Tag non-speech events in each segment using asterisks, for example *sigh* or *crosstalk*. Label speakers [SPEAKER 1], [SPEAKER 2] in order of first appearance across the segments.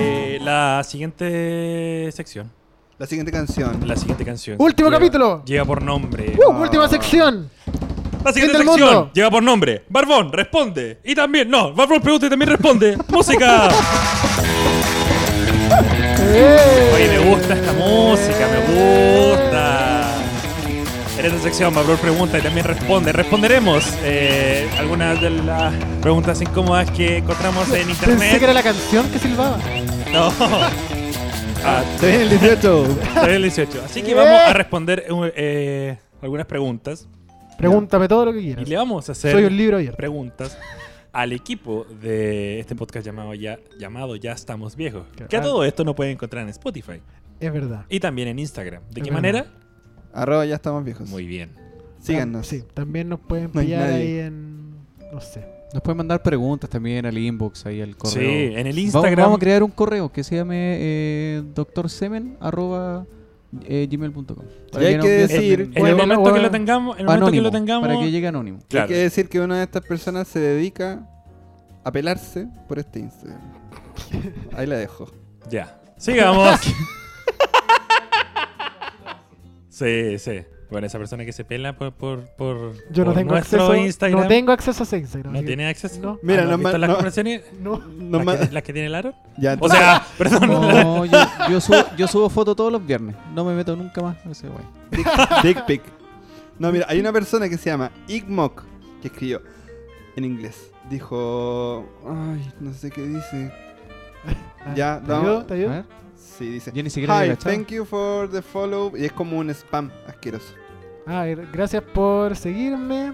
[SPEAKER 1] Eh, la siguiente sección.
[SPEAKER 2] La siguiente canción.
[SPEAKER 1] La siguiente canción.
[SPEAKER 3] Último
[SPEAKER 1] Lleva-
[SPEAKER 3] capítulo.
[SPEAKER 1] Lleva por nombre.
[SPEAKER 3] ¡Uh! Última sección.
[SPEAKER 1] La siguiente
[SPEAKER 3] del
[SPEAKER 1] sección
[SPEAKER 3] mundo.
[SPEAKER 1] lleva por nombre. Barbón responde. Y también, no, Barbón pregunta y también
[SPEAKER 3] *laughs*
[SPEAKER 1] responde. ¡Música! Oye,
[SPEAKER 3] ¡Eh!
[SPEAKER 1] me gusta esta música, me gusta. En esta sección, Barbón pregunta y también responde. Responderemos eh, algunas de las preguntas incómodas que encontramos en
[SPEAKER 3] Pensé que
[SPEAKER 1] internet.
[SPEAKER 3] era la canción que silbaba.
[SPEAKER 1] No.
[SPEAKER 3] *laughs*
[SPEAKER 1] Ah,
[SPEAKER 2] Se viene el 18.
[SPEAKER 1] soy el 18. Así que vamos a responder eh, algunas preguntas.
[SPEAKER 3] Pregúntame todo lo que
[SPEAKER 1] Y
[SPEAKER 3] quieras.
[SPEAKER 1] le vamos a hacer.
[SPEAKER 3] Soy un libro abierto.
[SPEAKER 1] preguntas al equipo de este podcast llamado Ya, llamado ya Estamos Viejos.
[SPEAKER 3] Claro.
[SPEAKER 1] Que a todo esto no pueden encontrar en Spotify
[SPEAKER 3] Es verdad.
[SPEAKER 1] y también en Instagram. ¿De
[SPEAKER 3] Es
[SPEAKER 1] qué
[SPEAKER 3] verdad.
[SPEAKER 1] manera?
[SPEAKER 2] Arroba, ya estamos viejos.
[SPEAKER 1] Muy bien.
[SPEAKER 2] Síganos.
[SPEAKER 3] Sí, también nos pueden
[SPEAKER 2] No hay
[SPEAKER 3] pillar
[SPEAKER 2] nadie.
[SPEAKER 3] ahí en. No sé.
[SPEAKER 4] Nos pueden mandar preguntas también al inbox, ahí al correo.
[SPEAKER 1] Sí, en el
[SPEAKER 4] Vamos-
[SPEAKER 1] Instagram.
[SPEAKER 4] Vamos, a crear un correo que se llame eh, doctorsemen arroba, eh, gmail punto com. Para
[SPEAKER 2] hay
[SPEAKER 4] nos
[SPEAKER 2] que
[SPEAKER 4] envíen
[SPEAKER 2] decir-
[SPEAKER 1] en
[SPEAKER 4] también-
[SPEAKER 1] el
[SPEAKER 3] Bueno,
[SPEAKER 1] momento
[SPEAKER 3] bueno.
[SPEAKER 1] que lo tengamos, en el momento que
[SPEAKER 4] anónimo,
[SPEAKER 1] lo tengamos.
[SPEAKER 4] Para que
[SPEAKER 1] *laughs*
[SPEAKER 4] llegue anónimo.
[SPEAKER 1] Claro.
[SPEAKER 2] Hay que decir que una de estas personas se dedica a pelarse por este
[SPEAKER 3] *laughs*
[SPEAKER 2] Instagram. Ahí la dejo.
[SPEAKER 1] Ya.
[SPEAKER 3] *laughs*
[SPEAKER 1] Sigamos. sí, sí. Bueno, esa persona que se pela por, por, por,
[SPEAKER 3] Yo no
[SPEAKER 1] por
[SPEAKER 3] tengo
[SPEAKER 1] nuestro
[SPEAKER 3] acceso.
[SPEAKER 1] Instagram.
[SPEAKER 3] No tengo acceso a ese Instagram.
[SPEAKER 1] ¿No
[SPEAKER 3] así que-
[SPEAKER 1] tiene acceso.
[SPEAKER 3] No.
[SPEAKER 2] Mira,
[SPEAKER 1] Ah, ¿no has
[SPEAKER 2] no
[SPEAKER 1] visto
[SPEAKER 2] ma-
[SPEAKER 1] las
[SPEAKER 2] no-
[SPEAKER 1] conversaciones?
[SPEAKER 3] No.
[SPEAKER 2] No
[SPEAKER 1] ¿Las,
[SPEAKER 2] más.
[SPEAKER 1] que, las que tiene el aro?
[SPEAKER 2] Ya,
[SPEAKER 1] O
[SPEAKER 2] entonces-
[SPEAKER 1] sea, perdón.
[SPEAKER 4] No, yo, yo subo, yo subo foto todos los viernes. No me meto nunca más. a ese güey.
[SPEAKER 2] Dick pic. No, mira, hay una persona que se llama Igmok que escribió en inglés. Dijo. Ay, no sé qué dice.
[SPEAKER 3] Ah,
[SPEAKER 2] Ya,
[SPEAKER 3] ¿Te
[SPEAKER 2] no. ¿Eh?
[SPEAKER 3] ayudo? ¿Te
[SPEAKER 4] A
[SPEAKER 3] ayudo?
[SPEAKER 4] ver,
[SPEAKER 2] Sí, dice.
[SPEAKER 4] yo ni siquiera
[SPEAKER 2] Hi,
[SPEAKER 4] había cachado.
[SPEAKER 2] thank you for the follow. Y es como un spam asqueroso.
[SPEAKER 3] Ah, er- gracias por seguirme.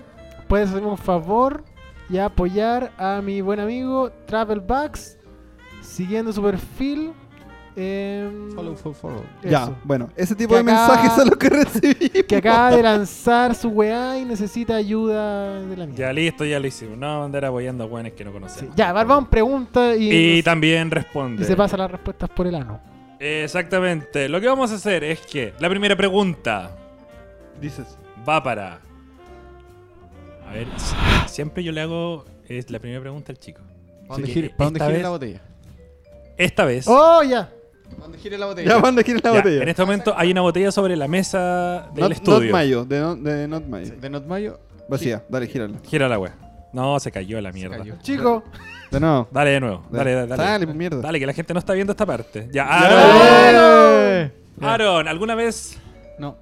[SPEAKER 3] Puedes hacerme un favor y apoyar a mi buen amigo Travel Bugs siguiendo su perfil. em,
[SPEAKER 4] Follow, follow, follow.
[SPEAKER 3] eso.
[SPEAKER 2] Ya, bueno, ese tipo
[SPEAKER 3] Que
[SPEAKER 2] de
[SPEAKER 3] acá-
[SPEAKER 2] mensajes son los que *laughs* recibí.
[SPEAKER 3] Que acaba de lanzar su weá y necesita ayuda de la mía.
[SPEAKER 1] *laughs* Ya listo, ya lo hicimos. No vamos a andar apoyando a weones que no
[SPEAKER 3] Sí.
[SPEAKER 1] conocemos.
[SPEAKER 3] Ya, Barbón pregunta y,
[SPEAKER 1] Y también responde.
[SPEAKER 3] y se pasa las respuestas por el ano.
[SPEAKER 1] Exactamente. Lo que vamos a hacer es que la primera pregunta
[SPEAKER 2] Dices.
[SPEAKER 1] va para. A ver, s- siempre yo le hago es la primera pregunta al chico.
[SPEAKER 4] ¿Para
[SPEAKER 1] Así
[SPEAKER 4] dónde
[SPEAKER 1] que
[SPEAKER 4] gire, pa' dónde
[SPEAKER 1] esta
[SPEAKER 4] gire
[SPEAKER 1] vez-
[SPEAKER 4] la botella?
[SPEAKER 1] Esta vez.
[SPEAKER 3] ¡Oh, ya!
[SPEAKER 4] ¿Para dónde gire la botella?
[SPEAKER 2] Ya manda aquí en la
[SPEAKER 1] ya,
[SPEAKER 2] botella.
[SPEAKER 1] en este momento hay una botella sobre la mesa del
[SPEAKER 2] not,
[SPEAKER 1] estudio.
[SPEAKER 2] Not Mayo, de, no- de Not Mayo.
[SPEAKER 4] De Not Mayo.
[SPEAKER 2] Vacía, dale, gírala.
[SPEAKER 1] Gira la wea. No, se cayó la mierda.
[SPEAKER 4] cayó.
[SPEAKER 3] Chico,
[SPEAKER 2] De *laughs* nuevo.
[SPEAKER 1] Dale de nuevo. Dale, dale. Dale,
[SPEAKER 2] Dale, pues, mierda.
[SPEAKER 1] Dale, que la gente no está viendo esta parte. Ya,
[SPEAKER 2] Ya.
[SPEAKER 1] Aaron. Aaron, ¿alguna vez
[SPEAKER 4] No.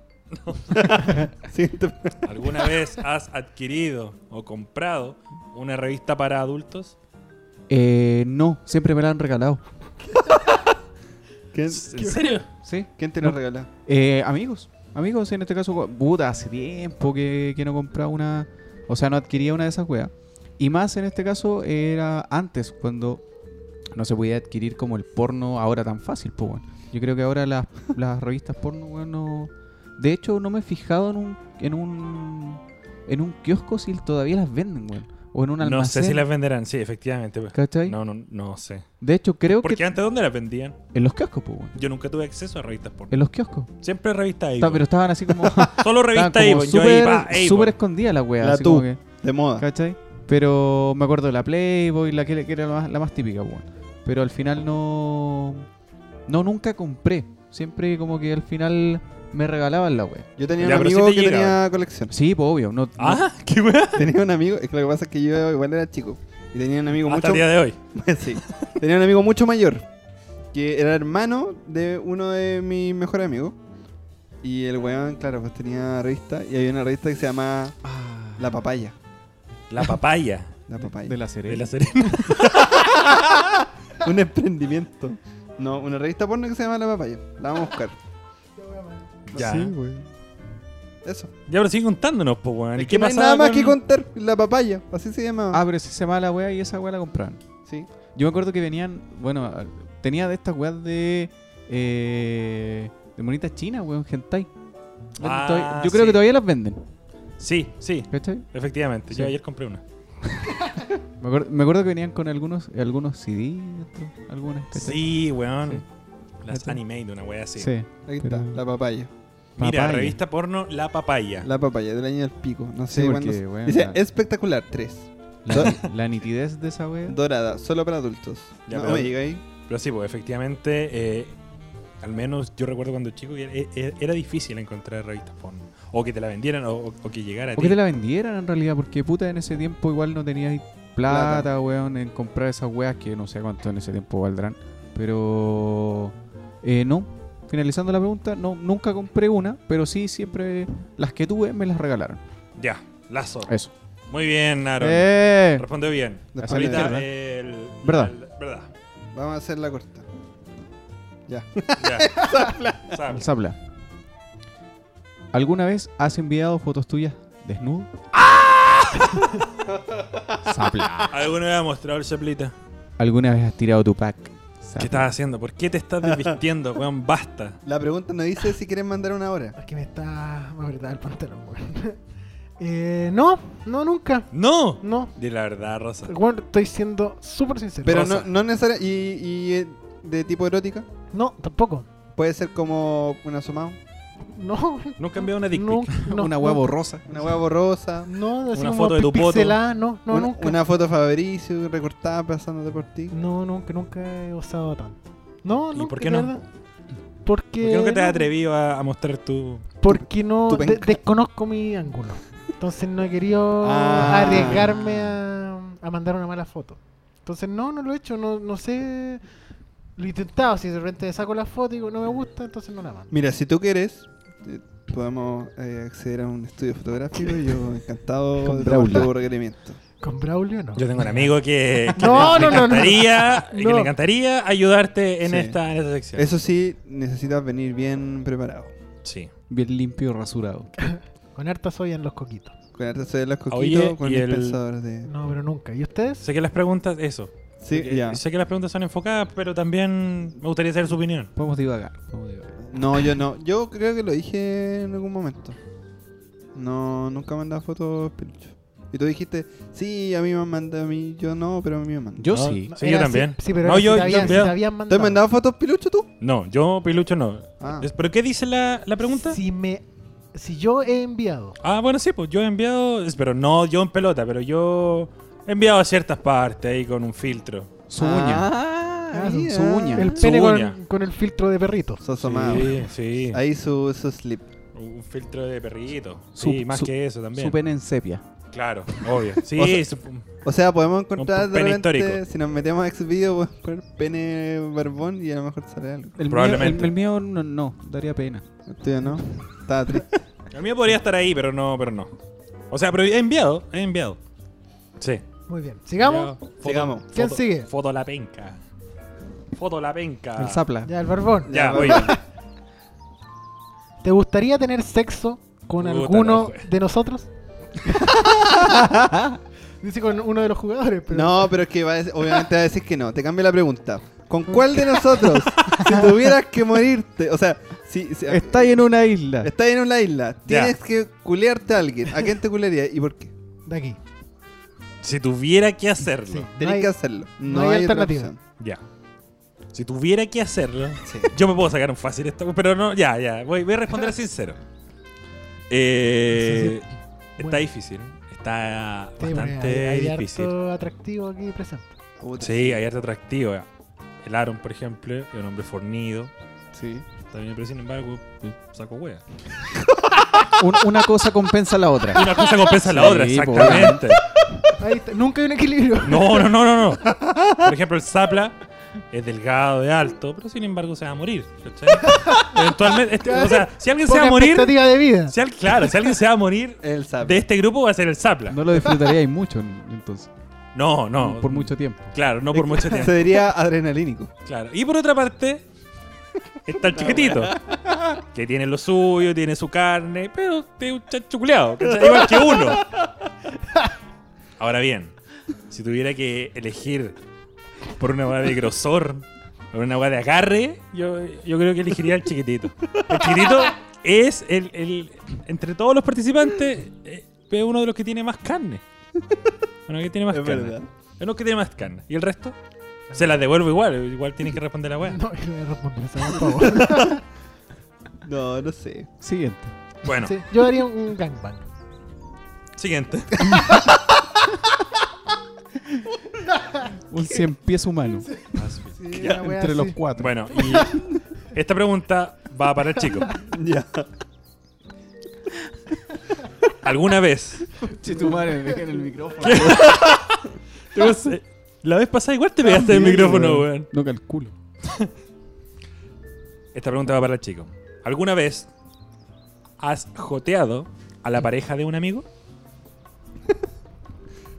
[SPEAKER 2] Siguiente.
[SPEAKER 1] ¿Alguna vez has adquirido o comprado una revista para adultos?
[SPEAKER 4] Eh, no, siempre me la han regalado.
[SPEAKER 2] ¿Quién,
[SPEAKER 1] ¿En serio?
[SPEAKER 4] ¿Sí?
[SPEAKER 2] quién te lo regala?
[SPEAKER 4] Eh, amigos, amigos, en este caso, puta, hace tiempo que, que no compraba una, o sea, no adquiría una de esas weas. Y más en este caso era antes, cuando no se podía adquirir como el porno ahora tan fácil, pues, weón. Yo creo que ahora
[SPEAKER 1] *laughs*
[SPEAKER 4] las, las revistas porno, weón, no... De hecho, no me he fijado en un, en un, en un kiosco si todavía las venden, weón. O en un almacén.
[SPEAKER 1] No sé si las venderán, sí, efectivamente. pues.
[SPEAKER 4] ¿Cachai?
[SPEAKER 1] No, no, no sé.
[SPEAKER 4] De hecho, creo que...
[SPEAKER 1] Porque antes, ¿dónde las vendían?
[SPEAKER 4] En los kioscos, pues, weón.
[SPEAKER 1] Yo nunca tuve acceso a revistas porno.
[SPEAKER 4] En los kioscos.
[SPEAKER 1] Siempre revista
[SPEAKER 4] Ta-
[SPEAKER 1] Avon.
[SPEAKER 4] pero estaban así
[SPEAKER 1] *laughs*
[SPEAKER 4] como...
[SPEAKER 1] Solo revista
[SPEAKER 4] estaban
[SPEAKER 1] Avon.
[SPEAKER 4] como
[SPEAKER 1] Yo ahí,
[SPEAKER 4] súper-
[SPEAKER 1] pa, Avon.
[SPEAKER 4] súper escondida la wea.
[SPEAKER 2] La
[SPEAKER 4] así como
[SPEAKER 2] tú.
[SPEAKER 4] que-
[SPEAKER 2] De moda.
[SPEAKER 4] ¿Cachai? Pero me acuerdo de la Playboy, la que, que era la más, la más típica, weón. Pero al final no. No, nunca compré. Siempre como que al final me regalaban la wea.
[SPEAKER 2] Yo tenía
[SPEAKER 1] Ya,
[SPEAKER 2] un
[SPEAKER 1] pero sí
[SPEAKER 2] amigo
[SPEAKER 1] te
[SPEAKER 2] que
[SPEAKER 1] llega.
[SPEAKER 2] tenía colección. *laughs*
[SPEAKER 4] Sí, pues obvio. No, no-
[SPEAKER 1] Ah, qué weá.
[SPEAKER 2] Tenía un amigo, es que lo que pasa es que yo igual era chico. Y tenía un amigo
[SPEAKER 1] Hasta
[SPEAKER 2] mucho
[SPEAKER 1] el día de hoy.
[SPEAKER 2] *laughs* sí. Tenía un amigo mucho mayor. Que era hermano de uno de mis mejores amigos. Y el weón, claro, pues tenía revista. Y había una revista que se llama
[SPEAKER 4] Ah,
[SPEAKER 2] La Papaya.
[SPEAKER 1] La papaya
[SPEAKER 2] La Papaya.
[SPEAKER 4] de la
[SPEAKER 1] de
[SPEAKER 4] serie.
[SPEAKER 1] la Serena.
[SPEAKER 2] Un emprendimiento. No, una revista porno que se llama La Papaya. La vamos a buscar.
[SPEAKER 1] Ya.
[SPEAKER 2] Eso.
[SPEAKER 1] Ya, pero sigue contándonos, pues, weón. ¿Y
[SPEAKER 2] Es que
[SPEAKER 1] qué
[SPEAKER 2] no hay
[SPEAKER 1] pasa?
[SPEAKER 2] nada más que contar. La Papaya. Así se llama.
[SPEAKER 4] Ah, pero si se llamaba la wea y esa wea la compraron.
[SPEAKER 2] Sí.
[SPEAKER 4] Yo me acuerdo que venían. Bueno, al- tenía de estas weas de. Eh, de monitas chinas, weón, hentai.
[SPEAKER 1] Ah,
[SPEAKER 4] Todavía- yo creo
[SPEAKER 1] sí.
[SPEAKER 4] que todavía las venden.
[SPEAKER 1] Sí, sí.
[SPEAKER 4] ¿Cachai?
[SPEAKER 1] Efectivamente. Yo
[SPEAKER 4] Sí.
[SPEAKER 1] ayer compré una.
[SPEAKER 4] Me acuerdo, me acuerdo que venían con algunos algunos CD, dentro, algunas. ¿cachai?
[SPEAKER 1] Sí, weón. Las
[SPEAKER 4] ¿Cachai?
[SPEAKER 1] anime de una weá así.
[SPEAKER 4] Sí.
[SPEAKER 2] Ahí está.
[SPEAKER 4] Pero-
[SPEAKER 2] La Papaya.
[SPEAKER 1] Mira,
[SPEAKER 4] Papaya.
[SPEAKER 1] revista porno La Papaya.
[SPEAKER 2] La Papaya del año del pico. No sé
[SPEAKER 4] Sí,
[SPEAKER 2] cuándo.
[SPEAKER 4] porque,
[SPEAKER 2] se-
[SPEAKER 4] bueno,
[SPEAKER 2] Dice,
[SPEAKER 4] la-
[SPEAKER 2] espectacular. 3.
[SPEAKER 4] La, la nitidez de esa
[SPEAKER 1] *laughs*
[SPEAKER 4] wea.
[SPEAKER 2] Dorada, solo para adultos.
[SPEAKER 1] Ya,
[SPEAKER 2] no
[SPEAKER 1] pero-
[SPEAKER 2] me llega ahí.
[SPEAKER 1] Pero sí, pues efectivamente, eh, al menos yo recuerdo cuando chico que e- e- era difícil encontrar revistas porno. O que te la vendieran o, o- o que llegara a
[SPEAKER 4] O
[SPEAKER 1] ti.
[SPEAKER 4] que te la vendieran en realidad, porque puta, en ese tiempo igual no tenías plata,
[SPEAKER 2] Plata.
[SPEAKER 4] weón, en comprar esas weas que no sé cuánto en ese tiempo valdrán. Pero. eh, no. Finalizando la pregunta, no, nunca compré una, pero sí siempre las que tuve me las regalaron.
[SPEAKER 1] Ya, lazo.
[SPEAKER 4] Eso.
[SPEAKER 1] Muy bien, Aaron.
[SPEAKER 4] ¡Eh!
[SPEAKER 1] Respondió bien.
[SPEAKER 2] Después
[SPEAKER 4] Hacerle
[SPEAKER 1] Ahorita,
[SPEAKER 4] izquierda.
[SPEAKER 1] el-
[SPEAKER 4] Verdad.
[SPEAKER 1] el- verdad.
[SPEAKER 2] Vamos a hacer la corta. Ya.
[SPEAKER 1] Ya. Sabla.
[SPEAKER 4] *laughs* El Zapla. ¿Alguna vez has enviado fotos tuyas desnudo?
[SPEAKER 1] ¡Ah!
[SPEAKER 4] Zapla.
[SPEAKER 1] ¿Alguna vez ha mostrado el chaplita?
[SPEAKER 4] ¿Alguna vez has tirado tu pack?
[SPEAKER 1] ¿Qué
[SPEAKER 4] Zapla.
[SPEAKER 1] estás haciendo? ¿Por qué te estás desvistiendo, weón? Basta.
[SPEAKER 2] La pregunta nos dice si quieren mandar una hora.
[SPEAKER 3] Es que me está. Me apretaba el pantalón, weón. *laughs* Eh, no, no, nunca.
[SPEAKER 1] ¡No!
[SPEAKER 3] No.
[SPEAKER 1] De la verdad, Rosa.
[SPEAKER 3] Weón, estoy siendo súper sincero.
[SPEAKER 2] Pero
[SPEAKER 1] Rosa.
[SPEAKER 2] no, no necesaria. Y, y, eh, de tipo erótica.
[SPEAKER 3] No, tampoco.
[SPEAKER 2] Puede ser como un asomado,
[SPEAKER 3] No.
[SPEAKER 1] Nunca enviado una dick pic.
[SPEAKER 3] no, no,
[SPEAKER 4] Una
[SPEAKER 3] no.
[SPEAKER 4] huevo rosa.
[SPEAKER 2] una hueá borrosa,
[SPEAKER 3] No, así
[SPEAKER 1] Una
[SPEAKER 3] como
[SPEAKER 1] foto de tu
[SPEAKER 3] pi-
[SPEAKER 1] poto.
[SPEAKER 3] pixelada, No, no,
[SPEAKER 2] una,
[SPEAKER 3] nunca.
[SPEAKER 2] una foto Fabricio recortada pasándote por ti.
[SPEAKER 3] No, nunca, nunca he usado tanto. No,
[SPEAKER 1] ¿Y
[SPEAKER 3] nunca,
[SPEAKER 1] por qué
[SPEAKER 3] de
[SPEAKER 1] no?
[SPEAKER 3] verdad. Porque.
[SPEAKER 1] ¿Por qué nunca te has
[SPEAKER 3] no,
[SPEAKER 1] atrevido a, a mostrar tu.
[SPEAKER 3] Porque no.
[SPEAKER 2] tu
[SPEAKER 3] de-
[SPEAKER 2] penca?
[SPEAKER 3] desconozco mi ángulo. Entonces no he querido
[SPEAKER 2] Ah.
[SPEAKER 3] arriesgarme a, a mandar una mala foto. Entonces no, no lo he hecho. No, no sé. Lo he intentado. Si de repente saco la foto y digo no me gusta, entonces no la mando.
[SPEAKER 2] Mira, si tú quieres, eh, podemos eh, acceder a un estudio fotográfico. y Yo encantado
[SPEAKER 4] Con
[SPEAKER 2] de
[SPEAKER 4] Braulio.
[SPEAKER 2] tomar tu requerimiento.
[SPEAKER 3] Con Braulio no.
[SPEAKER 1] Yo tengo un amigo que, que
[SPEAKER 3] No,
[SPEAKER 1] le,
[SPEAKER 3] no,
[SPEAKER 1] le
[SPEAKER 3] no, no.
[SPEAKER 1] encantaría, que
[SPEAKER 3] No.
[SPEAKER 1] le encantaría ayudarte en,
[SPEAKER 2] Sí.
[SPEAKER 1] esta, en esta sección.
[SPEAKER 2] Eso sí, necesitas venir bien preparado.
[SPEAKER 1] Sí.
[SPEAKER 4] Bien limpio y rasurado.
[SPEAKER 3] Con harta soya en los coquitos.
[SPEAKER 2] Con hartas de las
[SPEAKER 1] Oye,
[SPEAKER 2] coquitos, con
[SPEAKER 1] y el-
[SPEAKER 2] dispensadores de.
[SPEAKER 3] No, pero nunca. ¿Y ustedes?
[SPEAKER 1] Sé que las preguntas, eso.
[SPEAKER 2] Sí,
[SPEAKER 1] Porque
[SPEAKER 2] ya.
[SPEAKER 1] Sé que las preguntas son enfocadas, pero también me gustaría saber su opinión.
[SPEAKER 4] Podemos divagar. podemos divagar.
[SPEAKER 2] No, yo no. Yo creo que lo dije en algún momento. No, nunca mandaba fotos pelucho. Y tú dijiste, sí, a mí me han mandado, a mí yo no, pero a mí me mandan.
[SPEAKER 4] Yo
[SPEAKER 1] No, Ah.
[SPEAKER 4] sí.
[SPEAKER 1] Sí,
[SPEAKER 3] Era
[SPEAKER 1] yo también.
[SPEAKER 3] Sí, pero
[SPEAKER 1] No,
[SPEAKER 3] era si
[SPEAKER 1] yo-
[SPEAKER 3] te
[SPEAKER 1] yo
[SPEAKER 3] habían- si
[SPEAKER 1] enviado-
[SPEAKER 3] te habían
[SPEAKER 2] ¿Te
[SPEAKER 3] mandado.
[SPEAKER 2] has mandado fotos pilucho tú?
[SPEAKER 1] No, yo, Pilucho, no.
[SPEAKER 2] Ah.
[SPEAKER 1] Es- ¿Pero qué dice la, la pregunta?
[SPEAKER 3] Si me. Si yo he enviado.
[SPEAKER 1] Ah, bueno, sí, pues yo he enviado, es- pero no yo en pelota, pero yo he enviado a ciertas partes ahí con un filtro.
[SPEAKER 4] Su uña.
[SPEAKER 2] Ah,
[SPEAKER 3] Ah, su-
[SPEAKER 2] mira.
[SPEAKER 4] su uña.
[SPEAKER 3] El
[SPEAKER 1] Su
[SPEAKER 3] pene
[SPEAKER 1] uña.
[SPEAKER 3] con, con el filtro de perrito.
[SPEAKER 2] Su asomado.
[SPEAKER 1] Sí, sí.
[SPEAKER 2] Ahí su, su slip.
[SPEAKER 1] Un filtro de perrito.
[SPEAKER 4] Su-
[SPEAKER 1] sí, más
[SPEAKER 4] su-
[SPEAKER 1] que eso también.
[SPEAKER 4] Su pene en sepia.
[SPEAKER 2] *laughs*
[SPEAKER 1] Claro, obvio. Sí,
[SPEAKER 2] O sea-
[SPEAKER 1] su-
[SPEAKER 2] O sea, podemos encontrar
[SPEAKER 1] Un
[SPEAKER 2] de
[SPEAKER 1] pene
[SPEAKER 2] repente,
[SPEAKER 1] histórico.
[SPEAKER 2] si nos metemos a ex video, podemos poner pene barbón y a lo mejor sale algo.
[SPEAKER 4] El
[SPEAKER 1] Probablemente.
[SPEAKER 4] Mío, el, el mío no, no, daría pena.
[SPEAKER 2] El tuyo no. *laughs* Estaba triste.
[SPEAKER 1] el mío podría estar ahí, pero no, pero no. O sea, pero he enviado, he enviado. Sí.
[SPEAKER 3] Muy bien. Sigamos.
[SPEAKER 1] Foto-
[SPEAKER 2] Sigamos.
[SPEAKER 3] ¿Quién
[SPEAKER 1] foto-
[SPEAKER 3] sigue?
[SPEAKER 1] Foto la penca. Foto la penca.
[SPEAKER 4] El zapla.
[SPEAKER 3] Ya, el barbón.
[SPEAKER 1] Ah. Ya,
[SPEAKER 2] Ya,
[SPEAKER 1] muy bien.
[SPEAKER 3] ¿Te gustaría tener sexo con
[SPEAKER 1] Puta la
[SPEAKER 3] alguno
[SPEAKER 1] jue- *laughs*
[SPEAKER 3] de nosotros? Dice con uno de los jugadores, pero.
[SPEAKER 2] No, pero es que va a decir- obviamente va a decir que no. Te cambio la pregunta. ¿Con cuál de
[SPEAKER 3] *laughs*
[SPEAKER 2] nosotros, si tuvieras que morirte, o sea, si, si-
[SPEAKER 4] Estáis en una isla.
[SPEAKER 2] estás en una isla,
[SPEAKER 1] Ya.
[SPEAKER 2] tienes que culearte a alguien, ¿a quién te culearías y por qué?
[SPEAKER 3] De aquí.
[SPEAKER 1] Si tuviera que hacerlo.
[SPEAKER 3] Sí.
[SPEAKER 2] Tenés
[SPEAKER 3] No hay-
[SPEAKER 2] que hacerlo. No,
[SPEAKER 3] no hay
[SPEAKER 2] hay otra
[SPEAKER 3] alternativa.
[SPEAKER 2] opción.
[SPEAKER 1] Ya. Si tuviera que hacerlo.
[SPEAKER 2] Sí.
[SPEAKER 1] Yo me puedo sacar un fácil esto, pero no, ya, ya. Voy, voy a
[SPEAKER 3] *laughs*
[SPEAKER 1] responder sincero. Eh,
[SPEAKER 3] Sí,
[SPEAKER 1] está
[SPEAKER 3] Bueno.
[SPEAKER 1] difícil. Está
[SPEAKER 3] Sí, bueno,
[SPEAKER 1] bastante
[SPEAKER 3] hay, hay
[SPEAKER 1] difícil.
[SPEAKER 3] harto atractivo aquí presente.
[SPEAKER 2] Puta.
[SPEAKER 1] Sí, hay harto atractivo. El Aaron, por ejemplo, es un hombre fornido.
[SPEAKER 2] Sí.
[SPEAKER 1] También, pero sin embargo, uh, saco hueá.
[SPEAKER 4] Un- una cosa compensa
[SPEAKER 1] *laughs*
[SPEAKER 4] la otra.
[SPEAKER 1] Una cosa compensa la
[SPEAKER 4] Sí,
[SPEAKER 1] otra,
[SPEAKER 4] po,
[SPEAKER 1] exactamente.
[SPEAKER 3] Ahí está. Nunca hay un equilibrio. *laughs*
[SPEAKER 1] No, no, no, no, no. Por ejemplo, el Zapla es delgado, de alto, pero sin embargo se va a morir. ¿cachai? Eventualmente, este- o sea, si alguien se va
[SPEAKER 3] Poca
[SPEAKER 1] a morir,
[SPEAKER 3] expectativa de vida.
[SPEAKER 1] si al- claro, si alguien se va a morir
[SPEAKER 2] El sapo.
[SPEAKER 1] de este grupo va a ser el Zapla.
[SPEAKER 4] No lo disfrutaríais mucho en- entonces.
[SPEAKER 1] No, no.
[SPEAKER 4] Por mucho tiempo.
[SPEAKER 1] Claro, no por mucho tiempo.
[SPEAKER 2] Sería adrenalínico.
[SPEAKER 1] Claro. Y por otra parte, está el chiquitito. Que tiene lo suyo, tiene su carne, pero es un chancho culiao, ¿cachai? Igual que uno. Ahora bien, si tuviera que elegir por una hueá de grosor, por una hueá de agarre, yo, yo creo que elegiría al chiquitito. El chiquitito es el, el- entre todos los participantes, eh, es uno de los que tiene más carne. Uno que tiene más
[SPEAKER 2] Es
[SPEAKER 1] carne.
[SPEAKER 2] verdad.
[SPEAKER 1] Es uno que tiene más carne. ¿Y el resto? Se las devuelvo igual, igual tienen que responder la hueá.
[SPEAKER 3] No, y le respondo, se va
[SPEAKER 1] *laughs*
[SPEAKER 3] a favor.
[SPEAKER 2] No, no sé.
[SPEAKER 4] Siguiente.
[SPEAKER 1] Bueno,
[SPEAKER 3] Sí, Yo haría un- un gangbang.
[SPEAKER 1] siguiente.
[SPEAKER 4] Un cien pies humano.
[SPEAKER 3] Sí, una wea
[SPEAKER 4] entre los
[SPEAKER 3] así.
[SPEAKER 4] cuatro.
[SPEAKER 1] Bueno, y esta pregunta va para el chico.
[SPEAKER 2] Ya.
[SPEAKER 1] ¿Alguna vez?
[SPEAKER 4] Si tu madre deja en el micrófono.
[SPEAKER 1] Yo sé, La vez pasada igual te pegaste el micrófono, weón.
[SPEAKER 4] No calculo.
[SPEAKER 1] Esta pregunta va para el chico. ¿Alguna vez has joteado a la pareja de un amigo?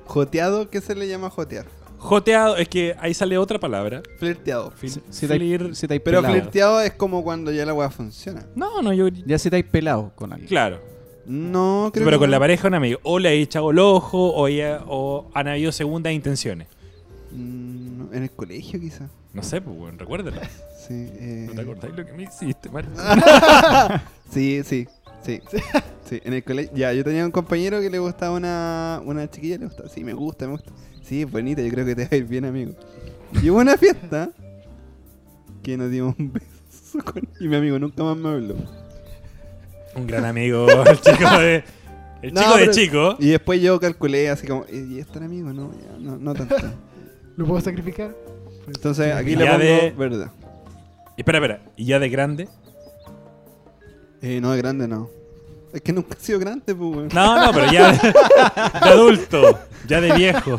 [SPEAKER 2] Joteado, ¿qué se le llama jotear?
[SPEAKER 1] Joteado, es que ahí sale otra palabra.
[SPEAKER 2] Flirteado.
[SPEAKER 1] Fil-
[SPEAKER 4] Si te
[SPEAKER 1] flir-
[SPEAKER 4] hay- si te hay
[SPEAKER 2] Pero
[SPEAKER 4] pelado.
[SPEAKER 2] flirteado es como cuando ya la weá funciona.
[SPEAKER 1] No, no, yo.
[SPEAKER 4] Ya si te hay pelado con alguien.
[SPEAKER 1] Claro.
[SPEAKER 2] No, creo
[SPEAKER 1] pero
[SPEAKER 2] que
[SPEAKER 1] con
[SPEAKER 2] no.
[SPEAKER 1] la pareja de un amigo. O le he echado el ojo, o, ya- o han habido segundas intenciones.
[SPEAKER 2] Mm, no, en el colegio quizá.
[SPEAKER 1] No sé, pues, weón, recuérdalo.
[SPEAKER 2] Sí, eh,
[SPEAKER 1] ¿No te acordáis lo que me hiciste, *laughs* Mario?
[SPEAKER 2] sí, sí,
[SPEAKER 1] *laughs*
[SPEAKER 2] sí, sí, en el colegio. Ya, yo tenía un compañero que le gustaba una, una chiquilla, le gustaba, sí, me gusta, me gusta. Sí, es bonita, yo creo que te va a ir bien, amigo. Y hubo una fiesta que nos dimos un *laughs* beso con- y mi amigo nunca más me habló.
[SPEAKER 1] Un gran amigo, el chico de. El *laughs*
[SPEAKER 2] No,
[SPEAKER 1] chico de
[SPEAKER 2] pero-
[SPEAKER 1] chico.
[SPEAKER 2] Y después yo calculé así como, "Eh, ¿y es tan amigo? No, ya, no, no tanto.
[SPEAKER 1] *laughs*
[SPEAKER 3] ¿Lo puedo sacrificar?
[SPEAKER 2] Entonces aquí
[SPEAKER 1] Y
[SPEAKER 2] le
[SPEAKER 1] ya
[SPEAKER 2] pongo
[SPEAKER 1] de-
[SPEAKER 2] verdad.
[SPEAKER 1] Espera, espera. ¿Y ya de grande?
[SPEAKER 2] Eh, no, de grande no. Es que nunca he sido grande, pues, weón.
[SPEAKER 1] No, no, pero ya de, de adulto, ya de viejo.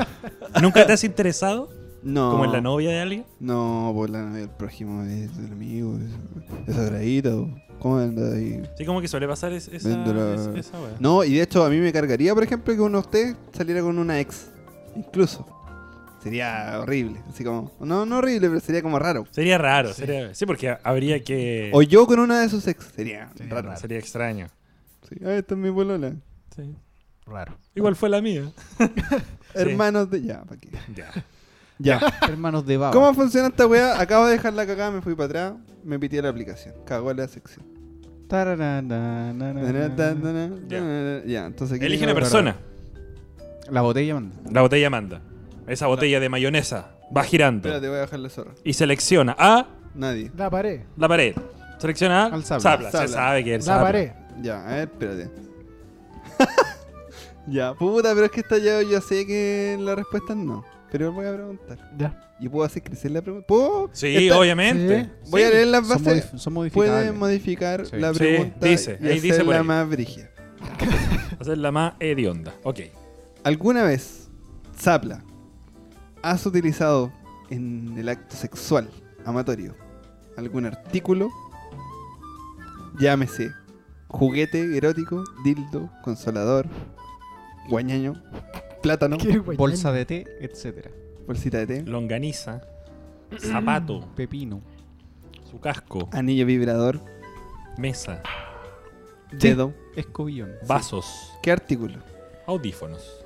[SPEAKER 1] ¿Nunca te has interesado?
[SPEAKER 2] No.
[SPEAKER 1] ¿Como en la novia de alguien?
[SPEAKER 2] No, pues la novia del prójimo es del amigo, es desagradita, ¿cómo anda ahí?
[SPEAKER 1] Sí, como que suele pasar es- esa,
[SPEAKER 2] Véndola.
[SPEAKER 1] es- esa wea.
[SPEAKER 2] No, y de hecho a mí me cargaría, por ejemplo, que uno de ustedes saliera con una ex, incluso. Sería horrible, así como, no, no horrible, pero sería como raro.
[SPEAKER 1] Sería raro, sería. Sí, porque habría que.
[SPEAKER 2] O yo con una de sus ex, sería,
[SPEAKER 3] Sería
[SPEAKER 2] raro.
[SPEAKER 3] raro.
[SPEAKER 1] Sería extraño.
[SPEAKER 2] Sí, ah, esta es mi polola.
[SPEAKER 1] Sí.
[SPEAKER 3] Raro.
[SPEAKER 1] Igual fue la mía.
[SPEAKER 2] Hermanos de... Ya, pa' qué.
[SPEAKER 1] Ya.
[SPEAKER 2] Ya.
[SPEAKER 4] Hermanos de baba.
[SPEAKER 2] *laughs* ¿Cómo funciona esta weá? Acabo de dejar la cagada, me fui para atrás, me pitié la aplicación. Cagó la sección.
[SPEAKER 4] Tarararararara.
[SPEAKER 2] Ya, entonces... aquí
[SPEAKER 1] Elige
[SPEAKER 2] tengo-
[SPEAKER 1] una persona.
[SPEAKER 4] La botella manda.
[SPEAKER 1] La botella manda. Esa botella de mayonesa va girando.
[SPEAKER 2] Espérate, voy a bajar la zorra.
[SPEAKER 1] Y selecciona a
[SPEAKER 2] Nadie.
[SPEAKER 3] La pared.
[SPEAKER 1] la pared. Selecciona a
[SPEAKER 4] Al
[SPEAKER 1] Se
[SPEAKER 4] sabla.
[SPEAKER 2] Sabla.
[SPEAKER 1] sabe que es el
[SPEAKER 3] La
[SPEAKER 1] sabla.
[SPEAKER 3] pared.
[SPEAKER 2] Ya, a ver, espérate. *laughs* ya, puta, pero es que esta ya yo sé que la respuesta es no. Pero voy a preguntar.
[SPEAKER 3] Ya.
[SPEAKER 2] ¿Y puedo hacer crecer la pregunta? ¿Puedo?
[SPEAKER 1] Sí,
[SPEAKER 2] Esta-
[SPEAKER 1] obviamente.
[SPEAKER 3] Este- Sí. *laughs*
[SPEAKER 2] Voy a leer las
[SPEAKER 4] Son,
[SPEAKER 2] bases.
[SPEAKER 4] modif- son
[SPEAKER 2] Puede
[SPEAKER 4] modificables.
[SPEAKER 2] modificar
[SPEAKER 4] Sí.
[SPEAKER 2] la
[SPEAKER 1] Sí,
[SPEAKER 2] pregunta
[SPEAKER 1] dice,
[SPEAKER 2] y
[SPEAKER 1] ahí dice por
[SPEAKER 2] hacerla
[SPEAKER 1] ahí.
[SPEAKER 2] más brígida.
[SPEAKER 1] Hacer la más hedionda. Ok.
[SPEAKER 2] ¿Alguna vez, Zapla, has utilizado en el acto sexual amatorio algún artículo? Llámese juguete erótico, dildo, consolador, guañaño, plátano,
[SPEAKER 3] Qué guay.
[SPEAKER 4] Bolsa de té, etcétera.
[SPEAKER 2] bolsita de té,
[SPEAKER 3] *clears throat*
[SPEAKER 1] Longaniza. Zapato.
[SPEAKER 4] Pepino.
[SPEAKER 1] Su casco.
[SPEAKER 2] anillo vibrador,
[SPEAKER 1] Mesa.
[SPEAKER 2] dedo.
[SPEAKER 4] Escobillón.
[SPEAKER 1] Vasos.
[SPEAKER 2] ¿Qué artículo?
[SPEAKER 1] Audífonos.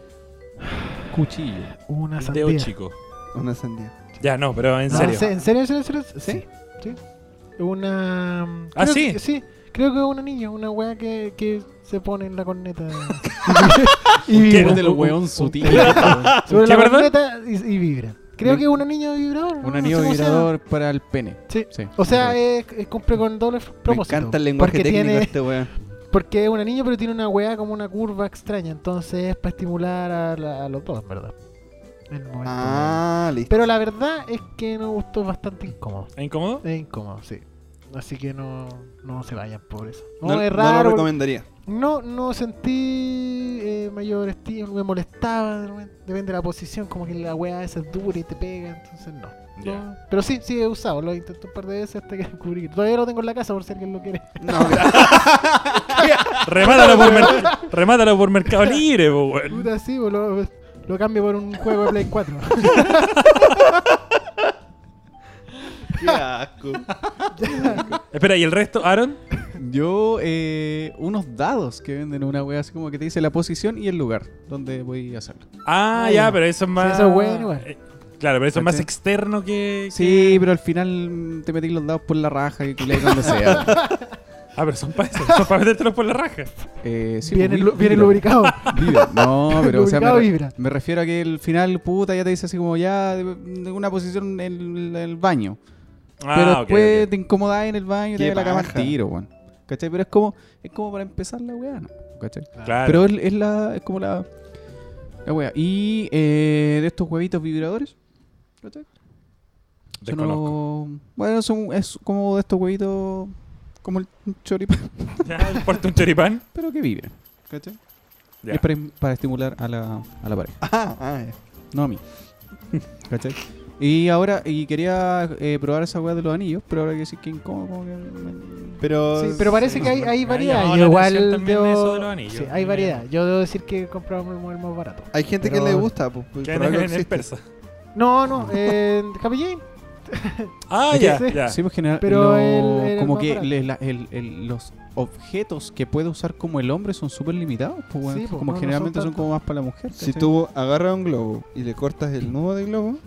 [SPEAKER 4] Cuchillo.
[SPEAKER 3] Una sandía.
[SPEAKER 1] Dedo chico.
[SPEAKER 2] Una sandía.
[SPEAKER 1] Ya, no, pero en
[SPEAKER 3] No,
[SPEAKER 1] serio.
[SPEAKER 3] ¿En serio? ¿En serio? ¿En serio?
[SPEAKER 2] ¿Sí?
[SPEAKER 3] Sí. Una. mm,
[SPEAKER 1] ¿Ah,
[SPEAKER 3] creo
[SPEAKER 1] sí?
[SPEAKER 3] que- sí. Creo que es una niña, una wea que, que se pone en la corneta. y
[SPEAKER 1] ¿Qué?
[SPEAKER 3] vibra.
[SPEAKER 4] Ponte el hueón sutil.
[SPEAKER 3] Sobre
[SPEAKER 1] ¿Qué,
[SPEAKER 3] la
[SPEAKER 1] perdón?
[SPEAKER 3] corneta y, y vibra. Creo
[SPEAKER 4] Un-
[SPEAKER 3] que es un anillo vibrador.
[SPEAKER 4] Un
[SPEAKER 3] no
[SPEAKER 4] anillo
[SPEAKER 3] sé cómo se llama.
[SPEAKER 4] vibrador para el pene.
[SPEAKER 3] Sí.
[SPEAKER 4] Sí.
[SPEAKER 3] O sea, es, es- cumple con doble f-
[SPEAKER 2] Me
[SPEAKER 3] propósito.
[SPEAKER 2] encanta el lenguaje
[SPEAKER 3] porque
[SPEAKER 2] técnico de
[SPEAKER 3] tiene,
[SPEAKER 2] este weón.
[SPEAKER 3] *laughs* Porque es un anillo, pero tiene una weá como una curva extraña. Entonces es para estimular a, la- a los dos, en ¿verdad? En el momento.
[SPEAKER 2] Ah, listo.
[SPEAKER 3] Pero la verdad es que nos gustó bastante incómodo.
[SPEAKER 1] ¿Es incómodo?
[SPEAKER 3] Es incómodo, sí. Así que no, no se vayan por eso. No,
[SPEAKER 2] No,
[SPEAKER 3] es
[SPEAKER 2] no lo
[SPEAKER 3] raro.
[SPEAKER 2] recomendaría.
[SPEAKER 3] No, no sentí eh, mayor estímulo, me molestaba, de repente- depende de la posición, como que la weá esa es dura y te pega, entonces no. No,
[SPEAKER 1] Ya.
[SPEAKER 3] Pero sí, sí he usado, lo intenté un par de veces hasta que *laughs* descubrí. que- Todavía lo tengo en la casa por si alguien lo quiere.
[SPEAKER 2] No,
[SPEAKER 3] *laughs*
[SPEAKER 2] gracias.
[SPEAKER 1] Remátalo por, mer- remátalo por Mercado Libre, po, weón.
[SPEAKER 3] Puta, sí, bo, lo, lo cambio por un juego de Play
[SPEAKER 2] *laughs*
[SPEAKER 3] 4.
[SPEAKER 2] Qué asco.
[SPEAKER 1] Espera, ¿y el resto, Aaron?
[SPEAKER 4] Yo, eh, unos dados que venden una wea así como que te dice la posición y el lugar donde voy a hacerlo.
[SPEAKER 1] Ah,
[SPEAKER 3] Ah,
[SPEAKER 1] ya,
[SPEAKER 3] ya.
[SPEAKER 1] pero eso es más.
[SPEAKER 3] eso es bueno, igual. Este
[SPEAKER 1] Eh, Claro, pero eso es más
[SPEAKER 4] ¿Cachai?
[SPEAKER 1] externo que.
[SPEAKER 4] Sí, pero al final mm, te metí los dados por la raja y culeáis
[SPEAKER 1] *laughs*
[SPEAKER 4] donde sea.
[SPEAKER 1] Ah, pero son para eso. Son para metértelos por la raja.
[SPEAKER 4] Eh, sí,
[SPEAKER 3] viene,
[SPEAKER 2] pues,
[SPEAKER 3] lu-
[SPEAKER 4] vi-
[SPEAKER 3] viene
[SPEAKER 4] vibra.
[SPEAKER 2] *laughs*
[SPEAKER 3] lubricado.
[SPEAKER 4] Vibra.
[SPEAKER 3] *laughs*
[SPEAKER 4] No, pero o sea, me,
[SPEAKER 3] Lubricado
[SPEAKER 4] re-
[SPEAKER 3] vibra.
[SPEAKER 4] me refiero a que el final, puta, ya te dice así como ya de, de una posición en el- el baño.
[SPEAKER 1] Ah,
[SPEAKER 4] pero
[SPEAKER 1] ok,
[SPEAKER 4] después
[SPEAKER 1] ok.
[SPEAKER 4] te incomodás en el baño y te
[SPEAKER 2] Qué
[SPEAKER 4] da la cama al
[SPEAKER 2] paja.
[SPEAKER 4] tiro, weón. ¿Cachai? Pero es como, es como para empezar la weá, ¿no? ¿Cachai?
[SPEAKER 1] Claro.
[SPEAKER 4] Pero es, es la, es como la, la weá. Y eh, de estos huevitos vibradores, ¿cachai? Son unos- bueno, son, es como de estos huevitos, como el choripán,
[SPEAKER 1] *laughs* Ya, Porta un choripán.
[SPEAKER 4] *laughs* pero que viven. ¿Cachai?
[SPEAKER 1] Ya.
[SPEAKER 4] Es para, para estimular a la, a la pareja.
[SPEAKER 2] Ah, ah, ya.
[SPEAKER 4] No a mí. *laughs* ¿Cachai? Y ahora, y quería eh, probar esa weá de los anillos, pero ahora que sí que incómodo, como que me-
[SPEAKER 2] Pero.
[SPEAKER 3] Sí, pero parece que hay, hay
[SPEAKER 1] Me ha
[SPEAKER 3] variedad.
[SPEAKER 1] llamado
[SPEAKER 3] Yo
[SPEAKER 1] la atención
[SPEAKER 3] igual
[SPEAKER 1] también eso
[SPEAKER 3] debo...
[SPEAKER 1] de los anillos.
[SPEAKER 3] sí, hay variedad. Yo debo decir que he comprado el el más barato.
[SPEAKER 2] Hay gente
[SPEAKER 3] pero-
[SPEAKER 2] que le gusta, pues. pues,
[SPEAKER 1] Que
[SPEAKER 2] por
[SPEAKER 1] en,
[SPEAKER 2] algo
[SPEAKER 1] en el
[SPEAKER 2] existe.
[SPEAKER 1] persa. *laughs*
[SPEAKER 3] No, no, en Happy Jane.
[SPEAKER 1] Ah,
[SPEAKER 3] Es que
[SPEAKER 1] ya,
[SPEAKER 3] sí.
[SPEAKER 1] ya.
[SPEAKER 4] Sí, pues general,
[SPEAKER 3] Pero
[SPEAKER 4] lo-
[SPEAKER 3] el- el
[SPEAKER 4] como
[SPEAKER 3] más
[SPEAKER 4] que
[SPEAKER 3] barato.
[SPEAKER 4] le- la- el- el- los objetos que puede usar como el hombre son súper limitados, pues weón.
[SPEAKER 3] Sí, pues,
[SPEAKER 4] como
[SPEAKER 3] no, no
[SPEAKER 4] generalmente
[SPEAKER 3] son
[SPEAKER 4] son,
[SPEAKER 3] tanto.
[SPEAKER 4] como más para la mujer.
[SPEAKER 2] Si
[SPEAKER 4] ¿cachai?
[SPEAKER 2] tú agarras un globo y le cortas el nudo del globo,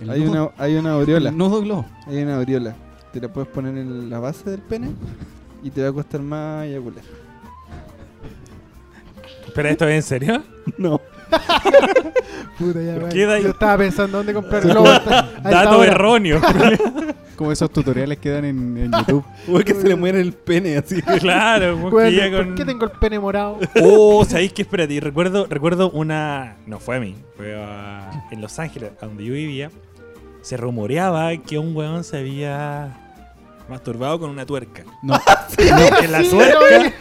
[SPEAKER 4] El
[SPEAKER 2] hay
[SPEAKER 4] nudo-
[SPEAKER 2] una, hay una aureola.
[SPEAKER 4] el nudo globo.
[SPEAKER 2] Hay una aureola. Te la puedes poner en la base del pene y te va a costar más
[SPEAKER 4] *laughs*
[SPEAKER 2] eyacular.
[SPEAKER 1] ¿Pero esto es en serio?
[SPEAKER 2] *laughs* No.
[SPEAKER 3] Puta ya,
[SPEAKER 1] ¿Por
[SPEAKER 3] weón.
[SPEAKER 1] qué da ahí?
[SPEAKER 3] Yo estaba pensando dónde comprar
[SPEAKER 1] *laughs*
[SPEAKER 3] globo. hasta- a esta
[SPEAKER 1] Dato
[SPEAKER 3] hora.
[SPEAKER 1] erróneo.
[SPEAKER 3] *laughs*
[SPEAKER 4] Como esos tutoriales que dan
[SPEAKER 2] *laughs*
[SPEAKER 4] en, en YouTube.
[SPEAKER 2] Uy, que se le muere el pene así.
[SPEAKER 1] *laughs* claro, un
[SPEAKER 3] Weón,
[SPEAKER 1] guía
[SPEAKER 3] ¿Por
[SPEAKER 1] con...
[SPEAKER 3] qué tengo el pene
[SPEAKER 1] *laughs*
[SPEAKER 3] morado?
[SPEAKER 1] Oh, ¿sabéis qué? Espérate, y recuerdo, recuerdo una. No fue a mí, fue a- en Los Ángeles, a donde yo vivía. Se rumoreaba que un weón se había masturbado con una tuerca.
[SPEAKER 4] No,
[SPEAKER 1] *laughs* Que la *laughs* tuerca,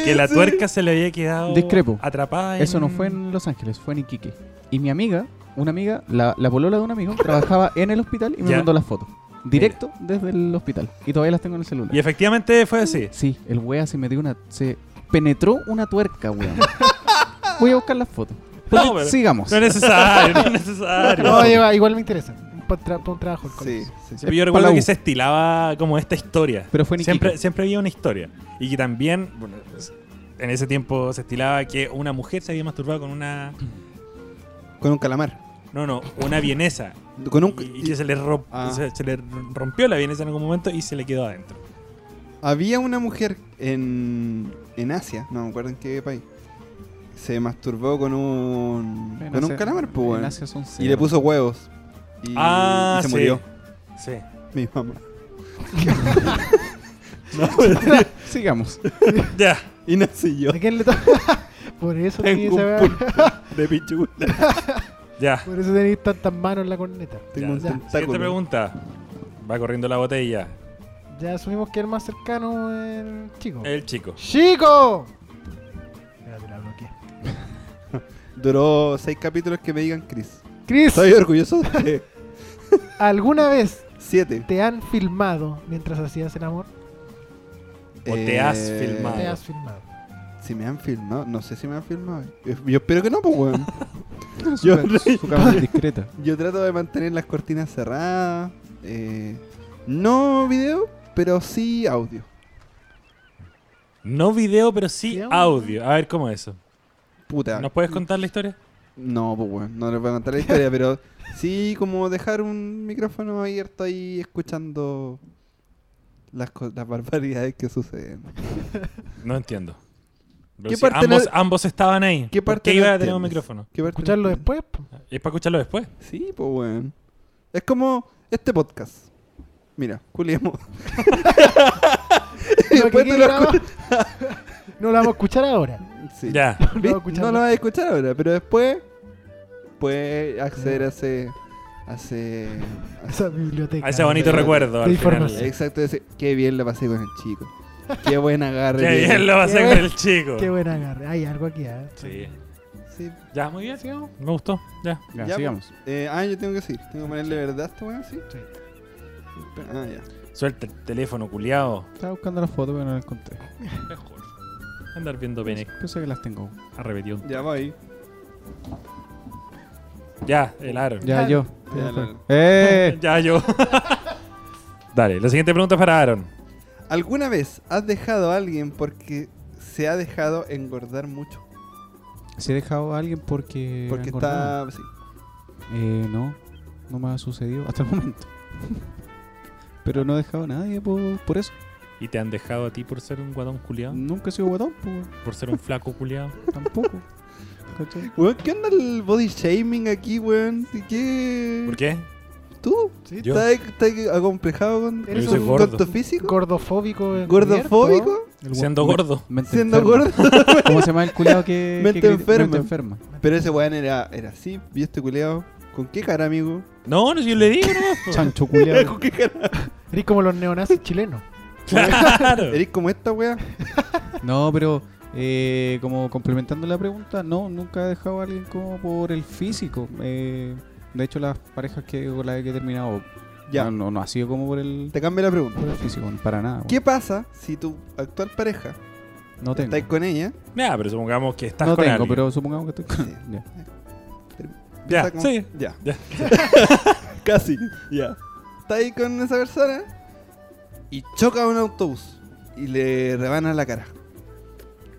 [SPEAKER 1] y que la
[SPEAKER 2] sí.
[SPEAKER 1] tuerca se le había quedado
[SPEAKER 4] Discrepo.
[SPEAKER 1] atrapada. en-
[SPEAKER 4] eso no fue en Los Ángeles, fue en Iquique. Y mi amiga, una amiga, la, la polola de un amigo, trabajaba en el hospital y me
[SPEAKER 1] Ya.
[SPEAKER 4] mandó las
[SPEAKER 2] Eh.
[SPEAKER 4] fotos. Directo desde el hospital. Y todavía las tengo en el celular.
[SPEAKER 1] Y efectivamente fue así.
[SPEAKER 4] Sí, el wea se metió una. Se penetró una
[SPEAKER 2] *laughs*
[SPEAKER 4] tuerca, weón. Voy a buscar las fotos. Porque-
[SPEAKER 1] pero-
[SPEAKER 4] sigamos.
[SPEAKER 1] No es necesario, no
[SPEAKER 4] *laughs*
[SPEAKER 1] es necesario.
[SPEAKER 3] No, lleva- igual me interesa. Para un trabajo. el
[SPEAKER 2] Sí,
[SPEAKER 3] colegio.
[SPEAKER 2] sí.
[SPEAKER 1] Pero yo
[SPEAKER 4] Es
[SPEAKER 1] recuerdo
[SPEAKER 4] Palau.
[SPEAKER 1] que se estilaba como esta historia.
[SPEAKER 4] Pero fue en Iquique.
[SPEAKER 1] siempre, siempre había una historia. Y que también, bueno, es- en ese tiempo se estilaba que una mujer se había masturbado con una.
[SPEAKER 2] Con un calamar.
[SPEAKER 1] No, no, una vienesa.
[SPEAKER 2] Con un.
[SPEAKER 1] Y, y que se le, ro-
[SPEAKER 2] Ah.
[SPEAKER 1] se, se le rompió la vienesa en algún momento y se le quedó adentro.
[SPEAKER 2] Había una mujer en, en Asia, no me acuerdo en qué país, se masturbó con un,
[SPEAKER 4] En
[SPEAKER 2] con un
[SPEAKER 4] Asia-
[SPEAKER 2] calamar, pues,
[SPEAKER 4] en
[SPEAKER 2] weón.
[SPEAKER 4] Asia son
[SPEAKER 2] Y le
[SPEAKER 4] cero.
[SPEAKER 2] puso huevos. Y,
[SPEAKER 1] Ah,
[SPEAKER 2] y se
[SPEAKER 1] sí.
[SPEAKER 2] murió,
[SPEAKER 1] Sí.
[SPEAKER 2] mi mamá. *laughs*
[SPEAKER 4] Sigamos.
[SPEAKER 1] Ya.
[SPEAKER 2] Y nací yo
[SPEAKER 3] ¿A quién le toca? *laughs* Por eso
[SPEAKER 2] Tengo
[SPEAKER 3] tenéis
[SPEAKER 2] un
[SPEAKER 3] esa-
[SPEAKER 2] de pichula.
[SPEAKER 1] Ya.
[SPEAKER 3] Por eso tenéis tantas manos en la corneta.
[SPEAKER 2] Tengo un
[SPEAKER 1] ya. Siguiente
[SPEAKER 2] tentáculo.
[SPEAKER 1] pregunta. Va corriendo la botella.
[SPEAKER 3] Ya asumimos que el más cercano es el chico.
[SPEAKER 1] El chico.
[SPEAKER 3] ¡Chico! Espérate, la bloqueé.
[SPEAKER 2] Duró seis capítulos que me digan Chris.
[SPEAKER 3] Chris,
[SPEAKER 2] Estoy orgulloso de usted.
[SPEAKER 3] ¿alguna vez
[SPEAKER 2] Siete.
[SPEAKER 3] te han filmado mientras hacías el amor?
[SPEAKER 1] O te has filmado.
[SPEAKER 3] Te has filmado.
[SPEAKER 2] Eh, Si me han filmado, no sé si me han filmado. Yo, yo espero que no, pues, weón.
[SPEAKER 4] Yo
[SPEAKER 2] *laughs* Yo-
[SPEAKER 4] su cámara es discreta.
[SPEAKER 2] Yo trato de mantener las cortinas cerradas. eh, no video, pero sí audio.
[SPEAKER 1] No video, pero sí
[SPEAKER 3] Video.
[SPEAKER 1] audio. A ver cómo es eso.
[SPEAKER 2] Puta.
[SPEAKER 1] ¿Nos puedes contar la historia?
[SPEAKER 2] No, pues bueno, no les voy a contar la historia, pero sí como dejar un micrófono abierto ahí escuchando las, co- las barbaridades que suceden.
[SPEAKER 1] No entiendo. Pero
[SPEAKER 2] ¿Qué
[SPEAKER 1] si
[SPEAKER 2] parte
[SPEAKER 1] ambos,
[SPEAKER 2] no-
[SPEAKER 1] ambos estaban ahí.
[SPEAKER 2] ¿Qué
[SPEAKER 1] ¿Por
[SPEAKER 2] parte
[SPEAKER 1] qué
[SPEAKER 2] no
[SPEAKER 1] iba a tener un
[SPEAKER 2] entiendes?
[SPEAKER 1] micrófono?
[SPEAKER 2] ¿Qué parte
[SPEAKER 3] Escucharlo
[SPEAKER 2] entiendes?
[SPEAKER 3] después. *laughs*
[SPEAKER 2] *laughs*
[SPEAKER 3] po.
[SPEAKER 1] Es para escucharlo después.
[SPEAKER 2] Sí, pues bueno. Es como este podcast. Mira, culiemos. *laughs* Y
[SPEAKER 3] Lo que
[SPEAKER 2] después te lo
[SPEAKER 3] quede grabado,
[SPEAKER 2] escu-
[SPEAKER 3] *laughs* no lo vamos a
[SPEAKER 2] *laughs*
[SPEAKER 3] escuchar ahora.
[SPEAKER 2] Sí.
[SPEAKER 1] Ya.
[SPEAKER 3] No lo vamos a
[SPEAKER 2] ¿Viste?
[SPEAKER 3] escuchar
[SPEAKER 2] No lo
[SPEAKER 3] ahora.
[SPEAKER 2] vas a escuchar ahora, pero después puedes acceder a ese... A ese, a ese-
[SPEAKER 3] Esa biblioteca.
[SPEAKER 1] A ese bonito
[SPEAKER 2] de-
[SPEAKER 1] recuerdo.
[SPEAKER 3] de
[SPEAKER 1] Al
[SPEAKER 3] información.
[SPEAKER 1] final.
[SPEAKER 2] Exacto, ese, qué bien la pasé con el chico. Qué
[SPEAKER 1] *laughs*
[SPEAKER 2] buen agarre.
[SPEAKER 1] Qué
[SPEAKER 2] tiene.
[SPEAKER 1] bien lo pasé
[SPEAKER 3] Qué
[SPEAKER 1] con
[SPEAKER 3] bueno.
[SPEAKER 1] el chico.
[SPEAKER 3] Qué buen agarre. Hay algo aquí, ¿eh?
[SPEAKER 1] Sí.
[SPEAKER 2] Sí,
[SPEAKER 1] Ya, muy bien.
[SPEAKER 3] ¿Sigamos?
[SPEAKER 1] Me gustó. Ya.
[SPEAKER 4] Ya, pues.
[SPEAKER 2] Ya,
[SPEAKER 4] sigamos.
[SPEAKER 2] Eh, ah, yo tengo que seguir. Tengo que ponerle verdad a esta weá, sí.
[SPEAKER 3] Sí.
[SPEAKER 2] Ah, ya.
[SPEAKER 1] Suelta el teléfono, culiado.
[SPEAKER 4] Estaba buscando las fotos, pero no las encontré.
[SPEAKER 1] Mejor. Andar viendo pene
[SPEAKER 4] Pensé que las tengo.
[SPEAKER 1] a repetido.
[SPEAKER 2] Ya va ahí.
[SPEAKER 1] Ya, el aro.
[SPEAKER 4] Ya,
[SPEAKER 3] Ya.
[SPEAKER 4] yo.
[SPEAKER 2] Ya,
[SPEAKER 4] Ya fue.
[SPEAKER 2] la-
[SPEAKER 4] ¡Eh!
[SPEAKER 1] Ya yo. *laughs* Dale, la siguiente pregunta es para Aaron.
[SPEAKER 2] ¿Alguna vez has dejado a alguien porque se ha dejado engordar mucho?
[SPEAKER 4] Si he dejado a alguien porque.
[SPEAKER 2] Porque
[SPEAKER 4] me acordaba.
[SPEAKER 2] está. Sí.
[SPEAKER 4] Eh, no. No me ha sucedido hasta el momento. *laughs* Pero no he dejado a nadie por, por eso.
[SPEAKER 1] ¿Y te han dejado a ti por ser un guadón culiado?
[SPEAKER 4] Nunca he sido guatón, pues,
[SPEAKER 1] ¿Por ser un flaco
[SPEAKER 4] *laughs*
[SPEAKER 1] culiado?
[SPEAKER 4] tampoco. ¿Cachai?
[SPEAKER 2] Weón, ¿qué onda el body shaming aquí, weón? ¿Y ¿Qué?
[SPEAKER 1] ¿Por qué?
[SPEAKER 2] ¿Tú?
[SPEAKER 3] Sí,
[SPEAKER 1] Yo.
[SPEAKER 2] ¿Estás estás acomplejado con,
[SPEAKER 3] Pero yo
[SPEAKER 2] con-
[SPEAKER 3] soy
[SPEAKER 1] gordo.
[SPEAKER 2] con tu físico?
[SPEAKER 3] Gordofóbico. eh, encubierto.
[SPEAKER 2] ¿Gordofóbico?
[SPEAKER 4] El
[SPEAKER 1] Siendo
[SPEAKER 4] gu-
[SPEAKER 1] gordo.
[SPEAKER 4] mente
[SPEAKER 2] Siendo
[SPEAKER 4] enferma.
[SPEAKER 2] *laughs* gordo.
[SPEAKER 4] ¿Cómo se llama el culiado que.
[SPEAKER 2] Mente
[SPEAKER 4] que grita-
[SPEAKER 2] enferma.
[SPEAKER 4] Mente enferma.
[SPEAKER 2] Pero ese weón era, era así, y este culeado ¿Con qué cara, amigo?
[SPEAKER 1] No, no, si yo le digo, ¿no?
[SPEAKER 4] Chancho
[SPEAKER 2] *laughs*
[SPEAKER 4] culiado.
[SPEAKER 2] ¿Con qué cara?
[SPEAKER 3] Eres como los neonazis chilenos.
[SPEAKER 1] Claro.
[SPEAKER 2] ¿Eres como esta, wea?
[SPEAKER 4] No, pero eh, como complementando la pregunta, no, nunca he dejado a alguien como por el físico. Eh, de hecho, las parejas que, con las que he terminado,
[SPEAKER 2] Ya.
[SPEAKER 4] no, no, no ha sido como por el,
[SPEAKER 2] Te cambio la pregunta.
[SPEAKER 4] por el físico, para nada.
[SPEAKER 2] ¿Qué pasa si tu actual pareja
[SPEAKER 4] weón. No tengo.
[SPEAKER 2] estáis con ella?
[SPEAKER 1] Ya, pero supongamos que estás
[SPEAKER 4] No
[SPEAKER 1] con
[SPEAKER 4] tengo,
[SPEAKER 1] alguien.
[SPEAKER 4] pero supongamos que estoy con
[SPEAKER 2] Sí.
[SPEAKER 4] *laughs* ya.
[SPEAKER 1] Ya,
[SPEAKER 2] está como-
[SPEAKER 1] sí.
[SPEAKER 2] Ya.
[SPEAKER 1] Ya.
[SPEAKER 2] *laughs* Casi. Ya. Estáis con esa persona y choca un autobús y le rebana la cara.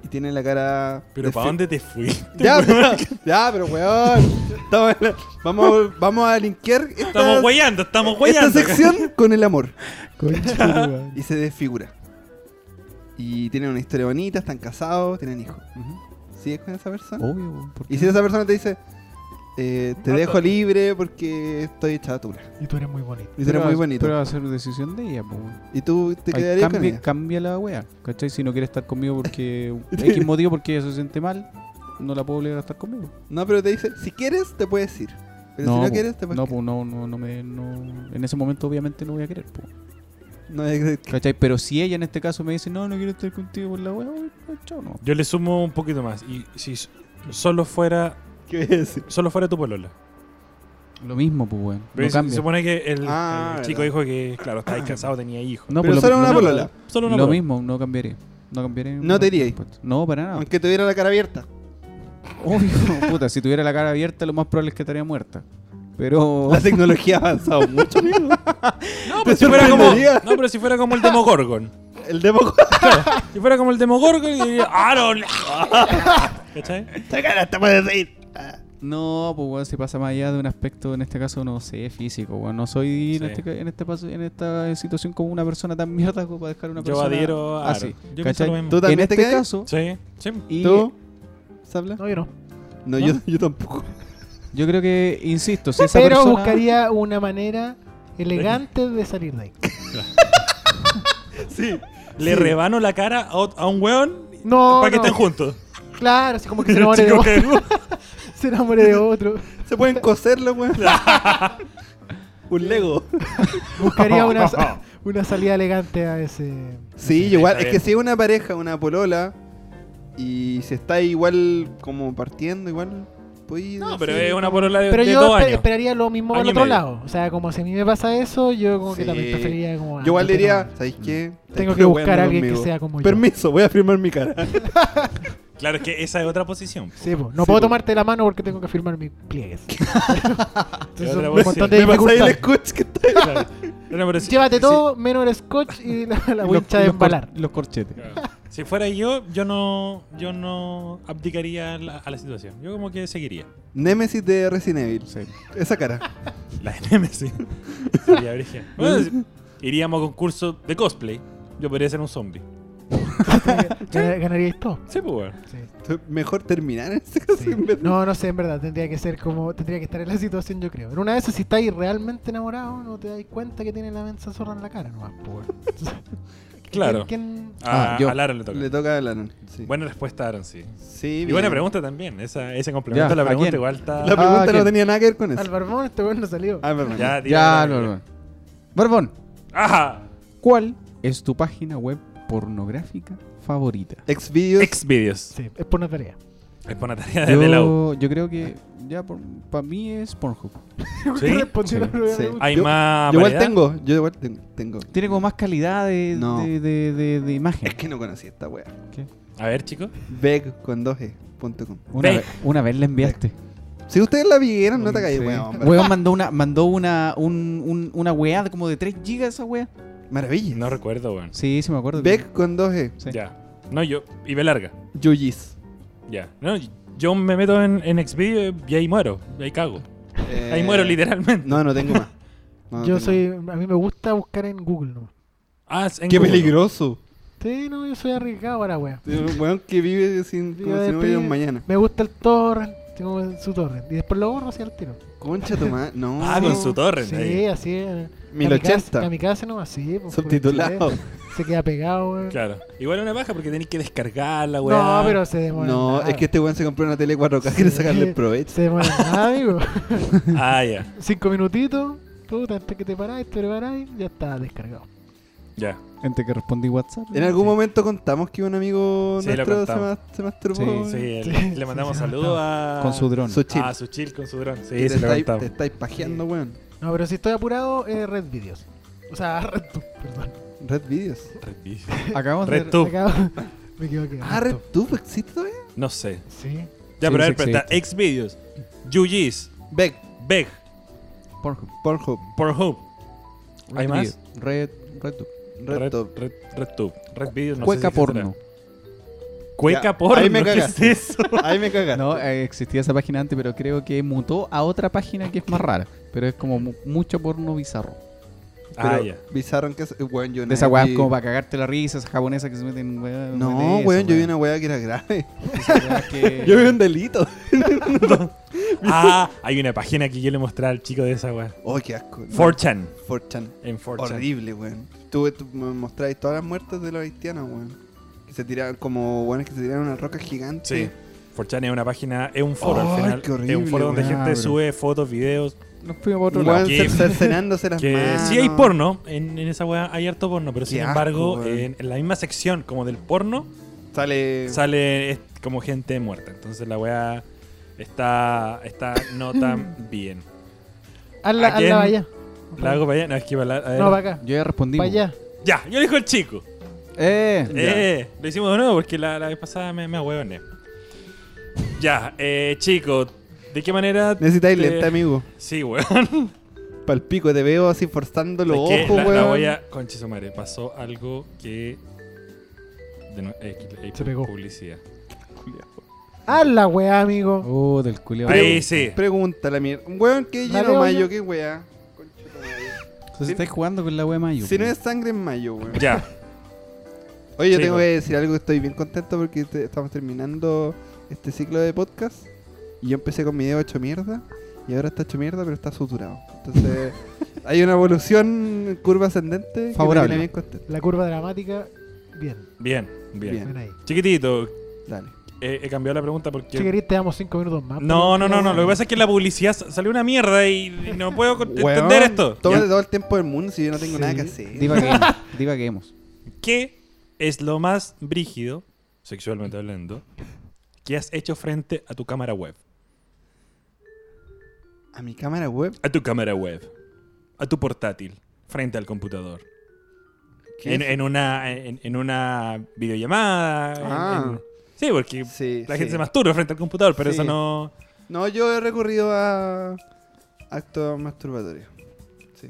[SPEAKER 2] Y tiene la cara.
[SPEAKER 1] Pero
[SPEAKER 2] defe-
[SPEAKER 1] ¿para dónde te
[SPEAKER 4] *laughs*
[SPEAKER 1] fuiste? *laughs*
[SPEAKER 2] Ya,
[SPEAKER 1] weón?
[SPEAKER 2] pero, ya, pero weón. Estamos en la- vamos, vamos a linkear esta,
[SPEAKER 1] Estamos guayando, estamos
[SPEAKER 4] Este
[SPEAKER 2] esta
[SPEAKER 1] guayando.
[SPEAKER 2] sección con el amor.
[SPEAKER 4] Concha, weón.
[SPEAKER 2] Y se desfigura. Y tienen una historia bonita, están casados, tienen hijos. ¿Sigues con esa persona?
[SPEAKER 4] Obvio, weón, ¿por
[SPEAKER 2] Y
[SPEAKER 4] qué?
[SPEAKER 2] si esa persona te dice, eh, te
[SPEAKER 1] No,
[SPEAKER 2] dejo
[SPEAKER 1] no.
[SPEAKER 2] libre porque estoy chatura.
[SPEAKER 3] Y tú eres muy bonito.
[SPEAKER 2] Y será
[SPEAKER 4] Pero
[SPEAKER 2] muy
[SPEAKER 4] va-
[SPEAKER 2] bonito.
[SPEAKER 4] Pero va a ser decisión de ella, po, weón.
[SPEAKER 2] y tú te
[SPEAKER 4] Ay,
[SPEAKER 2] quedarías con
[SPEAKER 4] cambia,
[SPEAKER 2] ella.
[SPEAKER 4] cambia la wea, ¿cachai? Si no quiere estar
[SPEAKER 2] *laughs*
[SPEAKER 4] conmigo porque. X motivo porque ella se siente mal, no la puedo obligar a estar conmigo.
[SPEAKER 2] No, pero te dice, si quieres, te puedes ir. Pero si no
[SPEAKER 4] po,
[SPEAKER 2] quieres, te puedes
[SPEAKER 4] no,
[SPEAKER 2] quedar.
[SPEAKER 4] po, no, no, no me. No, en ese momento, obviamente, no voy a querer, po,
[SPEAKER 2] No, es-
[SPEAKER 4] ¿cachai? Pero si ella en este caso me dice, no, no quiero estar contigo por la wea, uy, pues, chao, no.
[SPEAKER 1] Yo le sumo un poquito más. Y si s- solo fuera,
[SPEAKER 2] ¿Qué voy a decir?
[SPEAKER 1] solo fuera tu polola.
[SPEAKER 4] Lo mismo, pues, weón.
[SPEAKER 1] Pero
[SPEAKER 4] No
[SPEAKER 1] se- se
[SPEAKER 4] cambia. Ah.
[SPEAKER 1] supone que el,
[SPEAKER 2] Ah,
[SPEAKER 1] el chico
[SPEAKER 2] verdad.
[SPEAKER 1] dijo que, claro, estáis cansado, tenía hijos.
[SPEAKER 4] No,
[SPEAKER 2] Pero
[SPEAKER 4] pues, lo-
[SPEAKER 2] solo una
[SPEAKER 4] lo-
[SPEAKER 2] polola.
[SPEAKER 1] Solo una
[SPEAKER 4] Lo
[SPEAKER 1] polola.
[SPEAKER 4] mismo, no cambiaré. No cambiaré.
[SPEAKER 2] No te iríais.
[SPEAKER 4] No, para nada.
[SPEAKER 2] Aunque tuviera la cara abierta. *laughs*
[SPEAKER 4] Obvio, puta, si tuviera la cara abierta, lo más probable es que estaría muerta.
[SPEAKER 2] *laughs*
[SPEAKER 4] Pero.
[SPEAKER 2] La tecnología ha avanzado mucho, amigo.
[SPEAKER 4] *laughs*
[SPEAKER 1] No,
[SPEAKER 2] Te
[SPEAKER 1] pero si fuera como,
[SPEAKER 2] sorprendería.
[SPEAKER 1] no, pero si fuera como el Demogorgon.
[SPEAKER 2] El demo.
[SPEAKER 1] Si fuera como el Demogorgon, y diría,
[SPEAKER 4] *laughs*
[SPEAKER 1] ¡Aaron! ¿Cachai?
[SPEAKER 2] Esta cara está para decir.
[SPEAKER 4] No, pues weón, se pasa más allá de un aspecto, en este caso, no sé, físico, weón. No soy en,
[SPEAKER 1] Sí.
[SPEAKER 4] este, ca- en, este paso, en esta situación como una persona tan mierda como para dejar a una
[SPEAKER 1] Yo
[SPEAKER 4] persona.
[SPEAKER 1] adhiero a
[SPEAKER 4] así,
[SPEAKER 1] Aaron. Yo pienso
[SPEAKER 4] ¿cachai?
[SPEAKER 1] lo mismo.
[SPEAKER 2] ¿Tú
[SPEAKER 4] En
[SPEAKER 2] también te
[SPEAKER 4] este
[SPEAKER 2] quedas?
[SPEAKER 4] caso,
[SPEAKER 1] Sí, sí.
[SPEAKER 4] y
[SPEAKER 2] ¿Tú? ¿Sabla?
[SPEAKER 3] No, yo no.
[SPEAKER 2] No, yo, yo tampoco.
[SPEAKER 4] yo creo que, insisto,
[SPEAKER 2] *laughs*
[SPEAKER 4] si esa
[SPEAKER 3] Pero
[SPEAKER 4] persona.
[SPEAKER 3] buscaría una manera elegante de salir
[SPEAKER 1] *laughs*
[SPEAKER 3] de ahí.
[SPEAKER 1] Sí. Le
[SPEAKER 2] Sí.
[SPEAKER 1] rebano la cara a, ot- a un weón
[SPEAKER 3] No,
[SPEAKER 1] para que
[SPEAKER 3] no.
[SPEAKER 1] estén juntos.
[SPEAKER 3] Claro, así
[SPEAKER 1] *laughs*
[SPEAKER 3] como que *laughs* se
[SPEAKER 1] Pero
[SPEAKER 3] enamore de
[SPEAKER 1] chico,
[SPEAKER 3] otro.
[SPEAKER 1] que-
[SPEAKER 3] *laughs* Se enamore
[SPEAKER 1] *laughs*
[SPEAKER 3] de otro.
[SPEAKER 2] Se pueden coser los
[SPEAKER 4] *laughs*
[SPEAKER 2] weones. Un Lego.
[SPEAKER 3] Buscaría
[SPEAKER 1] *laughs*
[SPEAKER 3] una, sa- una salida elegante a ese.
[SPEAKER 2] Sí,
[SPEAKER 1] Sí,
[SPEAKER 2] igual.
[SPEAKER 1] está
[SPEAKER 2] Es que
[SPEAKER 1] bien.
[SPEAKER 2] si es una pareja, una polola, y se está igual como partiendo, igual. podí
[SPEAKER 1] No,
[SPEAKER 2] decir-
[SPEAKER 1] pero es una polola de,
[SPEAKER 3] Pero
[SPEAKER 1] de
[SPEAKER 3] yo
[SPEAKER 1] dos
[SPEAKER 3] espe-
[SPEAKER 1] años.
[SPEAKER 3] esperaría lo mismo al
[SPEAKER 1] Año y
[SPEAKER 3] otro
[SPEAKER 1] medio.
[SPEAKER 3] lado. O sea, como si a mí me pasa eso, yo como que
[SPEAKER 2] Sí.
[SPEAKER 3] también preferiría como. ah,
[SPEAKER 2] Yo igual
[SPEAKER 3] no,
[SPEAKER 2] diría, ¿sabéis qué? Estáis
[SPEAKER 3] Tengo que buscar
[SPEAKER 2] hueando
[SPEAKER 3] a alguien que
[SPEAKER 2] conmigo.
[SPEAKER 3] sea como yo.
[SPEAKER 2] Permiso, voy a firmar mi cara. *laughs*
[SPEAKER 1] Claro, es que esa es otra
[SPEAKER 3] *laughs*
[SPEAKER 1] posición.
[SPEAKER 3] Sí, po. No
[SPEAKER 2] Sí, po.
[SPEAKER 3] puedo tomarte la mano porque tengo que firmar mis pliegues.
[SPEAKER 2] *laughs*
[SPEAKER 3] Entonces,
[SPEAKER 1] Yo te la
[SPEAKER 3] un
[SPEAKER 1] voy a
[SPEAKER 3] montón de
[SPEAKER 2] Me pasáis el
[SPEAKER 3] dificultades.
[SPEAKER 2] scotch que está
[SPEAKER 1] Claro. Pero, pero si-
[SPEAKER 3] Llévate
[SPEAKER 1] si-
[SPEAKER 3] todo menos el scotch y la, la
[SPEAKER 4] y los-
[SPEAKER 3] wincha
[SPEAKER 4] y
[SPEAKER 3] de
[SPEAKER 4] los cor-
[SPEAKER 3] embalar.
[SPEAKER 2] *laughs*
[SPEAKER 4] Los corchetes.
[SPEAKER 1] Si fuera yo, yo no, yo no abdicaría a la, a la situación. Yo como que seguiría.
[SPEAKER 2] Nemesis de Resident Evil.
[SPEAKER 4] Sí.
[SPEAKER 2] Esa cara.
[SPEAKER 1] La *laughs* de Nemesis. Sería origen.
[SPEAKER 3] *laughs*
[SPEAKER 1] Bueno, si- iríamos a concurso de cosplay. Yo podría ser un zombie.
[SPEAKER 3] Ganar- Ganaríais todo.
[SPEAKER 1] Sí, pues, weón.
[SPEAKER 3] Sí,
[SPEAKER 2] Mejor terminar en este caso
[SPEAKER 3] sí.
[SPEAKER 2] en vez de-
[SPEAKER 3] No, no sé, en verdad. Tendría que ser como. Tendría que estar en la situación, yo creo. En una de esas, si estáis realmente enamorados, no te dais cuenta que tiene la mensa zorra en la cara nomás,
[SPEAKER 1] *laughs*
[SPEAKER 3] po, weón. Entonces,
[SPEAKER 1] Claro.
[SPEAKER 3] ¿quién-
[SPEAKER 1] A,
[SPEAKER 4] Ah, yo.
[SPEAKER 1] a Lara le toca.
[SPEAKER 2] Le toca a Alan. Sí.
[SPEAKER 1] Buena respuesta, Aaron, sí.
[SPEAKER 2] Sí,
[SPEAKER 1] Y
[SPEAKER 2] bien.
[SPEAKER 1] buena pregunta también. Esa, ese complemento
[SPEAKER 4] Ya,
[SPEAKER 1] a la
[SPEAKER 4] ¿a
[SPEAKER 1] pregunta
[SPEAKER 4] quién?
[SPEAKER 1] igual está...
[SPEAKER 2] La
[SPEAKER 4] Ah,
[SPEAKER 2] pregunta no
[SPEAKER 4] ¿quién?
[SPEAKER 2] tenía nada que ver con
[SPEAKER 3] Al
[SPEAKER 2] eso.
[SPEAKER 3] barbón este weón no salió.
[SPEAKER 2] Ah, perdón.
[SPEAKER 1] Ya, tira la-
[SPEAKER 4] Ya, lo- lo- Barbón,
[SPEAKER 1] Ajá.
[SPEAKER 4] ¿cuál es tu página web pornográfica
[SPEAKER 1] *laughs*
[SPEAKER 4] favorita?
[SPEAKER 2] Xvideos.
[SPEAKER 1] Exvideos.
[SPEAKER 3] Sí, es por una tarea.
[SPEAKER 1] Es por una tarea desde la U.
[SPEAKER 4] Yo, yo creo que ya para mí es Pornhub.
[SPEAKER 1] Sí.
[SPEAKER 3] Respondí la
[SPEAKER 4] Sí.
[SPEAKER 2] *laughs*
[SPEAKER 3] primera
[SPEAKER 2] Sí.
[SPEAKER 3] pregunta.
[SPEAKER 1] Hay
[SPEAKER 2] Yo-
[SPEAKER 1] más
[SPEAKER 2] Yo igual
[SPEAKER 1] variedad.
[SPEAKER 2] tengo. Yo igual ten- tengo.
[SPEAKER 4] Tiene como más calidad de,
[SPEAKER 2] No.
[SPEAKER 4] de, de- de- de imagen.
[SPEAKER 2] Es que no conocí esta wea.
[SPEAKER 1] A ver, chicos.
[SPEAKER 2] Veg con 2g.com.
[SPEAKER 4] Una,
[SPEAKER 1] Ve.
[SPEAKER 4] vez, una vez la enviaste.
[SPEAKER 2] Si ustedes la vieron, no te calles,
[SPEAKER 4] Sí.
[SPEAKER 2] weón.
[SPEAKER 4] Weón mandó una, mandó una, un, un- una weá de como de 3 gigas esa weá.
[SPEAKER 2] Maravilla.
[SPEAKER 1] No recuerdo, weón.
[SPEAKER 4] Sí, sí me acuerdo.
[SPEAKER 2] Veg con E, 2g.
[SPEAKER 4] Sí.
[SPEAKER 1] Ya. No, yo. Y ve larga.
[SPEAKER 2] Yuyis.
[SPEAKER 1] Ya. No, yo me meto en, en Xvideos y ahí muero. Ahí cago. Ahí
[SPEAKER 2] Eh,
[SPEAKER 1] muero
[SPEAKER 2] *laughs*
[SPEAKER 1] literalmente.
[SPEAKER 2] No, no tengo más. No, Ah, no
[SPEAKER 3] Yo
[SPEAKER 2] tengo
[SPEAKER 3] soy. A mí me gusta buscar en Google nomás.
[SPEAKER 1] Ah, es en
[SPEAKER 2] más. Qué
[SPEAKER 3] E.
[SPEAKER 1] Google.
[SPEAKER 2] peligroso.
[SPEAKER 3] Sí, no, yo soy arriesgado para wea.
[SPEAKER 2] Un weón que vive sin, como si
[SPEAKER 3] Yo
[SPEAKER 2] no
[SPEAKER 3] después-
[SPEAKER 2] hubiera un mañana.
[SPEAKER 3] Me gusta el torrent, tengo su torrent. Y después lo borro así al tiro.
[SPEAKER 2] Concha tu madre. No.
[SPEAKER 1] Ah, con su torrent.
[SPEAKER 3] Sí,
[SPEAKER 1] ahí.
[SPEAKER 3] así es.
[SPEAKER 2] 1080.
[SPEAKER 3] Kamikaze nomás, sí. pues,
[SPEAKER 2] *laughs* Subtitulado.
[SPEAKER 3] por se queda pegado, weón.
[SPEAKER 1] Claro. Igual es una baja porque tenéis que descargarla, weón.
[SPEAKER 3] no, pero se demora.
[SPEAKER 2] No,
[SPEAKER 3] nada.
[SPEAKER 2] es que este weón se compró una tele 4K,
[SPEAKER 3] Sí.
[SPEAKER 2] quiere sacarle el provecho.
[SPEAKER 3] Se demora nada, *laughs* amigo.
[SPEAKER 1] Ah, ya.
[SPEAKER 3] Cinco minutitos, puta, antes que te paráis, te preparáis, ya está descargado.
[SPEAKER 1] Ya.
[SPEAKER 4] Gente que respondí WhatsApp.
[SPEAKER 2] En algún momento contamos que un amigo
[SPEAKER 1] Sí, lo
[SPEAKER 2] nuestro se,
[SPEAKER 1] contamos.
[SPEAKER 2] mas- se masturbó.
[SPEAKER 4] Sí,
[SPEAKER 2] weón.
[SPEAKER 1] Sí,
[SPEAKER 3] Sí,
[SPEAKER 1] le,
[SPEAKER 3] sí,
[SPEAKER 1] le mandamos
[SPEAKER 3] sí,
[SPEAKER 1] saludos a.
[SPEAKER 4] Con su dron.
[SPEAKER 2] Su chip.
[SPEAKER 1] A Ah, su chill con su dron.
[SPEAKER 2] Y
[SPEAKER 1] Sí,
[SPEAKER 2] te,
[SPEAKER 1] se lo
[SPEAKER 2] estáis,
[SPEAKER 1] contamos.
[SPEAKER 2] te estáis pajeando, weón.
[SPEAKER 3] No, pero si estoy apurado, eh, Red Videos. O sea, *laughs* Red Tube, perdón.
[SPEAKER 2] Red Videos.
[SPEAKER 4] Acabamos de.
[SPEAKER 1] Red Tube.
[SPEAKER 3] Me acabo- *laughs* Me equivoqué.
[SPEAKER 2] Ah, Red Tube existe todavía.
[SPEAKER 1] No sé.
[SPEAKER 3] Sí.
[SPEAKER 1] Ya,
[SPEAKER 4] Sí,
[SPEAKER 1] pero a
[SPEAKER 4] sí
[SPEAKER 1] ver, pero está Xvideos, UGs,
[SPEAKER 2] Beck,
[SPEAKER 1] Beg,
[SPEAKER 4] Pornhub.
[SPEAKER 2] Pornhub,
[SPEAKER 1] Pornhub, ¿Hay
[SPEAKER 4] Red
[SPEAKER 1] más?
[SPEAKER 4] Video, Red, Red Tube.
[SPEAKER 1] *laughs*
[SPEAKER 2] Red, Tube.
[SPEAKER 1] Red, RedTube, Red Videos, no sé
[SPEAKER 4] Cueca
[SPEAKER 1] si existirá.
[SPEAKER 4] porno.
[SPEAKER 1] Cueca
[SPEAKER 2] Ya,
[SPEAKER 1] porno.
[SPEAKER 2] ahí me
[SPEAKER 1] ¿qué es
[SPEAKER 2] cagaste.
[SPEAKER 1] eso?
[SPEAKER 2] Ahí me cagaste.
[SPEAKER 4] No, eh, existía esa página antes, pero creo que mutó a otra página que es más rara. Pero es como mu- mucho porno bizarro.
[SPEAKER 1] Ah,
[SPEAKER 2] *laughs* Pero
[SPEAKER 1] ya.
[SPEAKER 2] Bizarro que es. eh, Weón, yo
[SPEAKER 4] De esa weá
[SPEAKER 2] vez vi-
[SPEAKER 4] como para cagarte la risa, esa japonesa que se meten weá,
[SPEAKER 2] No,
[SPEAKER 4] de
[SPEAKER 2] weón,
[SPEAKER 4] esa,
[SPEAKER 2] yo
[SPEAKER 4] *laughs*
[SPEAKER 2] vi una weá que era grave.
[SPEAKER 4] esa weá *laughs* que-
[SPEAKER 2] Yo vi un delito.
[SPEAKER 1] Ah, hay una página que yo le mostré al chico de esa weá.
[SPEAKER 2] Oh, qué asco.
[SPEAKER 1] 4chan.
[SPEAKER 2] 4chan.
[SPEAKER 1] En 4chan.
[SPEAKER 2] Horrible, weón. Tú, tú me mostráis todas las muertes de los haitianos, weón. Que se tiraron como weones que se tiraron una roca gigante.
[SPEAKER 1] Sí. 4chan es una página, es un foro al
[SPEAKER 2] Ay,
[SPEAKER 1] final.
[SPEAKER 2] qué
[SPEAKER 1] es un
[SPEAKER 2] horrible,
[SPEAKER 1] foro donde
[SPEAKER 2] weá,
[SPEAKER 1] gente
[SPEAKER 2] bro.
[SPEAKER 1] sube fotos, videos.
[SPEAKER 4] Nos fuimos para otro
[SPEAKER 2] Un
[SPEAKER 4] lado.
[SPEAKER 2] weón
[SPEAKER 1] Que-
[SPEAKER 2] cer- cercenándose las
[SPEAKER 1] *laughs* Que
[SPEAKER 2] manos.
[SPEAKER 1] sí hay porno, en, en esa weá hay harto porno, pero
[SPEAKER 2] Qué
[SPEAKER 1] sin
[SPEAKER 2] asco,
[SPEAKER 1] embargo,
[SPEAKER 2] weón.
[SPEAKER 1] en, en la misma sección como del porno,
[SPEAKER 2] Sale.
[SPEAKER 1] sale es- como gente muerta. Entonces la weá está, está no tan bien.
[SPEAKER 3] Hazla,
[SPEAKER 1] ¿A quién?
[SPEAKER 3] hazla para allá.
[SPEAKER 1] ¿La hago para allá? No, es que para la- a ver.
[SPEAKER 3] No, para acá.
[SPEAKER 4] Yo ya respondí.
[SPEAKER 3] Para
[SPEAKER 4] po.
[SPEAKER 3] allá.
[SPEAKER 1] Ya, yo le dijo el chico.
[SPEAKER 4] Eh,
[SPEAKER 1] Eh, lo hicimos de nuevo porque la, la vez pasada me, me ahueoné. Ya, eh, chico, ¿de qué manera?
[SPEAKER 2] Necesitáis
[SPEAKER 1] te-
[SPEAKER 2] lente, amigo.
[SPEAKER 1] Sí, weón.
[SPEAKER 2] Palpico, te veo así forzando los
[SPEAKER 1] Es que
[SPEAKER 2] ojos,
[SPEAKER 1] la,
[SPEAKER 2] weón.
[SPEAKER 1] la voy a. Conche su madre, pasó algo que. De no, eh, eh,
[SPEAKER 3] Se pegó.
[SPEAKER 1] publicidad.
[SPEAKER 3] Hazla, weá, amigo.
[SPEAKER 1] Uh.
[SPEAKER 4] Oh, del culiao.
[SPEAKER 1] Ahí sí.
[SPEAKER 2] Pregunta la mierda. Un weón que
[SPEAKER 3] Dale,
[SPEAKER 2] lleno mayo,
[SPEAKER 3] weón.
[SPEAKER 2] qué weá.
[SPEAKER 4] Entonces estáis jugando con la wea mayo.
[SPEAKER 2] Si
[SPEAKER 4] po.
[SPEAKER 2] no es sangre en mayo, weón.
[SPEAKER 1] Ya,
[SPEAKER 2] Oye, yo
[SPEAKER 1] Chico.
[SPEAKER 2] tengo que decir algo, estoy bien contento porque te- estamos terminando este ciclo de podcast. Y yo empecé con mi dedo hecho mierda. Y ahora está hecho mierda, pero está suturado. Entonces, *laughs* hay una evolución curva ascendente.
[SPEAKER 4] Favorable.
[SPEAKER 2] Que me tiene bien contento.
[SPEAKER 3] La curva dramática, bien.
[SPEAKER 1] bien, bien.
[SPEAKER 2] Bien.
[SPEAKER 3] Ven ahí.
[SPEAKER 1] Chiquitito,
[SPEAKER 2] Dale.
[SPEAKER 1] eh, he cambiado la pregunta porque.
[SPEAKER 3] Si querés, te damos cinco minutos
[SPEAKER 2] Ah,
[SPEAKER 3] más.
[SPEAKER 1] No,
[SPEAKER 3] porque-
[SPEAKER 1] no, no, no. Lo que pasa es que la publicidad sa- salió una mierda
[SPEAKER 2] *laughs*
[SPEAKER 1] y y no puedo con-
[SPEAKER 2] Weón,
[SPEAKER 1] entender esto.
[SPEAKER 2] Tómate
[SPEAKER 1] Ya.
[SPEAKER 2] todo el tiempo del mundo si yo no tengo
[SPEAKER 3] Sí.
[SPEAKER 2] nada que hacer.
[SPEAKER 4] *laughs* Divaguemos. divaguemos.
[SPEAKER 1] ¿Qué es lo más brígido, sexualmente hablando, que has hecho frente a tu cámara web?
[SPEAKER 2] A mi cámara web.
[SPEAKER 1] A tu cámara web. A tu portátil. Frente al computador.
[SPEAKER 2] ¿qué
[SPEAKER 1] En,
[SPEAKER 2] es?
[SPEAKER 1] en una, en, en una videollamada. en-
[SPEAKER 2] Ah.
[SPEAKER 1] en- sí, porque
[SPEAKER 2] Sí,
[SPEAKER 1] la
[SPEAKER 2] sí.
[SPEAKER 1] gente se masturba frente al computador, pero
[SPEAKER 2] Sí.
[SPEAKER 1] eso no.
[SPEAKER 2] No, yo he recurrido a actos masturbatorios. Sí.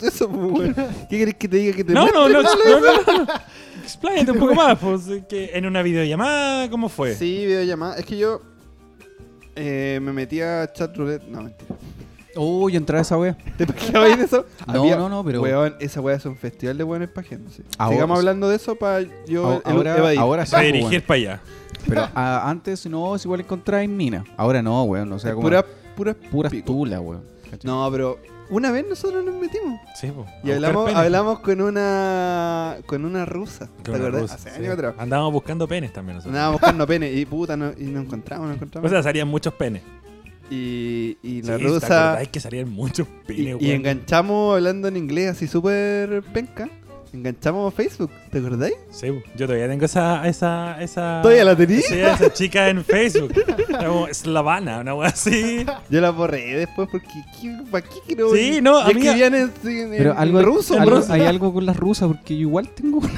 [SPEAKER 2] Eso, pues, weón. *laughs* ¿Qué querés que te diga que te
[SPEAKER 1] No, no, no,
[SPEAKER 2] muestre?
[SPEAKER 1] no, no, no.
[SPEAKER 2] *laughs*
[SPEAKER 1] Expláyate un poco más. Pues, que en una videollamada, ¿cómo fue?
[SPEAKER 2] Sí, videollamada. Es que yo eh, me metía a chat roulette. No, mentira. *laughs*
[SPEAKER 4] Oh, yo entré a esa wea.
[SPEAKER 2] ¿Te
[SPEAKER 1] *laughs*
[SPEAKER 2] pajeabas en eso?
[SPEAKER 4] No, no, no, pero-
[SPEAKER 2] Weón, esa weá es un festival de weones pajeándose.
[SPEAKER 4] Ahora-
[SPEAKER 2] Sigamos hablando de eso para yo
[SPEAKER 4] Ah,
[SPEAKER 2] el-
[SPEAKER 4] Ahora,
[SPEAKER 2] evadir.
[SPEAKER 4] ahora sí.
[SPEAKER 1] Para
[SPEAKER 4] po,
[SPEAKER 1] dirigir
[SPEAKER 4] weón.
[SPEAKER 1] para allá.
[SPEAKER 4] Pero ah, antes no, si igual encontráis mina. Ahora no, weón. O sea, como.
[SPEAKER 2] Pura, pura
[SPEAKER 4] puras
[SPEAKER 2] pico.
[SPEAKER 4] tulas, weón. ¿cachai?
[SPEAKER 2] No, pero una vez nosotros nos metimos.
[SPEAKER 1] Sí, po.
[SPEAKER 2] Y
[SPEAKER 1] A buscar
[SPEAKER 2] hablamos,
[SPEAKER 1] penes.
[SPEAKER 2] hablamos con una con una rusa. ¿Te
[SPEAKER 1] Con una
[SPEAKER 2] acordás?
[SPEAKER 1] rusa,
[SPEAKER 2] Hace
[SPEAKER 1] sí. Ah.
[SPEAKER 2] años atrás.
[SPEAKER 1] Andábamos buscando penes también nosotros.
[SPEAKER 2] Andábamos buscando pene y puta, no, y no encontramos, no
[SPEAKER 1] O
[SPEAKER 2] encontramos.
[SPEAKER 1] sea, salían muchos penes.
[SPEAKER 2] y, y la
[SPEAKER 1] Sí, ¿te
[SPEAKER 2] rusa.
[SPEAKER 1] acordás que salían muchos
[SPEAKER 2] Y,
[SPEAKER 1] penes,
[SPEAKER 2] y
[SPEAKER 1] weón?
[SPEAKER 2] enganchamos hablando en inglés así súper penca. Enganchamos Facebook, ¿te acordáis?
[SPEAKER 1] Sí, po. yo todavía tengo esa. esa, esa
[SPEAKER 2] ¿Todavía la tenís?
[SPEAKER 1] Sí, esa chica en Facebook. Era como Slavana, una wea así.
[SPEAKER 2] Yo la borré después porque ¿qué, ¿para qué quiero?
[SPEAKER 1] Sí, no,
[SPEAKER 2] Y
[SPEAKER 1] a mí-
[SPEAKER 2] escribían en, en-
[SPEAKER 4] Pero
[SPEAKER 2] en
[SPEAKER 4] algo,
[SPEAKER 2] ruso, en
[SPEAKER 4] algo-
[SPEAKER 2] ruso.
[SPEAKER 4] hay algo con las rusas, porque yo igual tengo *laughs* una,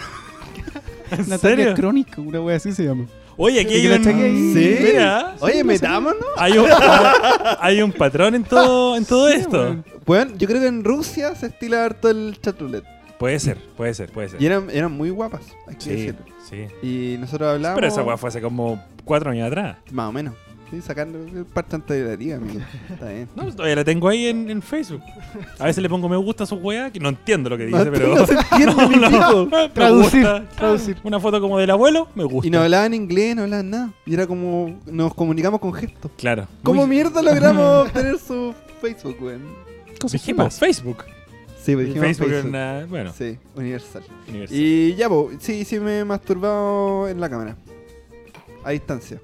[SPEAKER 1] ¿En
[SPEAKER 4] una
[SPEAKER 1] serio?
[SPEAKER 4] talia crónica, una wea así se llama.
[SPEAKER 1] Oye, aquí hay
[SPEAKER 4] ¿Y la
[SPEAKER 1] un.
[SPEAKER 4] chequé ahí?
[SPEAKER 2] Sí.
[SPEAKER 1] Mira.
[SPEAKER 2] Oye, metámonos.
[SPEAKER 1] Hay un, hay un patrón en todo, en todo esto.
[SPEAKER 4] weón.
[SPEAKER 2] Bueno, yo creo que en Rusia se estila harto el chatulet.
[SPEAKER 1] Puede ser, puede ser, puede ser.
[SPEAKER 2] Y eran, eran muy guapas, hay que
[SPEAKER 1] Sí,
[SPEAKER 2] decirlo.
[SPEAKER 1] sí.
[SPEAKER 2] Y nosotros hablábamos.
[SPEAKER 1] Pero esa weá fue hace como cuatro años atrás.
[SPEAKER 2] Más o menos. Sí, sacando el parchante de la liga, amigo. Está
[SPEAKER 1] *laughs*
[SPEAKER 2] bien.
[SPEAKER 1] No, todavía la tengo ahí en, en Facebook. A veces le pongo me gusta a su weá, que no entiendo lo que dice,
[SPEAKER 2] No,
[SPEAKER 1] pero. *laughs*
[SPEAKER 2] *laughs* no se entiende ni pico.
[SPEAKER 1] me
[SPEAKER 3] Traducir,
[SPEAKER 1] gusta.
[SPEAKER 3] traducir.
[SPEAKER 1] Una foto como del abuelo, me gusta.
[SPEAKER 2] Y no hablaban inglés, no hablaban nada. Y era como. Nos comunicamos con gestos.
[SPEAKER 1] Claro.
[SPEAKER 2] *laughs* ¿Cómo mierda logramos obtener su Facebook, weón?
[SPEAKER 4] Cosas que
[SPEAKER 1] Dijimos
[SPEAKER 4] pasan.
[SPEAKER 1] Facebook.
[SPEAKER 2] Sí,
[SPEAKER 1] Facebook,
[SPEAKER 2] pues dijimos Facebook.
[SPEAKER 1] es una- bueno,
[SPEAKER 2] Sí, universal.
[SPEAKER 1] universal.
[SPEAKER 2] Y ya, po, sí, sí me he masturbado en la cámara. A distancia.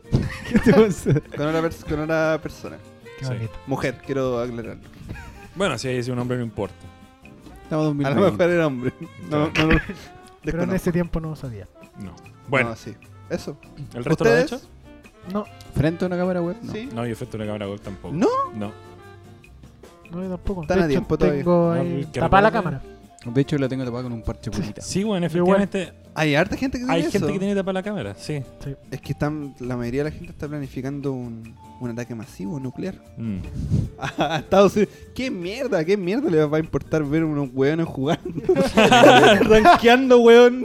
[SPEAKER 4] ¿Qué te pasa?
[SPEAKER 2] Con otra, pers- con otra persona.
[SPEAKER 3] *laughs*
[SPEAKER 1] *laughs*
[SPEAKER 3] Qué
[SPEAKER 1] Sí.
[SPEAKER 3] bonito.
[SPEAKER 2] Mujer, quiero aclararlo.
[SPEAKER 1] Bueno, si es un hombre no importa.
[SPEAKER 4] Estamos
[SPEAKER 2] A
[SPEAKER 4] 2009.
[SPEAKER 2] lo mejor era hombre. No, no lo-
[SPEAKER 3] Pero en
[SPEAKER 2] desconozco.
[SPEAKER 3] ese tiempo no sabía.
[SPEAKER 1] No. Bueno,
[SPEAKER 2] No, sí. Eso.
[SPEAKER 1] ¿el resto lo ha hecho?
[SPEAKER 2] ¿Ustedes?
[SPEAKER 3] No,
[SPEAKER 4] Frente a una cámara web, no.
[SPEAKER 2] Sí.
[SPEAKER 1] No, yo efecto de cámara gol tampoco.
[SPEAKER 2] ¿No?
[SPEAKER 1] No.
[SPEAKER 3] no yo tampoco.
[SPEAKER 2] Están
[SPEAKER 3] De
[SPEAKER 2] a
[SPEAKER 3] hecho,
[SPEAKER 2] tiempo todavía.
[SPEAKER 3] tengo
[SPEAKER 1] Ah,
[SPEAKER 3] ahí-
[SPEAKER 1] que
[SPEAKER 3] Tapa la
[SPEAKER 1] recuerde.
[SPEAKER 3] cámara.
[SPEAKER 4] De hecho, la tengo tapada con un parche pulita.
[SPEAKER 1] Sí, bueno,
[SPEAKER 3] Yo igual.
[SPEAKER 1] efectivamente
[SPEAKER 2] Hay harta gente que tiene
[SPEAKER 1] hay
[SPEAKER 2] eso.
[SPEAKER 1] gente que tiene tapada la cámara, sí.
[SPEAKER 2] Es que están, la mayoría de la gente está planificando un, un ataque masivo nuclear.
[SPEAKER 1] Mm.
[SPEAKER 2] A *laughs* Estados Unidos. ¿Qué mierda? ¿Qué mierda le va a importar ver unos hueones jugando? *laughs* Ranqueando, hueón.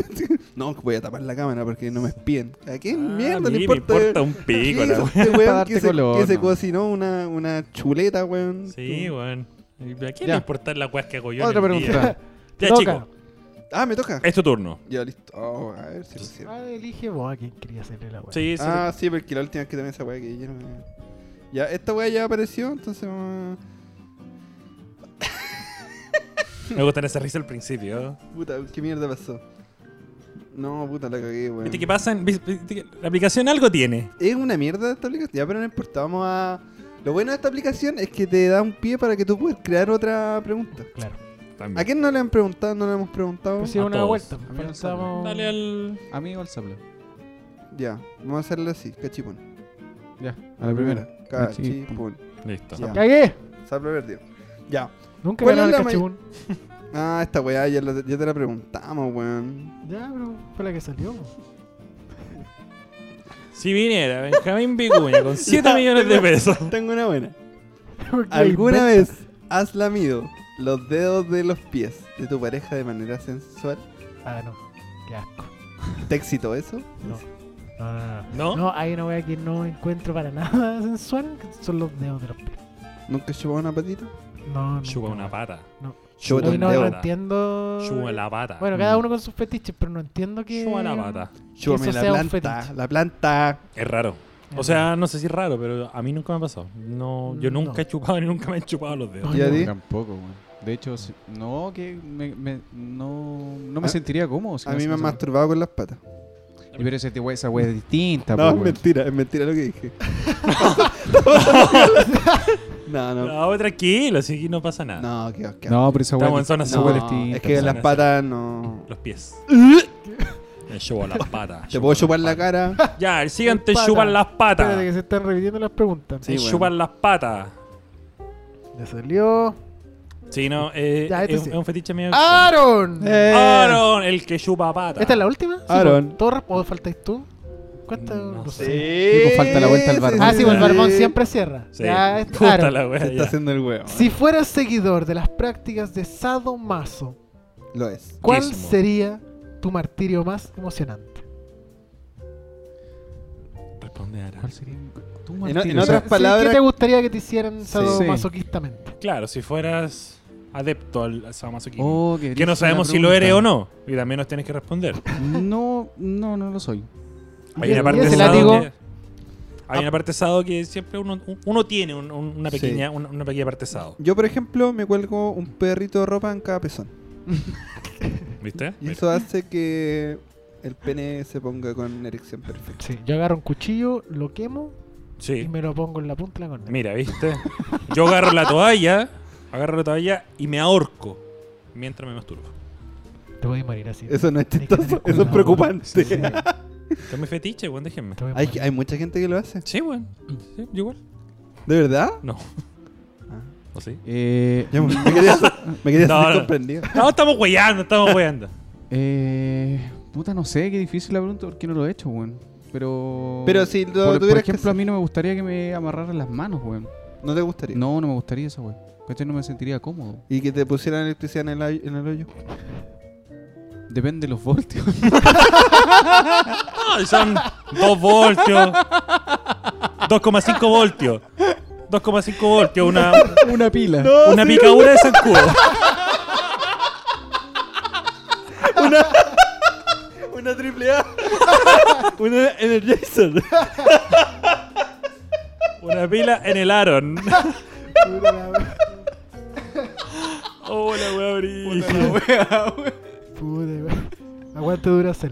[SPEAKER 2] No, voy a tapar la cámara porque no me espíen. ¿A qué mierda
[SPEAKER 1] Ah,
[SPEAKER 2] le
[SPEAKER 1] mí
[SPEAKER 2] importa?
[SPEAKER 1] Me importa un
[SPEAKER 2] ¿Qué
[SPEAKER 1] pico
[SPEAKER 2] hizo
[SPEAKER 1] la *laughs*
[SPEAKER 2] este
[SPEAKER 4] Para
[SPEAKER 2] hueón
[SPEAKER 4] darte
[SPEAKER 2] que, se,
[SPEAKER 4] color,
[SPEAKER 2] que se
[SPEAKER 4] no.
[SPEAKER 2] cocinó una, una chuleta, hueón?
[SPEAKER 1] Sí, bueno. ¿A quién
[SPEAKER 4] Ya.
[SPEAKER 1] le importa la weá que hago yo? en
[SPEAKER 4] Otra
[SPEAKER 1] el día?
[SPEAKER 3] *laughs*
[SPEAKER 4] pregunta.
[SPEAKER 1] Ya,
[SPEAKER 3] Toca.
[SPEAKER 1] chico,
[SPEAKER 2] Ah, me toca.
[SPEAKER 1] es tu turno.
[SPEAKER 2] Ya, listo. Oh, a ver si lo cierro.
[SPEAKER 3] Ah, elige vos a quién quería hacerle la wea.
[SPEAKER 1] Sí, sí.
[SPEAKER 2] Ah, sí, porque la última vez que también esa weá que ya no me- Ya, esta weá ya apareció, entonces vamos a-
[SPEAKER 1] Me gustan esa risa al principio.
[SPEAKER 2] Puta, ¿qué mierda pasó? No, puta, la cagué, weón.
[SPEAKER 1] ¿Viste qué pasa? ¿Viste- viste que La aplicación algo tiene.
[SPEAKER 2] Es una mierda esta aplicación. Ya, pero no importa, vamos a. Lo bueno de esta aplicación es que te da un pie para que tú puedas crear otra pregunta.
[SPEAKER 3] Claro.
[SPEAKER 2] ¿A quién no le han preguntado? No le hemos preguntado.
[SPEAKER 3] Pues sí,
[SPEAKER 1] A
[SPEAKER 3] una
[SPEAKER 1] todos.
[SPEAKER 3] vuelta.
[SPEAKER 4] mí no
[SPEAKER 3] Pensamos...
[SPEAKER 1] Dale al.
[SPEAKER 4] Amigo al sable.
[SPEAKER 2] Ya, vamos a hacerlo así, cachipón.
[SPEAKER 4] Ya, a la primera.
[SPEAKER 2] Cachipón.
[SPEAKER 1] Listo.
[SPEAKER 2] Ya.
[SPEAKER 3] ¡Cagué!
[SPEAKER 2] Sable perdido. Ya.
[SPEAKER 3] Nunca
[SPEAKER 2] ¿Cuál
[SPEAKER 3] ganaron
[SPEAKER 2] es
[SPEAKER 3] el
[SPEAKER 2] la
[SPEAKER 3] cachibún.
[SPEAKER 2] Ah, esta weá ya, la- ya te la preguntamos, weón.
[SPEAKER 3] Ya, pero fue la que salió.
[SPEAKER 1] Si viniera Benjamín Vicuña con 7 millones de pesos.
[SPEAKER 2] *laughs* Tengo una buena.
[SPEAKER 3] *laughs* Porque
[SPEAKER 2] ¿Alguna
[SPEAKER 3] inventa-
[SPEAKER 2] vez has lamido los dedos de los pies de tu pareja de manera sensual?
[SPEAKER 3] Ah, no. Qué asco.
[SPEAKER 2] ¿Te excitó eso?
[SPEAKER 3] No. No, no, no.
[SPEAKER 1] Ah. ¿No?
[SPEAKER 3] No, hay una wea que no encuentro para nada *laughs* sensual, que son los dedos de los pies.
[SPEAKER 2] ¿Nunca has chupado una patita?
[SPEAKER 3] No,
[SPEAKER 1] Chupa
[SPEAKER 3] nunca.
[SPEAKER 1] una pata.
[SPEAKER 2] Chúpate
[SPEAKER 3] Hoy
[SPEAKER 2] un
[SPEAKER 3] no, no
[SPEAKER 2] dedo.
[SPEAKER 3] entiendo.
[SPEAKER 1] Chupa la pata.
[SPEAKER 3] Bueno, cada uno con sus fetiches, pero no entiendo que.
[SPEAKER 1] Chupa la pata.
[SPEAKER 2] Chúpame
[SPEAKER 3] eso
[SPEAKER 2] la
[SPEAKER 3] sea un
[SPEAKER 2] planta,
[SPEAKER 3] fetiche.
[SPEAKER 2] la planta.
[SPEAKER 1] Es raro. O sea, no sé si es raro, pero a mí nunca me ha pasado. No, yo
[SPEAKER 3] No.
[SPEAKER 1] nunca he chupado ni nunca me han chupado los dedos.
[SPEAKER 2] ¿Y a
[SPEAKER 3] no.
[SPEAKER 2] ti?
[SPEAKER 4] Tampoco, weón. De hecho, si- no, que me, me- no, no me
[SPEAKER 2] A-
[SPEAKER 4] sentiría cómodo. si
[SPEAKER 2] A
[SPEAKER 4] no
[SPEAKER 2] mí
[SPEAKER 4] se
[SPEAKER 2] me han
[SPEAKER 4] sabe.
[SPEAKER 2] masturbado con las patas.
[SPEAKER 4] Y Pero ese tío- esa wea es distinta,
[SPEAKER 2] No,
[SPEAKER 4] po,
[SPEAKER 2] es
[SPEAKER 4] weón.
[SPEAKER 2] mentira, es mentira lo que dije. no, no,
[SPEAKER 1] No, tranquilo, así que no pasa nada.
[SPEAKER 2] no, qué asco.
[SPEAKER 4] No, pero esa wea
[SPEAKER 1] Estamos en
[SPEAKER 4] es
[SPEAKER 1] zona
[SPEAKER 4] esa wea
[SPEAKER 1] segura.
[SPEAKER 2] No,
[SPEAKER 4] distinta.
[SPEAKER 2] es que
[SPEAKER 1] la-
[SPEAKER 2] las patas no.
[SPEAKER 1] Los pies. Me chupa la pata.
[SPEAKER 2] Te
[SPEAKER 1] chupa
[SPEAKER 2] puedo
[SPEAKER 1] la
[SPEAKER 2] chupar la
[SPEAKER 1] pata.
[SPEAKER 2] cara.
[SPEAKER 1] Ya, el siguiente
[SPEAKER 3] Pata.
[SPEAKER 1] chupan las patas.
[SPEAKER 3] Espérate que se están repitiendo las preguntas.
[SPEAKER 2] Sí,
[SPEAKER 1] Sí,
[SPEAKER 2] bueno.
[SPEAKER 1] chupan las patas.
[SPEAKER 3] Le salió.
[SPEAKER 1] Sí, no, eh,
[SPEAKER 3] Ya, este
[SPEAKER 1] es,
[SPEAKER 3] sí.
[SPEAKER 1] es un fetiche medio.
[SPEAKER 3] ¡Aaron!
[SPEAKER 1] extraño.
[SPEAKER 2] *laughs* Eh.
[SPEAKER 1] Aaron, el que chupa patas.
[SPEAKER 3] ¿Esta es la última? Sí,
[SPEAKER 2] Aaron.
[SPEAKER 3] po. ¿Torres o faltáis tú? ¿Cuánta?
[SPEAKER 1] No sé.
[SPEAKER 4] pues falta la vuelta al barbón.
[SPEAKER 3] Ah, sí, pues el
[SPEAKER 4] Sí.
[SPEAKER 3] barbón siempre cierra.
[SPEAKER 1] Sí. *laughs*
[SPEAKER 3] Ya, es-
[SPEAKER 1] Puta
[SPEAKER 3] Aaron.
[SPEAKER 1] la wea,
[SPEAKER 2] Se está
[SPEAKER 1] ya.
[SPEAKER 2] haciendo el huevo.
[SPEAKER 3] Si fueras seguidor de las prácticas de sadomaso,
[SPEAKER 2] Lo es.
[SPEAKER 3] ¿cuál
[SPEAKER 1] Quísimo.
[SPEAKER 3] sería tu martirio más emocionante?
[SPEAKER 1] Responde Aaron.
[SPEAKER 4] ¿Cuál sería? Tú,
[SPEAKER 2] en
[SPEAKER 4] Martín, o sea,
[SPEAKER 2] otras
[SPEAKER 3] Sí,
[SPEAKER 2] palabras-
[SPEAKER 3] ¿Qué te gustaría que te hicieran
[SPEAKER 4] Sí.
[SPEAKER 3] sadomasoquistamente?
[SPEAKER 1] Claro, si fueras adepto al al sadomasoquismo.
[SPEAKER 4] Oh,
[SPEAKER 1] que no sabemos si lo eres o no. Y también nos tienes que responder.
[SPEAKER 4] No, no, no lo soy.
[SPEAKER 1] Hay
[SPEAKER 3] ¿Y
[SPEAKER 1] una
[SPEAKER 3] el-
[SPEAKER 1] parte
[SPEAKER 3] y ese
[SPEAKER 1] sado
[SPEAKER 3] látigo?
[SPEAKER 1] que- Hay una parte sado que siempre uno, uno tiene un- un- una
[SPEAKER 2] Sí.
[SPEAKER 1] pequeña una, una pequeña parte sado.
[SPEAKER 2] Yo, por ejemplo, me cuelgo un perrito de ropa en cada pezón.
[SPEAKER 1] ¿Viste?
[SPEAKER 2] Y eso hace que el pene se ponga con erección perfecta.
[SPEAKER 3] Sí, yo agarro un cuchillo, lo quemo y
[SPEAKER 1] Sí.
[SPEAKER 3] me lo pongo en la punta de la corneta.
[SPEAKER 1] Mira, ¿viste? Yo agarro la toalla, agarro la toalla y me ahorco mientras me masturbo.
[SPEAKER 3] Te voy a morir así.
[SPEAKER 2] Eso no es
[SPEAKER 3] Tenés que
[SPEAKER 2] chistoso,
[SPEAKER 3] tener
[SPEAKER 2] eso es
[SPEAKER 3] cuidado.
[SPEAKER 2] preocupante.
[SPEAKER 3] Sí, sí.
[SPEAKER 1] Que es mi fetiche, weón, déjenme.
[SPEAKER 3] Te voy a
[SPEAKER 2] *laughs* Hay,
[SPEAKER 3] morir.
[SPEAKER 2] hay mucha gente que lo hace.
[SPEAKER 1] Sí, weón. Sí, yo igual.
[SPEAKER 2] ¿De verdad?
[SPEAKER 1] No.
[SPEAKER 2] Ah.
[SPEAKER 1] ¿O sí?
[SPEAKER 4] Eh,
[SPEAKER 2] Yo me, pues, me quería,
[SPEAKER 1] *laughs*
[SPEAKER 2] me quería
[SPEAKER 1] No,
[SPEAKER 2] sentir
[SPEAKER 1] no.
[SPEAKER 2] comprendido.
[SPEAKER 1] No, estamos weyando, estamos weyando.
[SPEAKER 4] eh, puta, no sé, qué difícil la pregunta porque no lo he hecho, weón. Pero.
[SPEAKER 2] Pero si lo
[SPEAKER 4] por, por
[SPEAKER 2] tuvieras que
[SPEAKER 4] ejemplo, a mí no me gustaría que me amarraran las manos, weón.
[SPEAKER 2] No te gustaría.
[SPEAKER 4] No, no me gustaría esa, weón. ¿Cachai? No me sentiría cómodo.
[SPEAKER 2] Y que te pusieran electricidad en el, ay- en el hoyo.
[SPEAKER 4] Depende de los voltios. *laughs*
[SPEAKER 1] No, son 2 voltios. 2,5 voltios. 2,5 voltios, una,
[SPEAKER 4] Una pila.
[SPEAKER 1] una picadura de zancudo.
[SPEAKER 2] Una triple A. Una Energizer.
[SPEAKER 1] Una pila en el Aaron.
[SPEAKER 3] Pura la-
[SPEAKER 1] Oh, la wea brilla.
[SPEAKER 4] wea, wea.
[SPEAKER 3] Puta, weón. Aguante Duracell.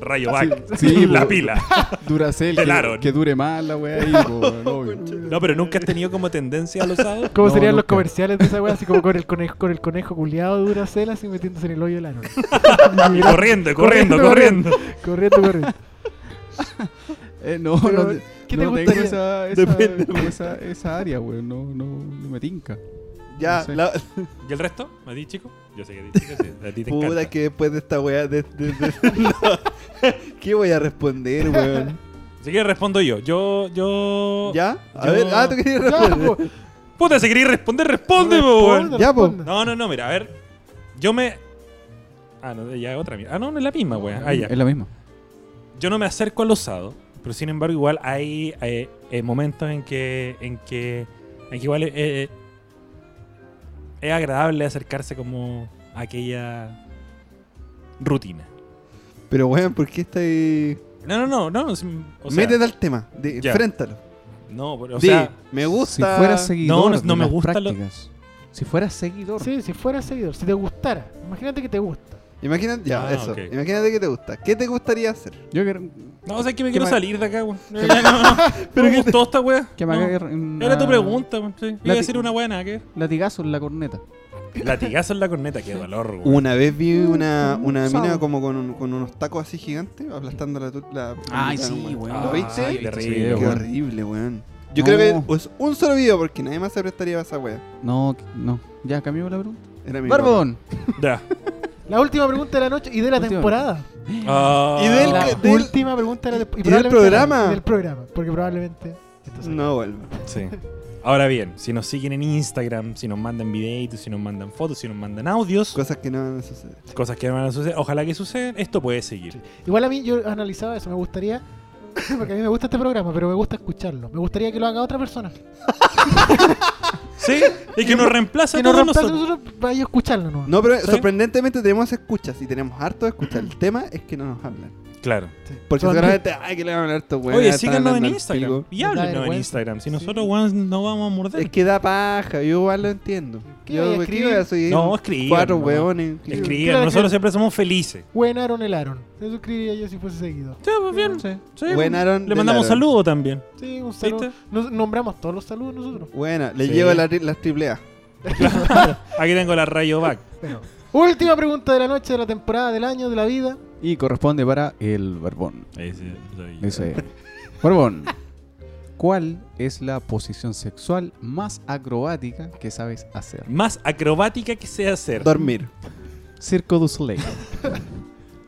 [SPEAKER 1] Rayo Back. *laughs*
[SPEAKER 4] sí,
[SPEAKER 1] la
[SPEAKER 4] po.
[SPEAKER 1] pila.
[SPEAKER 4] Duracell,
[SPEAKER 1] Del
[SPEAKER 4] que,
[SPEAKER 1] Aaron.
[SPEAKER 4] que dure más la wea ahí, po, weón, obvio.
[SPEAKER 1] No, pero nunca has tenido como tendencia al
[SPEAKER 3] *laughs*
[SPEAKER 1] usado.
[SPEAKER 3] ¿Cómo
[SPEAKER 4] No,
[SPEAKER 3] serían los
[SPEAKER 4] nunca.
[SPEAKER 3] comerciales de esa weá? Así como con el conejo, con el conejo culiado de Duracell así metiéndose en el hoyo del ano.
[SPEAKER 1] Y corriendo, corriendo, corriendo.
[SPEAKER 3] corriendo. Corriendo, corriendo.
[SPEAKER 4] Eh, no,
[SPEAKER 3] Pero,
[SPEAKER 4] no,
[SPEAKER 3] ¿qué
[SPEAKER 4] no
[SPEAKER 3] te
[SPEAKER 4] tengo
[SPEAKER 3] gustaría?
[SPEAKER 4] esa, esa,
[SPEAKER 2] Depende,
[SPEAKER 4] como esa, esa área, weón. No, no, no me tinca.
[SPEAKER 2] Ya,
[SPEAKER 4] No sé.
[SPEAKER 2] la
[SPEAKER 1] ¿Y el resto? ¿A ti, chico? Yo sé que a ti, chico, sí, a ti te
[SPEAKER 2] puta
[SPEAKER 1] encanta.
[SPEAKER 2] que después de esta weá. de- de- *laughs* de- no. ¿Qué voy a
[SPEAKER 1] *laughs*
[SPEAKER 2] responder, weón?
[SPEAKER 1] Si quieres respondo yo. Yo, yo...
[SPEAKER 2] ¿Ya? A
[SPEAKER 1] Yo- pues.
[SPEAKER 2] ver, ah, tú querías *laughs* responder.
[SPEAKER 3] po.
[SPEAKER 1] Puta, si queréis responder, responde, po, weón.
[SPEAKER 3] Responda,
[SPEAKER 2] Ya, po.
[SPEAKER 3] responda.
[SPEAKER 1] No, no, no, mira, a ver. Yo me. Ah, no, ya otra mierda. Ah, no, no es la misma, weón. Ah, ya.
[SPEAKER 4] Es la misma.
[SPEAKER 1] Yo no me acerco al usado, pero sin embargo, igual hay eh, eh, momentos en que. en que. en que igual eh, eh, es agradable acercarse como a aquella rutina.
[SPEAKER 2] Pero weón, ¿por qué estáis...?
[SPEAKER 1] No, no, no, no. sim- O sea,
[SPEAKER 2] Métete al tema, de,
[SPEAKER 1] ya.
[SPEAKER 2] enfréntalo.
[SPEAKER 1] no, pero, o
[SPEAKER 2] Di,
[SPEAKER 1] sea.
[SPEAKER 2] me gusta.
[SPEAKER 4] Si fuera
[SPEAKER 1] no,
[SPEAKER 4] seguidor
[SPEAKER 1] no
[SPEAKER 4] de
[SPEAKER 1] me
[SPEAKER 4] las
[SPEAKER 1] gusta lo-
[SPEAKER 4] prácticas. Si fuera seguidor.
[SPEAKER 3] Sí, si fuera seguidor, si te gustara. Imagínate que te gusta.
[SPEAKER 2] Imagínate, ya,
[SPEAKER 1] Ah,
[SPEAKER 2] eso.
[SPEAKER 1] ok.
[SPEAKER 2] Imagínate que te gusta. ¿Qué te gustaría hacer?
[SPEAKER 4] Yo que,
[SPEAKER 1] No, o sea, que me
[SPEAKER 4] ¿Qué
[SPEAKER 1] quiero
[SPEAKER 4] más?
[SPEAKER 1] salir de *laughs* acá, weón. No, ya no, no.
[SPEAKER 2] Pero
[SPEAKER 1] me
[SPEAKER 2] que
[SPEAKER 1] gustó esta weá.
[SPEAKER 4] que me
[SPEAKER 1] No.
[SPEAKER 4] haga una-
[SPEAKER 1] Era tu pregunta, weón. Sí. Iba
[SPEAKER 4] La
[SPEAKER 1] a
[SPEAKER 4] ti-
[SPEAKER 1] decir una buena, nada que ver.
[SPEAKER 4] Latigazo en la corneta.
[SPEAKER 1] *laughs* Latigazo en la corneta, qué dolor, weón.
[SPEAKER 2] Una vez vi una, una
[SPEAKER 4] Sábado.
[SPEAKER 2] mina como con, un- con unos tacos así gigantes, aplastando la... tu- la
[SPEAKER 4] Ay,
[SPEAKER 2] la-
[SPEAKER 4] sí, weón.
[SPEAKER 2] ¿Lo viste?
[SPEAKER 1] Ay,
[SPEAKER 4] Sí,
[SPEAKER 1] Ah, terrible,
[SPEAKER 2] Qué
[SPEAKER 1] weón.
[SPEAKER 2] horrible, weón. Yo
[SPEAKER 4] No.
[SPEAKER 2] creo que es un solo video porque nadie más se prestaría a esa wea.
[SPEAKER 4] No, no. Ya, cambió la pregunta.
[SPEAKER 2] Era mi
[SPEAKER 4] Barbón.
[SPEAKER 1] *laughs* Ya.
[SPEAKER 3] La última pregunta de la noche y de la
[SPEAKER 4] Última.
[SPEAKER 3] temporada.
[SPEAKER 1] Ah.
[SPEAKER 2] Y del-
[SPEAKER 3] La
[SPEAKER 2] del-
[SPEAKER 3] última pregunta de la
[SPEAKER 2] y
[SPEAKER 3] temporada.
[SPEAKER 2] del programa.
[SPEAKER 3] Del programa, porque probablemente. esto
[SPEAKER 2] papá.
[SPEAKER 3] se
[SPEAKER 2] No vuelvo.
[SPEAKER 1] Sí. Ahora bien, si nos siguen en Instagram, si nos mandan videitos, si nos mandan fotos, si nos mandan audios,
[SPEAKER 2] Cosas que no van a suceder.
[SPEAKER 1] cosas que no van a suceder, ojalá que sucedan, esto puede seguir.
[SPEAKER 3] Igual a mí yo analizaba eso, me gustaría, *laughs* porque a mí me gusta este programa, pero me gusta escucharlo. Me gustaría que lo haga otra persona.
[SPEAKER 1] Sí, y que nos reemplace
[SPEAKER 3] Que
[SPEAKER 1] a
[SPEAKER 3] no
[SPEAKER 1] todos
[SPEAKER 3] reemplace a
[SPEAKER 1] nosotros.
[SPEAKER 3] nosotros, vaya a escucharlo, ¿no?
[SPEAKER 2] No, pero
[SPEAKER 1] ¿Sí?
[SPEAKER 2] sorprendentemente tenemos escuchas y tenemos harto de escuchar. El tema es que no nos hablan.
[SPEAKER 1] Claro.
[SPEAKER 2] Porque
[SPEAKER 3] Son-
[SPEAKER 2] seguramente, ay, que le van a hablar a estos weones,
[SPEAKER 1] Oye,
[SPEAKER 2] están
[SPEAKER 1] síganos en
[SPEAKER 2] hablando al
[SPEAKER 1] Instagram.
[SPEAKER 2] pico.
[SPEAKER 1] Y
[SPEAKER 3] Da
[SPEAKER 1] háblenos en
[SPEAKER 3] vergüenza.
[SPEAKER 1] Instagram. Si
[SPEAKER 3] Sí.
[SPEAKER 1] nosotros, weón, no vamos a morder.
[SPEAKER 2] Es que da paja, yo igual lo entiendo.
[SPEAKER 3] ¿Qué
[SPEAKER 2] yo
[SPEAKER 3] voy a
[SPEAKER 2] ¿qué
[SPEAKER 3] escribir?
[SPEAKER 2] voy a soy
[SPEAKER 1] No, escriban,
[SPEAKER 2] Cuatro
[SPEAKER 1] no.
[SPEAKER 2] hueones.
[SPEAKER 1] Escriban,
[SPEAKER 3] Claro que-
[SPEAKER 1] nosotros siempre somos felices.
[SPEAKER 3] Buen Aaron el Aaron. Se suscribiría yo si fuese seguido.
[SPEAKER 1] Sí, pues bien.
[SPEAKER 4] Sí.
[SPEAKER 1] Sí, pues.
[SPEAKER 2] Buen Aaron
[SPEAKER 1] Le
[SPEAKER 2] del
[SPEAKER 1] mandamos un
[SPEAKER 2] Aaron.
[SPEAKER 1] saludo también.
[SPEAKER 3] Sí, un saludo.
[SPEAKER 1] ¿Viste?
[SPEAKER 3] Nos nombramos todos los saludos nosotros.
[SPEAKER 2] Buena, le
[SPEAKER 1] Sí.
[SPEAKER 2] llevo la, tri- las triple A.
[SPEAKER 1] Aquí tengo la rayo back.
[SPEAKER 3] Pero, última pregunta de la noche, de la temporada, del año, de la vida.
[SPEAKER 4] Y corresponde para el Barbón.
[SPEAKER 1] Ahí sí, soy yo.
[SPEAKER 4] Dice. *laughs* Barbón. ¿Cuál es la posición sexual más acrobática que sabes hacer?
[SPEAKER 1] Más acrobática que sea hacer.
[SPEAKER 2] Dormir.
[SPEAKER 4] Circo du
[SPEAKER 1] *laughs*
[SPEAKER 4] Soleil.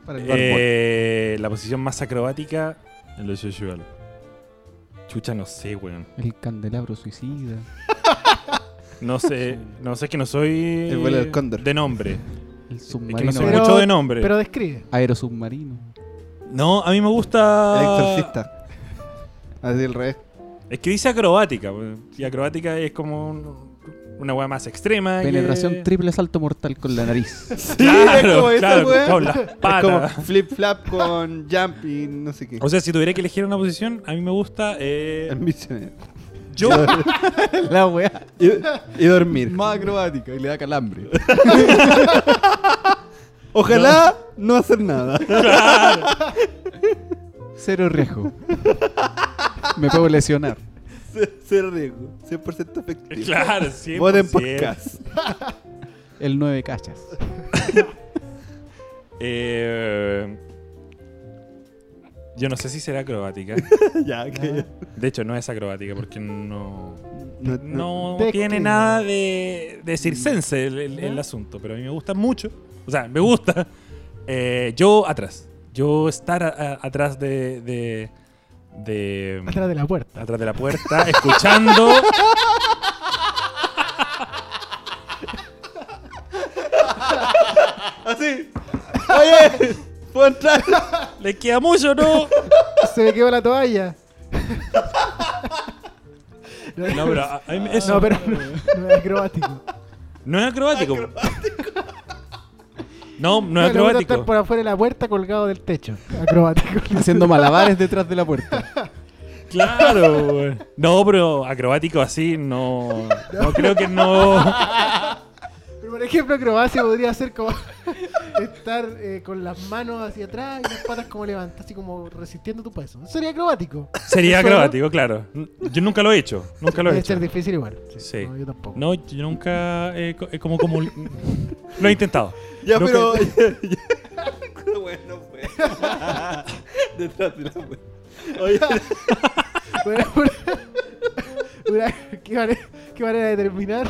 [SPEAKER 4] Para el Barbón.
[SPEAKER 1] Eh, la posición más acrobática en lo usual. Chucha, no sé, weón.
[SPEAKER 4] El candelabro suicida.
[SPEAKER 1] No
[SPEAKER 3] *laughs*
[SPEAKER 1] sé, no sé es que no soy.
[SPEAKER 2] El vuelo del cóndor.
[SPEAKER 1] De nombre.
[SPEAKER 4] El
[SPEAKER 1] Es que no
[SPEAKER 4] submarino.
[SPEAKER 1] soy
[SPEAKER 3] Pero-
[SPEAKER 1] mucho de nombre.
[SPEAKER 3] Pero describe.
[SPEAKER 4] Aerosubmarino.
[SPEAKER 1] No, a mí me
[SPEAKER 2] El
[SPEAKER 1] gusta.
[SPEAKER 2] exorcista. Así el revés.
[SPEAKER 1] Es que dice acrobática. weón. Y acrobática es como un- una weá más extrema. que-
[SPEAKER 4] Penetración triple salto mortal con la *laughs* nariz.
[SPEAKER 2] Sí,
[SPEAKER 1] Claro,
[SPEAKER 2] *laughs*
[SPEAKER 1] claro, con las
[SPEAKER 2] Es como
[SPEAKER 1] patas.
[SPEAKER 2] flip flap con jump y no sé qué.
[SPEAKER 1] O sea, si tuviera que elegir una posición, a mí me gusta. eh,
[SPEAKER 2] El misionero.
[SPEAKER 1] yo.
[SPEAKER 4] la weá.
[SPEAKER 2] Y, y dormir.
[SPEAKER 4] Más acrobática y le da calambre.
[SPEAKER 2] *laughs* Ojalá no, hacer nada.
[SPEAKER 4] Cero riesgo. Me puedo lesionar.
[SPEAKER 2] Ser riesgo. 100% *laughs*
[SPEAKER 1] *laughs*
[SPEAKER 2] efectivo.
[SPEAKER 1] claro, siempre.
[SPEAKER 2] Voten podcast.
[SPEAKER 4] El 9 cachas.
[SPEAKER 1] Eh, yo no sé si será acrobática.
[SPEAKER 2] ya, que.
[SPEAKER 1] De hecho, no es acrobática porque no.
[SPEAKER 2] No,
[SPEAKER 1] No
[SPEAKER 3] Describe.
[SPEAKER 1] tiene nada de, de circense el, el- el
[SPEAKER 3] ¿Ya?
[SPEAKER 1] asunto, pero a mí me gusta mucho. O sea, me gusta. Eh, yo atrás. Yo estar a- a- atrás de. de, de-
[SPEAKER 3] Atrás de la puerta.
[SPEAKER 1] atrás de la puerta, escuchando.
[SPEAKER 2] Así. Ah, Oye, puedo entrar.
[SPEAKER 1] Le queda mucho, ¿no?
[SPEAKER 3] Se me quedó la toalla.
[SPEAKER 1] No, pero a- a mí eso
[SPEAKER 3] *laughs* No, pero no, no es acrobático.
[SPEAKER 1] no es acrobático. No, no es
[SPEAKER 3] Le gusta estar
[SPEAKER 1] acrobático.
[SPEAKER 3] por afuera de la puerta colgado del techo.
[SPEAKER 1] *laughs*
[SPEAKER 3] Acrobático.
[SPEAKER 4] Haciendo malabares detrás de la puerta.
[SPEAKER 1] Claro, güey. No, pero acrobático así, no. No creo que no.
[SPEAKER 3] Pero Por ejemplo, acrobacia podría ser como *laughs* estar eh, con las manos hacia atrás y las patas como levantadas, así como resistiendo tu peso. Sería acrobático.
[SPEAKER 1] Sería
[SPEAKER 3] ¿Solo?
[SPEAKER 1] acrobático, claro. Yo nunca lo he hecho. Nunca lo he
[SPEAKER 3] Debe
[SPEAKER 1] hecho.
[SPEAKER 3] ser difícil igual.
[SPEAKER 1] Sí.
[SPEAKER 3] No, yo tampoco.
[SPEAKER 1] No, yo nunca eh, co- eh, como como lo he intentado.
[SPEAKER 2] Ya,
[SPEAKER 1] Lo
[SPEAKER 2] pero. *laughs* bueno, pues. Detrás de la wea. Oye,
[SPEAKER 3] Bueno, *laughs* una- una- ¿qué, manera, qué manera de terminar?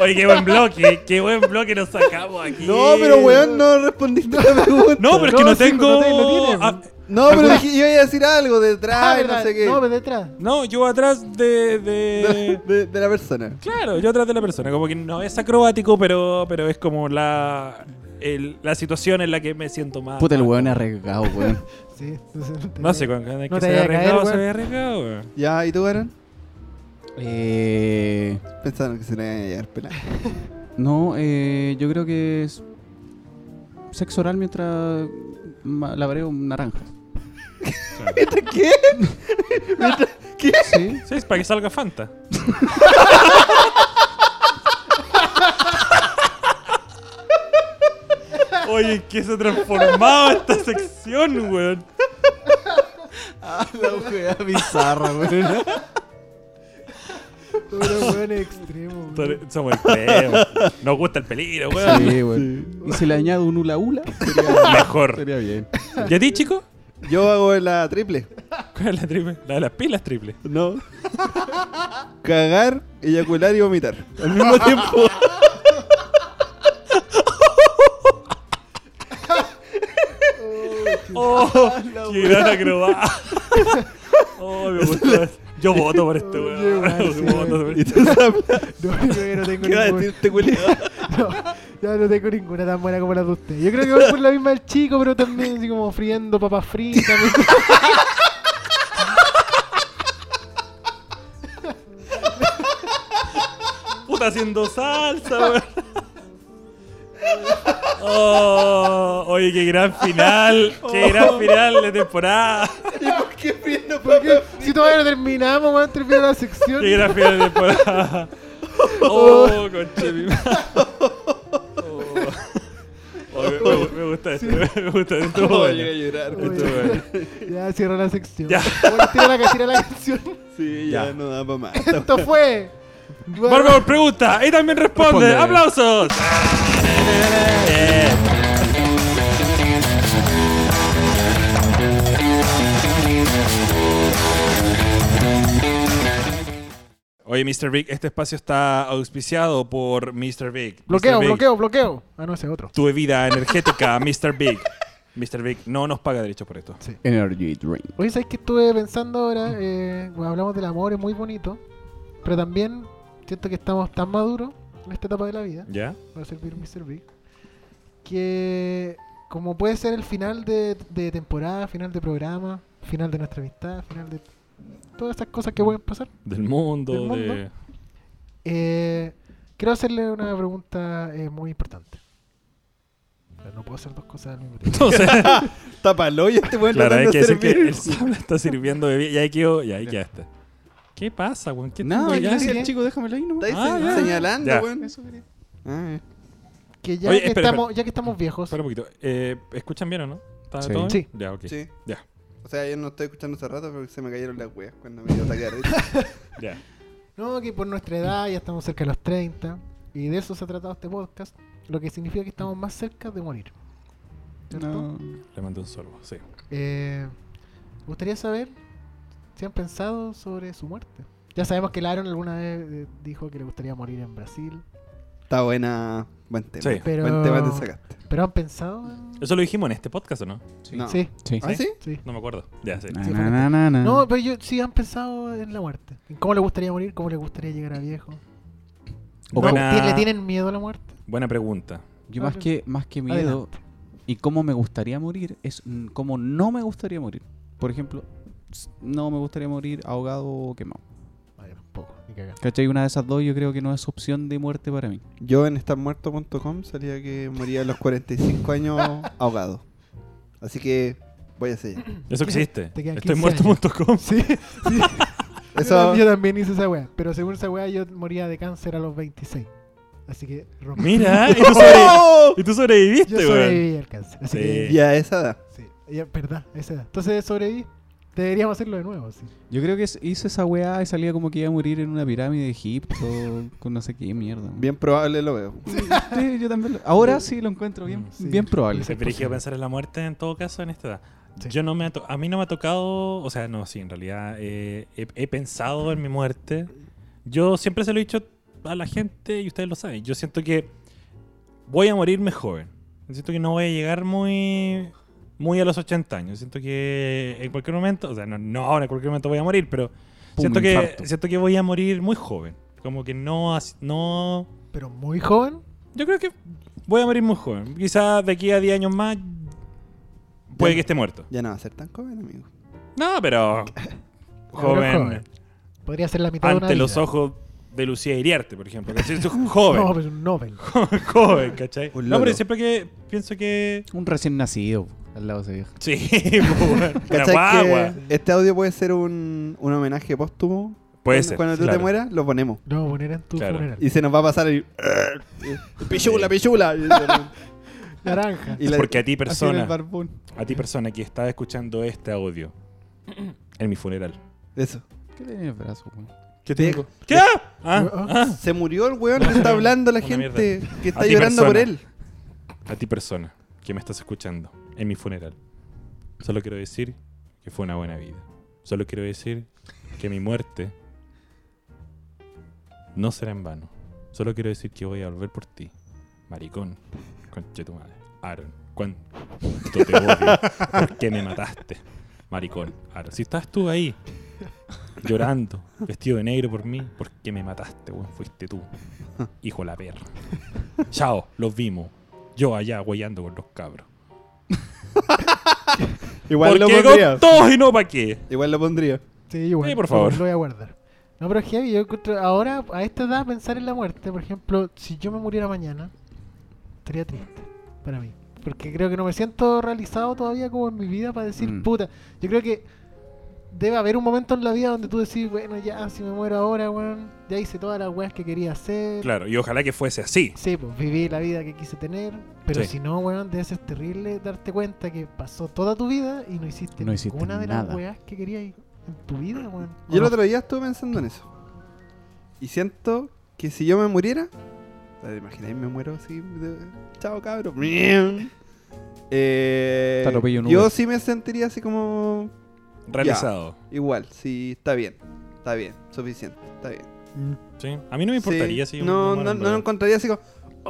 [SPEAKER 1] Oye, qué buen bloque, qué buen bloque nos sacamos aquí.
[SPEAKER 2] no, pero weón, no respondiste a la pregunta.
[SPEAKER 1] No, pero es que
[SPEAKER 3] No,
[SPEAKER 1] no
[SPEAKER 3] sí,
[SPEAKER 1] tengo.
[SPEAKER 3] no te- no tienes.
[SPEAKER 1] ah,
[SPEAKER 2] No, pero
[SPEAKER 1] ¿Alguna-
[SPEAKER 2] dije- yo iba a decir algo
[SPEAKER 3] Ah,
[SPEAKER 2] detrás, y no
[SPEAKER 3] ¿verdad?
[SPEAKER 2] sé qué.
[SPEAKER 3] No, pero detrás.
[SPEAKER 1] no, yo atrás de.
[SPEAKER 2] de, *laughs*
[SPEAKER 1] de...
[SPEAKER 2] de- de la persona.
[SPEAKER 1] Claro, yo atrás de la persona. Como que no es acrobático, pero, pero es como la. el- la situación en la que me siento más.
[SPEAKER 4] Puta, el weón arriesgado, weón.
[SPEAKER 3] Sí, entonces te-
[SPEAKER 1] No sé, cuando hay
[SPEAKER 3] No
[SPEAKER 1] que
[SPEAKER 3] te
[SPEAKER 1] se ve
[SPEAKER 3] vaya a caer,
[SPEAKER 1] arriesgado, se
[SPEAKER 3] weón.
[SPEAKER 1] ve arriesgado, weón.
[SPEAKER 2] Ya, ¿y tú, Aaron?
[SPEAKER 4] Eh,
[SPEAKER 2] Pensaron que se le iba a llegar pelado.
[SPEAKER 4] no, eh, yo creo que es sexo oral mientras ma- labreo naranjas.
[SPEAKER 2] ¿Qué?
[SPEAKER 4] Sí.
[SPEAKER 1] Sí, es para que salga Fanta. Oye, ¿en qué se ha transformado esta sección, weón?
[SPEAKER 4] La wea bizarra, weón.
[SPEAKER 3] Pero weón es extremo. weón.
[SPEAKER 1] Tore- Somos el peor. Nos gusta el peligro, weón.
[SPEAKER 4] Sí, weón. Y si le añado un hula hula,
[SPEAKER 1] Mejor.
[SPEAKER 4] sería bien.
[SPEAKER 1] ¿Y a ti, chico?
[SPEAKER 2] Yo hago la triple.
[SPEAKER 1] ¿Cuál es la triple? La de las pilas triple.
[SPEAKER 2] No. Cagar, eyacular y vomitar. Al mismo tiempo.
[SPEAKER 1] ¡Oh! ¡Qué gran acrobata! ¡Oh, me gustó eso. Yo voto por este,
[SPEAKER 3] Yo
[SPEAKER 1] weón.
[SPEAKER 3] igual, sí,
[SPEAKER 1] Yo voto por
[SPEAKER 2] y
[SPEAKER 1] este.
[SPEAKER 2] tú sabes
[SPEAKER 3] *laughs* No, yo creo que no
[SPEAKER 2] *laughs*
[SPEAKER 3] tengo
[SPEAKER 2] qué va a
[SPEAKER 3] ningún-
[SPEAKER 2] decir este culiao.
[SPEAKER 3] *laughs* No, ya no tengo ninguna tan buena como la de usted. Yo creo que voy por la misma del chico, pero también así como friendo papas fritas.
[SPEAKER 2] *laughs*
[SPEAKER 1] Puta haciendo salsa, weón. Oh, oye, qué gran final. Qué gran final de temporada.
[SPEAKER 2] ¿Y por qué friendo papas?
[SPEAKER 3] si todavía no terminamos, weón, termina la sección.
[SPEAKER 1] Qué gran final de temporada. Oh, conche mi madre. Oh. Oh, me, me- me gusta esto. Me gusta esto. estuvo
[SPEAKER 2] Oh,
[SPEAKER 1] bueno.
[SPEAKER 2] llegué a llorar.
[SPEAKER 3] Uy,
[SPEAKER 1] Estuvo bueno.
[SPEAKER 3] ya cierra la sección.
[SPEAKER 1] Ya.
[SPEAKER 3] Bueno, tira la, tira
[SPEAKER 2] *laughs*
[SPEAKER 3] la canción.
[SPEAKER 2] Sí, ya,
[SPEAKER 1] Ya.
[SPEAKER 2] no da para más.
[SPEAKER 3] Esto fue.
[SPEAKER 1] Bárbaro pregunta y también responde.
[SPEAKER 4] Responde.
[SPEAKER 1] ¡Aplausos! Eh. Bien. Oye, Mr. Big, este espacio está auspiciado por Mr. Big. Mr.
[SPEAKER 3] Bloqueo,
[SPEAKER 1] Big,
[SPEAKER 3] bloqueo, bloqueo. Ah, no, ese otro.
[SPEAKER 1] Tu bebida energética, *laughs* Mr. Big. Mr. Big no nos paga derecho por esto.
[SPEAKER 4] Energy drink.
[SPEAKER 3] Oye, ¿sabes qué estuve pensando ahora? Eh, cuando hablamos del amor, es muy bonito. Pero también siento que estamos tan maduros en esta etapa de la vida.
[SPEAKER 1] ¿Ya?
[SPEAKER 3] para servir Mr. Big. Que como puede ser el final de, de temporada, final de programa, final de nuestra amistad, final de todas esas cosas que pueden pasar,
[SPEAKER 1] Del mundo,
[SPEAKER 3] Del
[SPEAKER 1] *laughs*
[SPEAKER 3] mundo.
[SPEAKER 1] de.
[SPEAKER 3] eh, quiero hacerle una pregunta eh, muy importante. Pero No puedo hacer dos cosas al mismo tiempo.
[SPEAKER 1] Entonces,
[SPEAKER 2] Tápalo y este weón
[SPEAKER 1] claro, hay
[SPEAKER 2] tratando
[SPEAKER 1] que
[SPEAKER 2] de
[SPEAKER 1] decir que
[SPEAKER 2] servir.
[SPEAKER 1] el sable está sirviendo bebida. Y ahí quedó, y ahí quedaste. ¿Qué pasa, weón? ¿Qué
[SPEAKER 4] No,
[SPEAKER 1] tengo
[SPEAKER 4] yo
[SPEAKER 1] ya?
[SPEAKER 4] le dije, chico, déjamelo ahí nomás.
[SPEAKER 2] Estáis
[SPEAKER 1] Ah,
[SPEAKER 2] se-
[SPEAKER 1] ya.
[SPEAKER 2] señalando,
[SPEAKER 1] Ya.
[SPEAKER 2] weón.
[SPEAKER 4] Eso quería.
[SPEAKER 2] Ah,
[SPEAKER 3] Que ya,
[SPEAKER 1] Oye,
[SPEAKER 3] que,
[SPEAKER 1] espera,
[SPEAKER 3] estamos, ya que estamos viejos,
[SPEAKER 1] Espera un poquito. Eh, ¿Escuchan bien o no? ¿Está
[SPEAKER 4] Sí.
[SPEAKER 1] todo bien?
[SPEAKER 3] Sí.
[SPEAKER 1] Ya, ok.
[SPEAKER 2] sí.
[SPEAKER 1] Ya,
[SPEAKER 2] O sea, yo no estoy escuchando hace rato porque se me cayeron las weas cuando me dio ataque de risa.
[SPEAKER 1] ya.
[SPEAKER 3] no, que por nuestra edad ya estamos cerca de los 30, y de eso se ha tratado este podcast, lo que significa que estamos más cerca de morir. ¿Cierto?
[SPEAKER 4] Ah, No.
[SPEAKER 1] Le mandé un sorbo, sí.
[SPEAKER 3] Eh, me gustaría saber si han pensado sobre su muerte. Ya sabemos que Laron alguna vez eh, dijo que le gustaría morir en Brasil,
[SPEAKER 2] Está buena. Buen tema.
[SPEAKER 1] Sí.
[SPEAKER 3] Pero-
[SPEAKER 2] Buen tema te sacaste.
[SPEAKER 3] pero han pensado en...
[SPEAKER 1] ¿Eso lo dijimos en este podcast o no?
[SPEAKER 2] No. Mm.
[SPEAKER 3] Sí,
[SPEAKER 4] Sí.
[SPEAKER 2] ¿Ah, sí?
[SPEAKER 3] sí.
[SPEAKER 1] No me acuerdo. Ya, sí.
[SPEAKER 4] Na, na, na, na, na.
[SPEAKER 3] No, pero yo sí han pensado en la muerte. En cómo le gustaría morir, cómo le gustaría llegar a viejo.
[SPEAKER 4] O
[SPEAKER 3] No,
[SPEAKER 1] buena-
[SPEAKER 3] ¿ti- ¿Le tienen miedo a la muerte?
[SPEAKER 1] Buena pregunta.
[SPEAKER 4] Yo más que, más que miedo
[SPEAKER 3] Adelante.
[SPEAKER 4] y cómo me gustaría morir, es mm, cómo no me gustaría morir. Por ejemplo, s- no me gustaría morir ahogado o quemado.
[SPEAKER 3] Vale, tampoco,
[SPEAKER 1] *laughs*
[SPEAKER 3] ni cagando.
[SPEAKER 4] ¿Cachai? Una de esas dos yo creo que no es opción de muerte para mí.
[SPEAKER 2] Yo en estarmuerto.com salía que moría a los
[SPEAKER 1] *laughs*
[SPEAKER 2] 45 años ahogado. Así que voy a seguir.
[SPEAKER 1] Eso existe.
[SPEAKER 3] Te quedan
[SPEAKER 1] Estoy
[SPEAKER 3] 15
[SPEAKER 1] muerto.com.
[SPEAKER 3] *laughs* Sí, sí.
[SPEAKER 2] Eso,
[SPEAKER 1] Ah,
[SPEAKER 3] Yo también hice esa weá. Pero según esa weá yo moría de cáncer a los 26. Así que rompí.
[SPEAKER 1] Mira,
[SPEAKER 3] *laughs*
[SPEAKER 1] y tú, sobre- y tú sobreviviste,
[SPEAKER 3] ¡Oh! Yo
[SPEAKER 1] weón.
[SPEAKER 3] sobreviví al cáncer. Así
[SPEAKER 1] Sí.
[SPEAKER 3] que.
[SPEAKER 2] Y a esa edad.
[SPEAKER 3] Sí, ya, verdad, a esa edad. Entonces sobreviví. Deberíamos hacerlo de nuevo, sí.
[SPEAKER 4] Yo creo que hice esa weá y salía como que iba a morir en una pirámide de Egipto, *laughs* con no sé qué mierda.
[SPEAKER 2] Bien probable lo veo.
[SPEAKER 4] *laughs* Sí, yo también. lo- ahora sí lo encuentro bien,
[SPEAKER 1] Mm,
[SPEAKER 3] sí.
[SPEAKER 4] bien probable.
[SPEAKER 3] Sí.
[SPEAKER 1] Es brígido pensar en la muerte en todo caso en esta edad.
[SPEAKER 3] Sí.
[SPEAKER 1] Yo no me ha to- a mí no me ha tocado, o sea, no, sí, en realidad eh, he, he pensado en mi muerte. Yo siempre se lo he dicho a la gente y ustedes lo saben. Yo siento que voy a morirme joven. Siento que no voy a llegar muy muy a los 80 años. Siento que en cualquier momento, o sea, no, no ahora en cualquier momento voy a morir, pero siento que
[SPEAKER 4] infarto.
[SPEAKER 1] siento que voy a morir muy joven. Como que no as- no
[SPEAKER 3] Pero muy joven.
[SPEAKER 1] yo creo que voy a morir muy joven. Quizás de aquí a 10 años más puede que esté muerto.
[SPEAKER 2] Ya no va a ser tan joven, amigo.
[SPEAKER 1] No, pero joven.
[SPEAKER 3] joven. Podría ser la mitad de una
[SPEAKER 1] Ante los
[SPEAKER 3] vida.
[SPEAKER 1] ojos de Lucía Iriarte, por ejemplo. ¿cachai? Es un joven.
[SPEAKER 3] *laughs* No, pero un Nobel.
[SPEAKER 1] joven, ¿cachai?
[SPEAKER 2] Un
[SPEAKER 1] No,
[SPEAKER 2] lolo.
[SPEAKER 1] pero siempre que pienso que...
[SPEAKER 4] Un recién nacido po, al lado de ese viejo.
[SPEAKER 1] Sí, bueno, una
[SPEAKER 2] ¿Cachai
[SPEAKER 1] guagua.
[SPEAKER 2] que este audio puede ser un, un homenaje póstumo?
[SPEAKER 1] Puede
[SPEAKER 2] Cuando-
[SPEAKER 1] ser,
[SPEAKER 2] Cuando tú
[SPEAKER 1] claro.
[SPEAKER 2] te mueras, lo ponemos.
[SPEAKER 3] No, poner en tu
[SPEAKER 1] Claro.
[SPEAKER 3] funeral.
[SPEAKER 2] Y se nos va a
[SPEAKER 1] *laughs*
[SPEAKER 2] pasar el... pichula, pichula. *laughs* y
[SPEAKER 3] Naranja.
[SPEAKER 2] la-
[SPEAKER 1] Porque a ti
[SPEAKER 4] Haciendo el
[SPEAKER 1] persona,
[SPEAKER 4] barbón.
[SPEAKER 1] a ti persona que está escuchando este audio en mi funeral.
[SPEAKER 2] Eso.
[SPEAKER 4] ¿Qué tenía en el brazo, weón?
[SPEAKER 1] ¿Qué
[SPEAKER 2] te-
[SPEAKER 1] digo? ¿Qué? Ah, ah.
[SPEAKER 2] Se murió el weón que está hablando la
[SPEAKER 1] Una
[SPEAKER 2] gente que
[SPEAKER 1] A
[SPEAKER 2] está
[SPEAKER 1] ti,
[SPEAKER 2] llorando por
[SPEAKER 1] persona.
[SPEAKER 2] él.
[SPEAKER 1] A ti persona que me estás escuchando en mi funeral. Solo quiero decir que fue una buena vida. Solo quiero decir que mi muerte no será en vano. Solo quiero decir que voy a volver por ti. Maricón, conche tu madre. Aaron, cuánto te odio. ¿Por qué me mataste? Maricón, Aaron. Si estás tú ahí, llorando, vestido de negro por mí, ¿por qué me mataste, weón? Fuiste tú. Hijo de la perra. Chao, los vimos. Yo allá guayando con los cabros.
[SPEAKER 2] Igual lo
[SPEAKER 1] Porque
[SPEAKER 2] pondría.
[SPEAKER 1] con todos y no para qué.
[SPEAKER 2] Igual lo pondría.
[SPEAKER 3] Sí, igual.
[SPEAKER 1] Sí, por favor.
[SPEAKER 3] Lo voy a guardar. No, pero es heavy, yo encuentro ahora, a esta edad, pensar en la muerte, por ejemplo, si yo me muriera mañana, estaría triste para mí. Porque creo que no me siento realizado todavía como en mi vida para decir,
[SPEAKER 4] Mm.
[SPEAKER 3] puta, yo creo que debe haber un momento en la vida donde tú decís, bueno, ya, si me muero ahora, weón, ya hice todas las weas que quería hacer.
[SPEAKER 1] Claro, y ojalá que fuese así.
[SPEAKER 3] Sí, pues viví la vida que quise tener, pero
[SPEAKER 1] Sí.
[SPEAKER 3] si no, weón, debe ser terrible darte cuenta que pasó toda tu vida y no hiciste
[SPEAKER 4] No hiciste
[SPEAKER 3] ninguna de
[SPEAKER 4] nada.
[SPEAKER 3] las weas que querías en tu vida, weón.
[SPEAKER 2] Yo el
[SPEAKER 3] ¿O no?
[SPEAKER 2] otro día estuve pensando en eso. Y siento que si yo me muriera. o sea, ¿Te imagináis? Me muero así. de- Chao,
[SPEAKER 1] *laughs*
[SPEAKER 2] cabro. Eh,
[SPEAKER 4] Te atropello un
[SPEAKER 2] yo
[SPEAKER 4] Uber.
[SPEAKER 2] sí me sentiría así como.
[SPEAKER 1] Realizado.
[SPEAKER 2] Igual, sí, está bien. Está bien, suficiente. Está bien.
[SPEAKER 1] Sí. A mí no me importaría
[SPEAKER 2] Sí,
[SPEAKER 1] si
[SPEAKER 2] No,
[SPEAKER 1] me
[SPEAKER 2] no,
[SPEAKER 1] muero,
[SPEAKER 2] no lo
[SPEAKER 1] en verdad.
[SPEAKER 2] encontraría así como.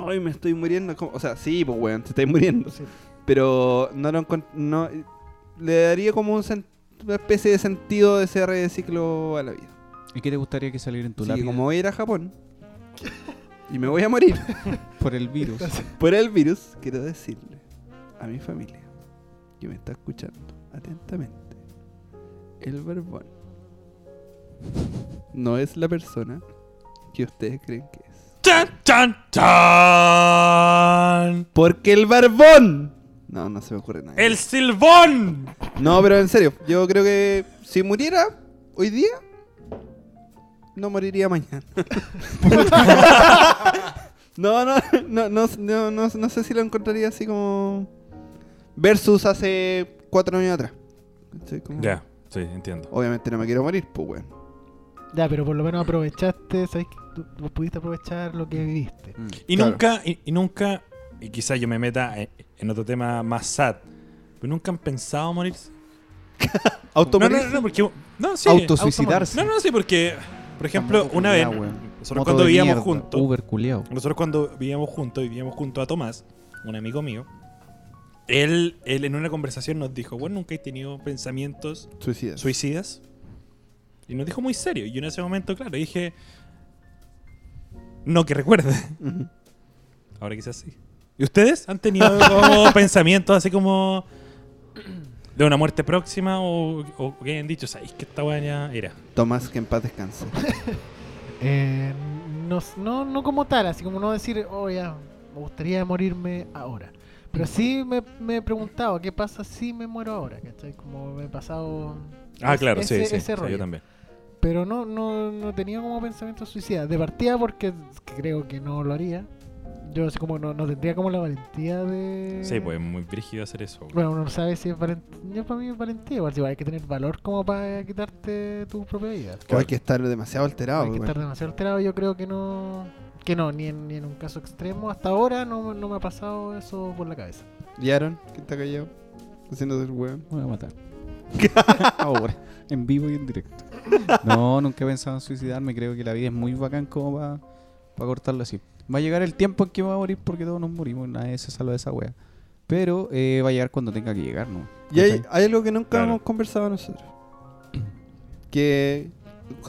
[SPEAKER 2] Ay, me estoy muriendo. como- O sea, sí, pues, weón, te estás muriendo.
[SPEAKER 3] Sí.
[SPEAKER 2] Pero no lo encon- no Le daría como un sen- una especie de sentido de cierre de ciclo a la vida.
[SPEAKER 4] ¿Y qué te gustaría que saliera en tu
[SPEAKER 2] Así que
[SPEAKER 4] lápida?
[SPEAKER 2] como voy a ir a Japón *laughs* y me voy a morir *laughs*
[SPEAKER 4] Por el virus.
[SPEAKER 2] por el virus, quiero decirle a mi familia que me está escuchando atentamente. El verbón no es la persona que ustedes creen que es.
[SPEAKER 1] ¡Chan, chan, chan!
[SPEAKER 2] Porque el barbón. No, no se me ocurre nada.
[SPEAKER 1] ¡El silbón!
[SPEAKER 2] No, pero en serio, yo creo que si muriera hoy día, no moriría mañana. *laughs* no, no, no, no, no, no, no sé si lo encontraría así como. Versus hace cuatro años atrás. ¿Cachai? Como-
[SPEAKER 1] Ya, sí, entiendo.
[SPEAKER 2] Obviamente no me quiero morir, pues bueno.
[SPEAKER 3] Ya, pero por lo menos aprovechaste, ¿sabes? que Tú, tú pudiste aprovechar lo que viviste.
[SPEAKER 4] Mm.
[SPEAKER 1] Y
[SPEAKER 2] Claro.
[SPEAKER 1] nunca, y, y nunca, y quizás yo me meta en, en otro tema más sad, pero nunca han pensado morirse. No, no,
[SPEAKER 2] Automorir.
[SPEAKER 1] no, no, porque. No, sí.
[SPEAKER 4] Autosuicidarse.
[SPEAKER 1] No, no, sí, porque, por ejemplo,
[SPEAKER 4] Moto
[SPEAKER 1] una vez,
[SPEAKER 4] culiao, weón.
[SPEAKER 1] nosotros cuando vivíamos
[SPEAKER 2] Uh,
[SPEAKER 1] juntos,
[SPEAKER 4] Uber culiao.
[SPEAKER 1] Nosotros cuando vivíamos juntos, vivíamos junto a Tomás, un amigo mío, él, él en una conversación nos dijo, bueno, nunca he tenido pensamientos
[SPEAKER 2] Suicida.
[SPEAKER 1] suicidas. Y nos dijo muy serio. Y yo en ese momento, claro, dije, no que recuerde. *laughs*
[SPEAKER 2] Ujú.
[SPEAKER 1] Ahora quizás sí. ¿Y ustedes han *laughs* tenido como pensamientos así como de una muerte próxima o, o que hayan dicho, ¿sabéis que esta weá ya era?
[SPEAKER 2] Tomás, que en paz descanse.
[SPEAKER 3] Eh, no, s- no, no como tal, así como no decir, oh ya, me gustaría morirme ahora. Pero sí me, me he preguntado, ¿qué pasa si me muero ahora? ¿Cachai? Como me he pasado...
[SPEAKER 1] Ah,
[SPEAKER 3] ese-
[SPEAKER 1] claro, sí,
[SPEAKER 3] ese-
[SPEAKER 1] sí,
[SPEAKER 3] ese
[SPEAKER 1] sí,
[SPEAKER 3] rollo.
[SPEAKER 1] yo también.
[SPEAKER 3] Pero no, no, no tenía como pensamiento suicida. De partida porque creo que no lo haría. Yo así como no, no tendría como la valentía de...
[SPEAKER 1] Sí, pues es muy brígido hacer eso. güey.
[SPEAKER 3] Mm. Bueno, uno no sabe si es valentía. Yo para mí es valentía. Igual, igual hay que tener valor como para quitarte tu propia vida.
[SPEAKER 2] O hay que estar demasiado alterado.
[SPEAKER 3] hay que
[SPEAKER 2] weón.
[SPEAKER 3] estar demasiado alterado. Yo creo que no... Que no, ni en, ni en un caso extremo. Hasta ahora no, no me ha pasado eso por la cabeza.
[SPEAKER 2] ¿Y Aaron? ¿Qué está callado? Haciendo del weón.
[SPEAKER 4] Me voy a matar. Ahora, en vivo y en directo. No, nunca he pensado en suicidarme. Creo que la vida es muy bacán como para cortarlo así. Va a llegar el tiempo en que me voy a morir porque todos nos morimos. Nadie se salva de esa wea. Pero eh, va a llegar cuando tenga que llegar, ¿no?
[SPEAKER 2] Y hay,
[SPEAKER 4] ¿Cachai?
[SPEAKER 2] hay algo que nunca
[SPEAKER 1] Claro.
[SPEAKER 2] hemos conversado nosotros. Que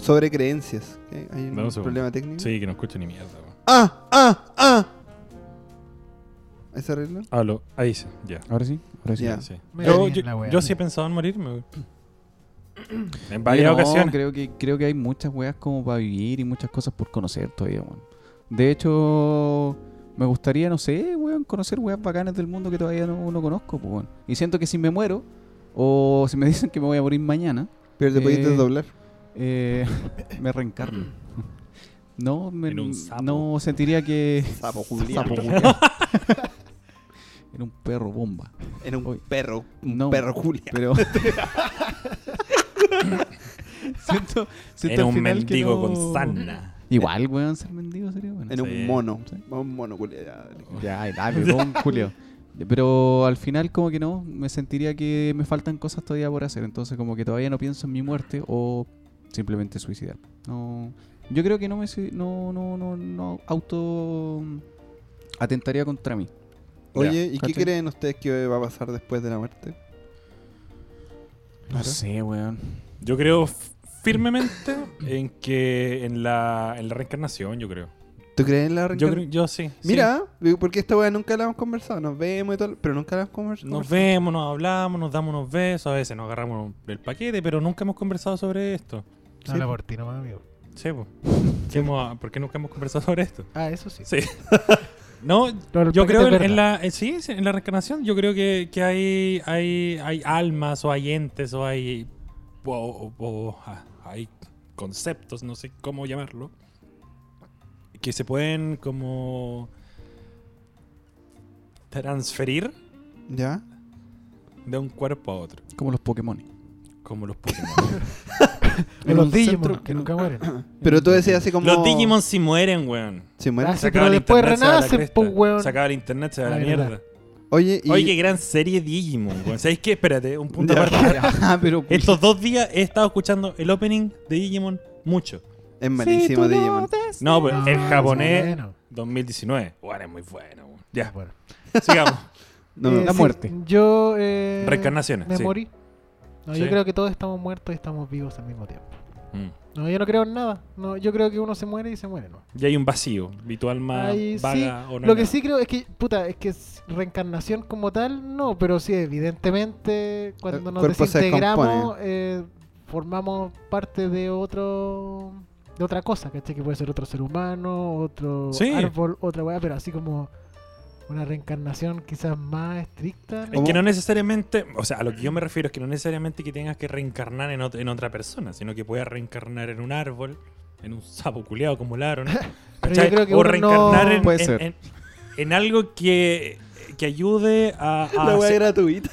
[SPEAKER 2] sobre creencias. ¿ok? Hay un
[SPEAKER 1] Dame un segundo.
[SPEAKER 2] problema técnico.
[SPEAKER 1] Sí, que no escucho ni mierda. güey.
[SPEAKER 2] ¡Ah! ¡Ah! ¡Ah! ¿Ahí se arregla?
[SPEAKER 1] Aló, ahí sí, ya.
[SPEAKER 4] Ahora sí, ahora sí.
[SPEAKER 2] Ya.
[SPEAKER 1] Sí.
[SPEAKER 3] Ah, Me da
[SPEAKER 1] Yo,
[SPEAKER 3] bien
[SPEAKER 1] yo-
[SPEAKER 3] la wea.
[SPEAKER 1] yo sí he pensado en morirme.
[SPEAKER 4] *clears throat*
[SPEAKER 1] güey. En varias
[SPEAKER 4] No,
[SPEAKER 1] ocasiones.
[SPEAKER 4] Creo que, creo que hay muchas weas como para vivir y muchas cosas por conocer todavía, weón. De hecho, me gustaría, no sé, weón, conocer weas bacanas del mundo que todavía no, no conozco, pues, weón. Y siento que si me muero, o si me *laughs* dicen que me voy a morir mañana,
[SPEAKER 2] Pero te podéis
[SPEAKER 4] Eh,
[SPEAKER 2] desdoblar.
[SPEAKER 4] eh, *laughs* me reencarno. No, me-
[SPEAKER 1] En un sapo.
[SPEAKER 4] no sentiría que. *laughs*
[SPEAKER 2] Sapo Julián.
[SPEAKER 1] *laughs*
[SPEAKER 4] Sapo Julián. Era un perro bomba.
[SPEAKER 2] Era un
[SPEAKER 4] oye.
[SPEAKER 2] perro. Un
[SPEAKER 4] No.
[SPEAKER 1] *laughs*
[SPEAKER 2] perro Julián.
[SPEAKER 4] Pero. *laughs* siento, siento
[SPEAKER 1] Era
[SPEAKER 4] al
[SPEAKER 1] un
[SPEAKER 4] final que
[SPEAKER 1] mendigo
[SPEAKER 4] no-
[SPEAKER 1] con sana.
[SPEAKER 4] Igual, weón, ser mendigo sería bueno.
[SPEAKER 2] Era
[SPEAKER 1] Sí.
[SPEAKER 2] un mono.
[SPEAKER 4] Sí.
[SPEAKER 2] Un mono Julián. ya, dale.
[SPEAKER 4] Ya, el *laughs* labio, con Julio. Pero al final como que no, me sentiría que me faltan cosas todavía por hacer, entonces como que todavía no pienso en mi muerte o simplemente suicidar. No, yo creo que no me sui- no no no no auto mm, atentaría contra mí.
[SPEAKER 2] Oye, ¿y qué
[SPEAKER 4] ¿cachai?
[SPEAKER 2] creen ustedes que va a pasar después de la muerte?
[SPEAKER 4] No sé, weón.
[SPEAKER 1] Yo creo f-
[SPEAKER 4] *clears throat*
[SPEAKER 1] firmemente en que en la, en la reencarnación, yo creo.
[SPEAKER 2] ¿Tú crees en la
[SPEAKER 1] Yo,
[SPEAKER 2] reencarnación?
[SPEAKER 1] creo- yo sí. sí.
[SPEAKER 2] Mira, eh, porque esta weá nunca la hemos conversado. Nos vemos y todo, pero nunca la hemos conversado.
[SPEAKER 1] Nos vemos, nos hablamos, nos damos unos besos, a veces nos agarramos el paquete, pero nunca hemos conversado sobre esto.
[SPEAKER 2] Sí.
[SPEAKER 3] Habla por ti nomás, amigo.
[SPEAKER 1] Sí, po. ¿Qué hemos- ¿Por qué nunca hemos conversado sobre esto?
[SPEAKER 3] Ah, eso sí.
[SPEAKER 1] Sí. No,
[SPEAKER 3] Pero el
[SPEAKER 1] yo
[SPEAKER 3] paquete
[SPEAKER 1] creo
[SPEAKER 3] es
[SPEAKER 1] en, en
[SPEAKER 3] verdad.
[SPEAKER 1] la eh, sí, sí, en la reencarnación yo creo que, que hay, hay hay almas o hay entes o hay o- o- o, ah, hay conceptos, no sé cómo llamarlo, que se pueden como transferir
[SPEAKER 2] ¿Ya?
[SPEAKER 1] de un cuerpo a otro,
[SPEAKER 4] Como los Pokémon.
[SPEAKER 1] como los
[SPEAKER 3] *laughs*
[SPEAKER 1] Pokémon.
[SPEAKER 3] O
[SPEAKER 4] en
[SPEAKER 3] los
[SPEAKER 4] un
[SPEAKER 3] Digimon,
[SPEAKER 4] centro-
[SPEAKER 3] que nunca mueren.
[SPEAKER 2] Pero tú decías así como.
[SPEAKER 1] Los Digimon si mueren, weón.
[SPEAKER 2] Sí, bueno.
[SPEAKER 3] Ah, sí,
[SPEAKER 1] Se acaba
[SPEAKER 3] pero
[SPEAKER 1] el
[SPEAKER 3] después
[SPEAKER 1] internet, se va la
[SPEAKER 3] renacen,
[SPEAKER 1] cresta.
[SPEAKER 3] pues, weón.
[SPEAKER 1] Se acaba el internet, se va
[SPEAKER 3] Ah,
[SPEAKER 1] la
[SPEAKER 3] verdad.
[SPEAKER 1] mierda.
[SPEAKER 2] Oye, y.
[SPEAKER 1] Oye, qué gran serie Digimon, weón. ¿Sabéis qué? Espérate, un punto
[SPEAKER 2] Ya.
[SPEAKER 1] aparte.
[SPEAKER 3] *laughs*
[SPEAKER 4] Ah, pero
[SPEAKER 1] *laughs* Estos dos días he estado escuchando el opening de Digimon mucho.
[SPEAKER 2] es malísimo Digimon.
[SPEAKER 1] No, pero el
[SPEAKER 3] Ah,
[SPEAKER 1] japonés
[SPEAKER 3] es bueno.
[SPEAKER 1] 2019. Bueno, es muy bueno. weón. Ya,
[SPEAKER 3] Bueno. *laughs*
[SPEAKER 1] sigamos.
[SPEAKER 2] No,
[SPEAKER 3] Eh,
[SPEAKER 4] La
[SPEAKER 3] sí,
[SPEAKER 4] muerte.
[SPEAKER 3] Yo. Eh,
[SPEAKER 1] Reencarnaciones,
[SPEAKER 3] Me
[SPEAKER 1] sí.
[SPEAKER 3] morí. No,
[SPEAKER 1] Sí.
[SPEAKER 3] Yo creo que todos estamos muertos y estamos vivos al mismo tiempo.
[SPEAKER 1] Mm.
[SPEAKER 3] No, yo no creo en nada. No, yo creo que uno se muere y se muere, ¿no?
[SPEAKER 1] Y hay un vacío. Y tu alma
[SPEAKER 3] Ay,
[SPEAKER 1] vaga o no.
[SPEAKER 3] Lo
[SPEAKER 1] hay
[SPEAKER 3] que
[SPEAKER 1] nada.
[SPEAKER 3] sí creo es que, puta, es que s- reencarnación como tal, no, pero sí, evidentemente, cuando
[SPEAKER 2] El
[SPEAKER 3] nos
[SPEAKER 2] cuerpo se
[SPEAKER 3] desintegramos, eh, formamos parte de otro de otra cosa, ¿cachai? Que puede ser otro ser humano, otro
[SPEAKER 1] Sí.
[SPEAKER 3] árbol, otra weá, pero así como una reencarnación quizás más estricta.
[SPEAKER 1] Es que no necesariamente, o sea, a lo que yo me refiero es que no necesariamente que tengas que reencarnar en, ot- en otra persona, sino que puedas reencarnar en un árbol, en un sapo culeado como Laron.
[SPEAKER 3] Pero yo
[SPEAKER 1] ¿cachai?
[SPEAKER 3] creo que
[SPEAKER 1] o
[SPEAKER 3] uno
[SPEAKER 1] reencarnar
[SPEAKER 3] no-
[SPEAKER 1] en,
[SPEAKER 4] Puede
[SPEAKER 1] en-
[SPEAKER 4] ser.
[SPEAKER 1] en- en algo que, que ayude a, a
[SPEAKER 3] Ah,
[SPEAKER 2] La weá
[SPEAKER 1] hacer-
[SPEAKER 2] gratuita.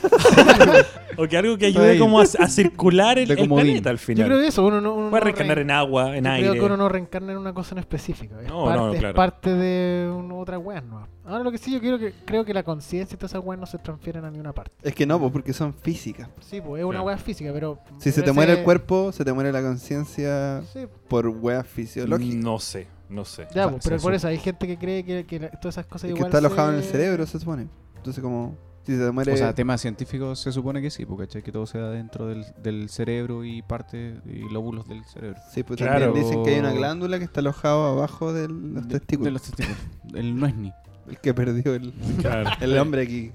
[SPEAKER 1] o que algo que
[SPEAKER 4] Está
[SPEAKER 1] ayude
[SPEAKER 4] ahí.
[SPEAKER 1] como a, a circular el,
[SPEAKER 4] De
[SPEAKER 1] el
[SPEAKER 4] comodín.
[SPEAKER 1] planeta al
[SPEAKER 3] Yo creo
[SPEAKER 1] final.
[SPEAKER 3] que eso, uno no... Uno
[SPEAKER 1] Puedes
[SPEAKER 3] no
[SPEAKER 1] reencarnar en agua, en
[SPEAKER 3] Yo
[SPEAKER 1] aire.
[SPEAKER 3] Creo que uno no reencarna en una cosa en específico. Es,
[SPEAKER 1] No, no,
[SPEAKER 3] parte,
[SPEAKER 1] claro.
[SPEAKER 3] es parte de un- otra weá nueva. Ahora lo que sí yo creo que creo que la conciencia y todas esas weas no se transfieren a ninguna parte.
[SPEAKER 2] Es que no, pues porque son físicas.
[SPEAKER 3] Sí, pues es una
[SPEAKER 1] Claro.
[SPEAKER 3] weá física, pero.
[SPEAKER 2] Si se
[SPEAKER 3] a
[SPEAKER 2] te muere el
[SPEAKER 3] veces-
[SPEAKER 2] cuerpo, se te muere la conciencia
[SPEAKER 3] Sí,
[SPEAKER 2] por weas
[SPEAKER 4] Mm,
[SPEAKER 2] fisiológicas.
[SPEAKER 1] No sé, no sé.
[SPEAKER 3] ya,
[SPEAKER 4] O sea,
[SPEAKER 3] pues,
[SPEAKER 4] se
[SPEAKER 3] pero por
[SPEAKER 4] su-
[SPEAKER 3] eso hay gente que cree que, que la- todas esas cosas
[SPEAKER 2] Es que
[SPEAKER 3] igual.
[SPEAKER 2] está alojado
[SPEAKER 3] se-
[SPEAKER 2] en el cerebro, se supone. Entonces, como. Si se te muere.
[SPEAKER 4] O sea, temas científicos se supone que sí, porque ¿cachai? que todo sea dentro del, del cerebro y parte y lóbulos del cerebro.
[SPEAKER 2] Sí, pues
[SPEAKER 1] Claro.
[SPEAKER 2] también dicen que hay una glándula que está alojada abajo de los
[SPEAKER 4] De-
[SPEAKER 2] testículos.
[SPEAKER 4] De los testículos. El no es ni.
[SPEAKER 2] El que perdió el,
[SPEAKER 1] Claro.
[SPEAKER 2] el hombre aquí.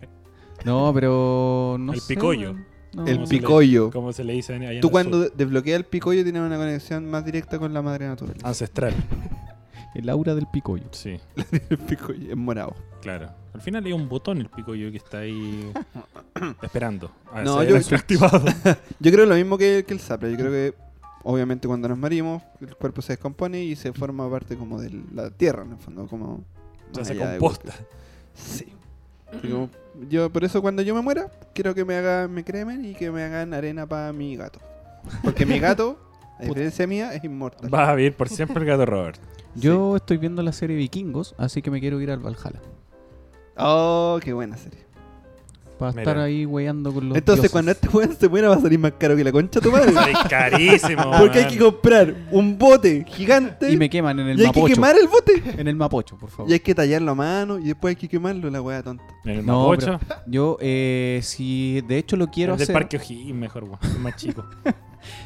[SPEAKER 4] No, pero no
[SPEAKER 1] El
[SPEAKER 4] sé,
[SPEAKER 1] picollo.
[SPEAKER 4] weón. No,
[SPEAKER 2] el
[SPEAKER 1] ¿Cómo se le-
[SPEAKER 2] picollo.
[SPEAKER 1] Como se le dice allá en
[SPEAKER 2] Tú
[SPEAKER 1] el
[SPEAKER 2] cuando
[SPEAKER 1] sur.
[SPEAKER 2] de- desbloqueas el picollo tienes una conexión más directa con la madre natural.
[SPEAKER 1] Ancestral.
[SPEAKER 4] El aura del picollo.
[SPEAKER 1] Sí,
[SPEAKER 2] el picollo es morado.
[SPEAKER 1] claro. Al final hay un botón el picollo que está ahí esperando. A
[SPEAKER 2] No,
[SPEAKER 1] ser *laughs*
[SPEAKER 2] yo-
[SPEAKER 1] activado.
[SPEAKER 2] Yo creo lo mismo que, que el sapre. Yo creo que obviamente cuando nos morimos, el cuerpo se descompone y se forma parte como de la tierra, en el fondo, como...
[SPEAKER 1] O sea,
[SPEAKER 2] más
[SPEAKER 1] se
[SPEAKER 2] allá de
[SPEAKER 1] composta.
[SPEAKER 2] Sí. Digo, yo por eso cuando yo me muera, quiero que me hagan, me cremen y que me hagan arena para mi gato. Porque mi gato,
[SPEAKER 4] *laughs*
[SPEAKER 2] a diferencia mía, es inmortal.
[SPEAKER 1] Vas a vivir por siempre el gato Robert.
[SPEAKER 4] Yo estoy viendo la serie Vikingos, así que me quiero ir al Valhalla.
[SPEAKER 2] Oh, qué buena serie.
[SPEAKER 4] Para
[SPEAKER 1] Mira.
[SPEAKER 4] estar ahí weyando con los
[SPEAKER 2] Entonces
[SPEAKER 4] dioses.
[SPEAKER 2] cuando este weón se muera va a salir más caro que la concha de tu
[SPEAKER 4] *laughs*
[SPEAKER 2] madre.
[SPEAKER 1] Es carísimo.
[SPEAKER 2] Porque hay
[SPEAKER 1] man.
[SPEAKER 2] que comprar un bote gigante
[SPEAKER 4] Y me queman en el
[SPEAKER 2] este y hay que
[SPEAKER 4] Mapocho.
[SPEAKER 2] quemar el bote.
[SPEAKER 4] En el Mapocho, por favor.
[SPEAKER 2] Y hay que tallarlo a mano y después hay que quemarlo, la weá tonta.
[SPEAKER 1] El
[SPEAKER 4] No,
[SPEAKER 1] Mapocho.
[SPEAKER 4] Yo, eh, si de hecho lo quiero
[SPEAKER 1] el del
[SPEAKER 4] hacer...
[SPEAKER 1] Parque O'Higgins, mejor, weón. es más chico.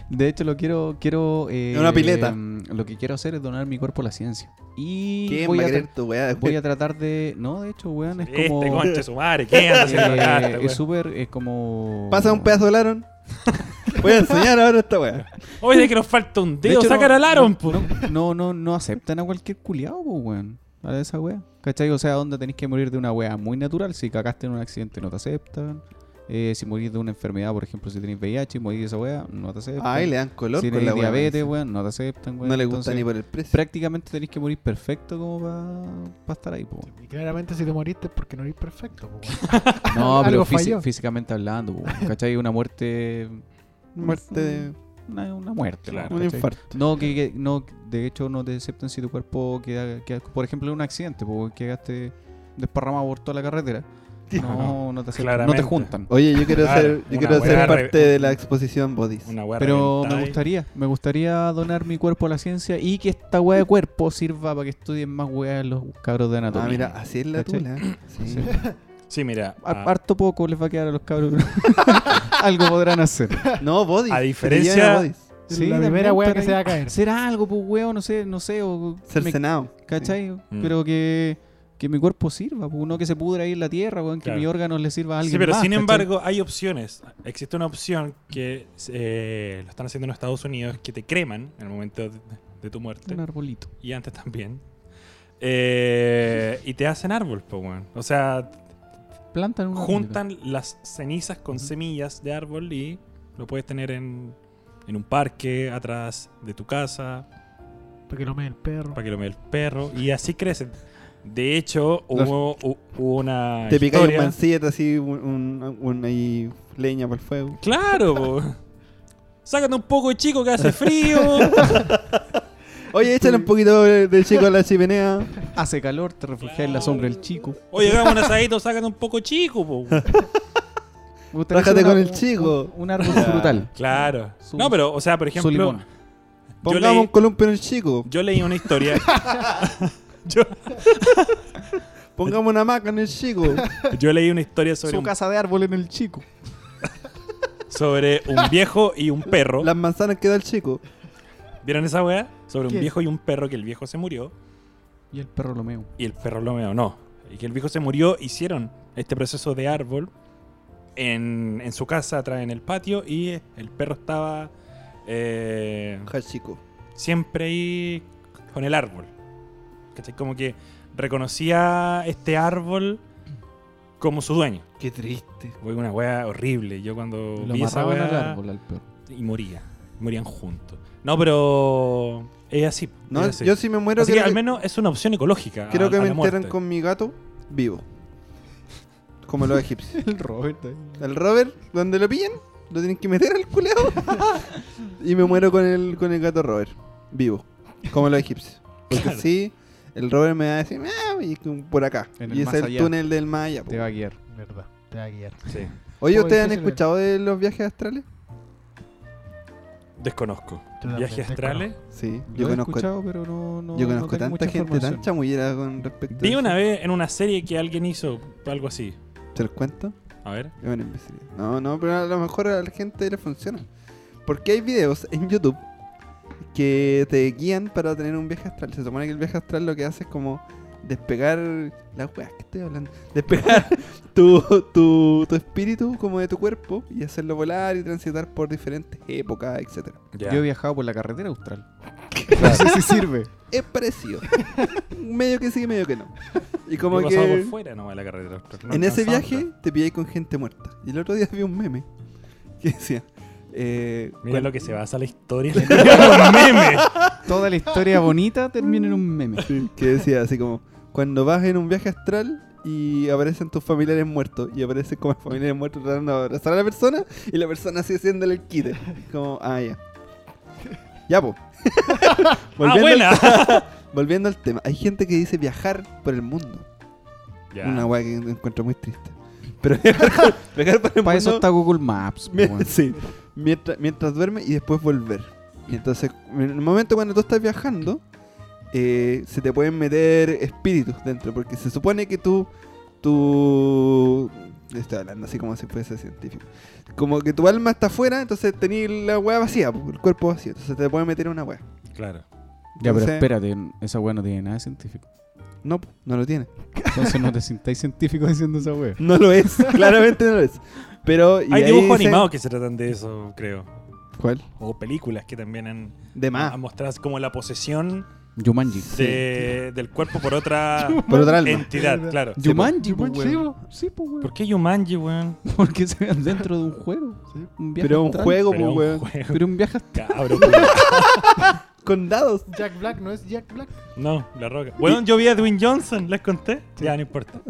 [SPEAKER 4] De hecho lo quiero... quiero eh,
[SPEAKER 2] En una pileta.
[SPEAKER 4] mm, Lo que quiero hacer es donar mi cuerpo a la ciencia. Y
[SPEAKER 2] ¿Quién
[SPEAKER 4] voy
[SPEAKER 2] va a
[SPEAKER 4] a, tra-
[SPEAKER 2] querer tu weá después?
[SPEAKER 4] voy a tratar de... No, de hecho, weón, es
[SPEAKER 1] Este
[SPEAKER 4] como...
[SPEAKER 1] conche su madre, ¿qué anda haciendo acá? *laughs*
[SPEAKER 4] eh,
[SPEAKER 1] este weón?
[SPEAKER 4] es súper... Es como...
[SPEAKER 2] Pasa un pedazo de
[SPEAKER 4] *laughs*
[SPEAKER 2] Laron. Voy a enseñar ahora esta weá.
[SPEAKER 1] Oye, que nos falta un
[SPEAKER 4] De
[SPEAKER 1] dedo,
[SPEAKER 4] hecho,
[SPEAKER 1] sacar
[SPEAKER 4] no-
[SPEAKER 1] al Aaron, po.
[SPEAKER 4] No, no, no, no aceptan a cualquier culiao, po, weón. A esa wea. ¿Cachai? O sea, onda tenés que morir de una wea muy natural. Si cagaste en un accidente, no te aceptan. Eh, si morís de una enfermedad, por ejemplo, si tenés VIH y morís de esa wea, no te aceptan.
[SPEAKER 2] Ay, le dan color
[SPEAKER 4] si
[SPEAKER 2] con la
[SPEAKER 4] tenés
[SPEAKER 2] weá.
[SPEAKER 4] diabetes, weón, no te aceptan, weón.
[SPEAKER 2] No le gusta
[SPEAKER 4] Entonces,
[SPEAKER 2] ni por el precio.
[SPEAKER 4] Prácticamente tenés que morir perfecto como para
[SPEAKER 3] *laughs*
[SPEAKER 4] estar ahí, po. weón.
[SPEAKER 3] pues, Y claramente si te moriste es porque no eres perfecto.
[SPEAKER 1] *laughs*
[SPEAKER 3] po, weón.
[SPEAKER 4] No, pero
[SPEAKER 3] Algo
[SPEAKER 4] físi-
[SPEAKER 3] falló.
[SPEAKER 4] físicamente hablando, po, weón, ¿cachai? Una muerte.
[SPEAKER 2] Muerte de
[SPEAKER 4] Una, una muerte,
[SPEAKER 1] Claro.
[SPEAKER 4] weón,
[SPEAKER 2] un
[SPEAKER 4] ¿cachai?
[SPEAKER 2] infarto.
[SPEAKER 4] No, que, que- no, de hecho no te aceptan si tu cuerpo queda, queda- por ejemplo, en un accidente, porque quedaste desparramado por toda la carretera. No, no te aceptan, no te
[SPEAKER 1] Claramente.
[SPEAKER 4] juntan.
[SPEAKER 2] Oye, yo quiero
[SPEAKER 1] Claro,
[SPEAKER 2] ser, yo
[SPEAKER 1] una
[SPEAKER 2] quiero
[SPEAKER 1] weá
[SPEAKER 2] ser
[SPEAKER 1] re-
[SPEAKER 2] parte de la exposición Bodies.
[SPEAKER 1] Una weá
[SPEAKER 4] Pero
[SPEAKER 1] reventada
[SPEAKER 4] me
[SPEAKER 1] ahí.
[SPEAKER 4] gustaría, me gustaría donar mi cuerpo a la ciencia y que esta weá de cuerpo sirva para que estudien más weá los cabros de anatomía.
[SPEAKER 2] Ah, mira, así es la
[SPEAKER 4] ¿Cachai?
[SPEAKER 2] tula. ¿eh? Sí.
[SPEAKER 4] Sí.
[SPEAKER 1] Sí, mira. ah.
[SPEAKER 4] Har-
[SPEAKER 3] Ah.
[SPEAKER 1] a-
[SPEAKER 4] Harto poco les va a quedar a los cabros. *laughs* Algo podrán hacer.
[SPEAKER 2] No, Bodies.
[SPEAKER 1] A
[SPEAKER 2] que te
[SPEAKER 1] diferencia-
[SPEAKER 2] lleven a Bodies.
[SPEAKER 4] Sí,
[SPEAKER 3] la
[SPEAKER 4] también
[SPEAKER 3] primera wea
[SPEAKER 4] estar
[SPEAKER 3] que se va
[SPEAKER 4] ahí.
[SPEAKER 3] a caer.
[SPEAKER 4] Hacer algo, pues weón, no sé, no sé. O me-
[SPEAKER 2] Cercenado.
[SPEAKER 4] ¿Cachai?
[SPEAKER 1] Mm.
[SPEAKER 4] Pero que, que mi cuerpo sirva, po, no que se pudra ahí en la tierra, weón, que
[SPEAKER 1] Claro.
[SPEAKER 4] mis órganos le sirva a alguien.
[SPEAKER 1] Sí, pero
[SPEAKER 4] más,
[SPEAKER 1] sin
[SPEAKER 4] ¿cachai?
[SPEAKER 1] embargo, hay opciones. Existe una opción que eh, lo están haciendo en los Estados Unidos, que te creman en el momento de, de tu muerte.
[SPEAKER 4] Un arbolito.
[SPEAKER 1] Y antes también. Eh, y te hacen árbol, po, weón. O sea,
[SPEAKER 4] Ah, Plantan un arbolito.
[SPEAKER 1] juntan las cenizas con semillas de árbol y lo puedes tener en, en un parque, atrás de tu casa,
[SPEAKER 3] Para que lo mee el perro.
[SPEAKER 1] para que lo vea el perro. Y así crecen. De hecho,
[SPEAKER 2] Los-
[SPEAKER 1] hubo, hu- hubo una.
[SPEAKER 2] Te picáis un
[SPEAKER 1] historia-
[SPEAKER 2] mancillete así, un, un, un- ahí, leña para el fuego.
[SPEAKER 1] Claro, po. Sácate un poco, chico, que hace frío.
[SPEAKER 2] Oye, échale un poquito de de chico a la chimenea.
[SPEAKER 4] Hace calor, te refugias en la sombra del chico.
[SPEAKER 1] Oye, hagamos un asadito, sácate un poco, chico, po.
[SPEAKER 4] Me gustaría
[SPEAKER 2] Rájate
[SPEAKER 4] hacer
[SPEAKER 2] con el chico.
[SPEAKER 4] Un, un árbol frutal.
[SPEAKER 1] Claro.
[SPEAKER 4] Su-
[SPEAKER 1] No, pero, o sea, por
[SPEAKER 4] su
[SPEAKER 1] ejemplo,
[SPEAKER 4] limón.
[SPEAKER 1] yo
[SPEAKER 2] Pongamos un
[SPEAKER 1] leí,
[SPEAKER 2] columpio en el chico.
[SPEAKER 1] yo leí una historia. yo, Eh.
[SPEAKER 2] Pongamos una hamaca en
[SPEAKER 1] *laughs*
[SPEAKER 2] el chico.
[SPEAKER 1] yo leí una historia sobre
[SPEAKER 4] Su
[SPEAKER 1] un
[SPEAKER 4] casa de árbol en el chico.
[SPEAKER 1] sobre un viejo y un perro.
[SPEAKER 2] Las manzanas que da el chico.
[SPEAKER 1] ¿Vieron esa weá? Sobre
[SPEAKER 3] ¿Qué?
[SPEAKER 1] un viejo y un perro que el viejo se murió
[SPEAKER 4] Y el perro lo meo.
[SPEAKER 1] y el perro lo meó, no. Y que el viejo se murió, hicieron este proceso de árbol en, en su casa, atrás en el patio, y el perro estaba eh,
[SPEAKER 2] Ja, chico.
[SPEAKER 1] siempre ahí con el árbol. ¿Cachai? Como que reconocía este árbol como su dueño.
[SPEAKER 2] Qué triste.
[SPEAKER 1] Fue una weá horrible. Yo cuando
[SPEAKER 4] Lo
[SPEAKER 1] Oh, vi esa
[SPEAKER 4] amarraban al
[SPEAKER 1] weá-
[SPEAKER 4] árbol al perro.
[SPEAKER 1] y moría. Morían juntos. No, pero es así.
[SPEAKER 2] No,
[SPEAKER 1] es así.
[SPEAKER 2] yo si me muero,
[SPEAKER 1] Así que
[SPEAKER 2] creo
[SPEAKER 1] al
[SPEAKER 2] que-
[SPEAKER 1] menos es una opción ecológica.
[SPEAKER 2] Quiero
[SPEAKER 1] a-
[SPEAKER 2] que
[SPEAKER 1] a
[SPEAKER 2] me
[SPEAKER 1] la
[SPEAKER 2] entierren
[SPEAKER 1] muerte.
[SPEAKER 2] con mi gato vivo. Como los egipcios.
[SPEAKER 4] El Robert. ahí.
[SPEAKER 2] El Robert, donde lo pillen, lo tienen que meter al culeo. *laughs* y me muero con el, con el gato Robert, vivo. Como los egipcios. Porque
[SPEAKER 1] Claro.
[SPEAKER 2] si el Robert me va a decir, "Ah", y tú por acá.
[SPEAKER 4] En el
[SPEAKER 2] Y es
[SPEAKER 4] más
[SPEAKER 2] el
[SPEAKER 4] allá.
[SPEAKER 2] túnel del Maya. po.
[SPEAKER 4] Te va a guiar.
[SPEAKER 3] Verdad. Te va a guiar.
[SPEAKER 1] Sí,
[SPEAKER 2] Oye,
[SPEAKER 3] Como
[SPEAKER 2] ¿ustedes han
[SPEAKER 3] difícil es.
[SPEAKER 2] escuchado de los viajes astrales?
[SPEAKER 1] desconozco.
[SPEAKER 3] Yo
[SPEAKER 2] Ah,
[SPEAKER 3] también
[SPEAKER 1] Viajes astrales.
[SPEAKER 2] Sí, yo
[SPEAKER 4] Lo he
[SPEAKER 2] conozco,
[SPEAKER 4] escuchado, pero no. no
[SPEAKER 2] yo
[SPEAKER 4] no
[SPEAKER 2] conozco
[SPEAKER 4] tengo mucha
[SPEAKER 2] tanta gente tan
[SPEAKER 4] información.
[SPEAKER 2] chamullera con respecto
[SPEAKER 1] Vi
[SPEAKER 2] eso.
[SPEAKER 1] una vez en una serie que alguien hizo algo así.
[SPEAKER 2] ¿Te los cuento?
[SPEAKER 1] A ver.
[SPEAKER 2] Es una imbecilidad. No, no, pero a lo mejor a la gente le funciona. Porque hay videos en YouTube que te guían para tener un viaje astral. Se supone que el viaje astral lo que hace es como despegar las weas que estoy hablando.
[SPEAKER 4] *laughs*
[SPEAKER 2] Despegar tu, tu, tu espíritu como de tu cuerpo y hacerlo volar y transitar por diferentes épocas, etcétera.
[SPEAKER 1] Ya.
[SPEAKER 4] Yo he viajado por la carretera austral. No sé si sirve.
[SPEAKER 2] Es
[SPEAKER 4] *laughs*
[SPEAKER 2] parecido. medio que sí, medio que no. Y
[SPEAKER 1] Yo
[SPEAKER 2] como
[SPEAKER 1] he
[SPEAKER 2] que
[SPEAKER 1] pasado por fuera nomás de la carretera. doctor. No
[SPEAKER 2] en ese
[SPEAKER 1] alcanzaba.
[SPEAKER 2] viaje te pilláis con gente muerta. Y el otro día vi un meme *laughs* que decía, Eh,
[SPEAKER 1] Mira
[SPEAKER 2] cuen-
[SPEAKER 1] lo que se basa la historia.
[SPEAKER 2] *laughs*
[SPEAKER 1] Los memes.
[SPEAKER 4] Toda la historia bonita termina en un meme.
[SPEAKER 2] Sí, que decía así como, cuando vas en un viaje astral y aparecen tus familiares muertos, y aparecen como familiares muertos tratando de abrazar a la persona, y la persona así haciéndole el quite. Como, ah, ya. Ya, po.
[SPEAKER 1] *laughs* ah,
[SPEAKER 2] *laughs* volviendo,
[SPEAKER 1] buena.
[SPEAKER 2] *laughs*
[SPEAKER 1] *laughs*
[SPEAKER 2] al, volviendo al tema, hay gente que dice viajar por el mundo.
[SPEAKER 1] Ya.
[SPEAKER 2] Una weá que encuentro muy triste. Pero *laughs* viajar, por- viajar por el
[SPEAKER 4] Para eso
[SPEAKER 2] mundo...
[SPEAKER 4] está Google Maps.
[SPEAKER 2] *laughs*
[SPEAKER 4] po,
[SPEAKER 2] Mi-
[SPEAKER 4] weón.
[SPEAKER 2] Pues sí. Mientras, mientras duerme y después volver. Y entonces, en el momento cuando tú estás viajando, eh, se te pueden meter espíritus dentro, porque se supone que tú, tú, estoy hablando así como si fuese científico, como que tu alma está afuera, entonces tenés la hueá vacía, po, el cuerpo vacío, entonces te pueden meter una hueá.
[SPEAKER 1] Claro.
[SPEAKER 4] Ya, pero
[SPEAKER 2] Entonces-
[SPEAKER 4] espérate, esa weá no tiene nada de científico.
[SPEAKER 2] No, po, no lo tiene. *laughs*
[SPEAKER 4] Entonces no te sintáis científico diciendo esa weá.
[SPEAKER 2] No
[SPEAKER 1] *laughs*
[SPEAKER 2] lo es, claramente no lo es. Pero, y
[SPEAKER 1] Hay
[SPEAKER 2] ahí
[SPEAKER 1] dibujos
[SPEAKER 2] dice-
[SPEAKER 1] animados que se tratan de eso, creo.
[SPEAKER 2] ¿Cuál?
[SPEAKER 1] O películas que también han,
[SPEAKER 2] De más.
[SPEAKER 1] han mostrado como la posesión
[SPEAKER 4] Jumanji.
[SPEAKER 1] de- del cuerpo por otra
[SPEAKER 2] *laughs* Por otra alma.
[SPEAKER 1] entidad, claro.
[SPEAKER 2] Sí, po.
[SPEAKER 4] Jumanji, po,
[SPEAKER 3] Jumanji,
[SPEAKER 4] weón.
[SPEAKER 3] po.
[SPEAKER 4] Sí, pues, weón.
[SPEAKER 1] ¿Por qué Yumanji, weón?
[SPEAKER 4] Porque se vean dentro de un juego.
[SPEAKER 3] Sí.
[SPEAKER 4] Un viaje
[SPEAKER 2] Pero un
[SPEAKER 4] astral.
[SPEAKER 2] juego,
[SPEAKER 1] Pero
[SPEAKER 2] po,
[SPEAKER 1] un
[SPEAKER 2] weón,
[SPEAKER 1] juego, *laughs*
[SPEAKER 4] Pero un viaje astral.
[SPEAKER 1] cabro, weón.
[SPEAKER 2] con dados.
[SPEAKER 3] Jack Black no es Jack Black.
[SPEAKER 1] No, la roca. Weón, yo vi a Dwayne Johnson, les conté. Ya, no importa.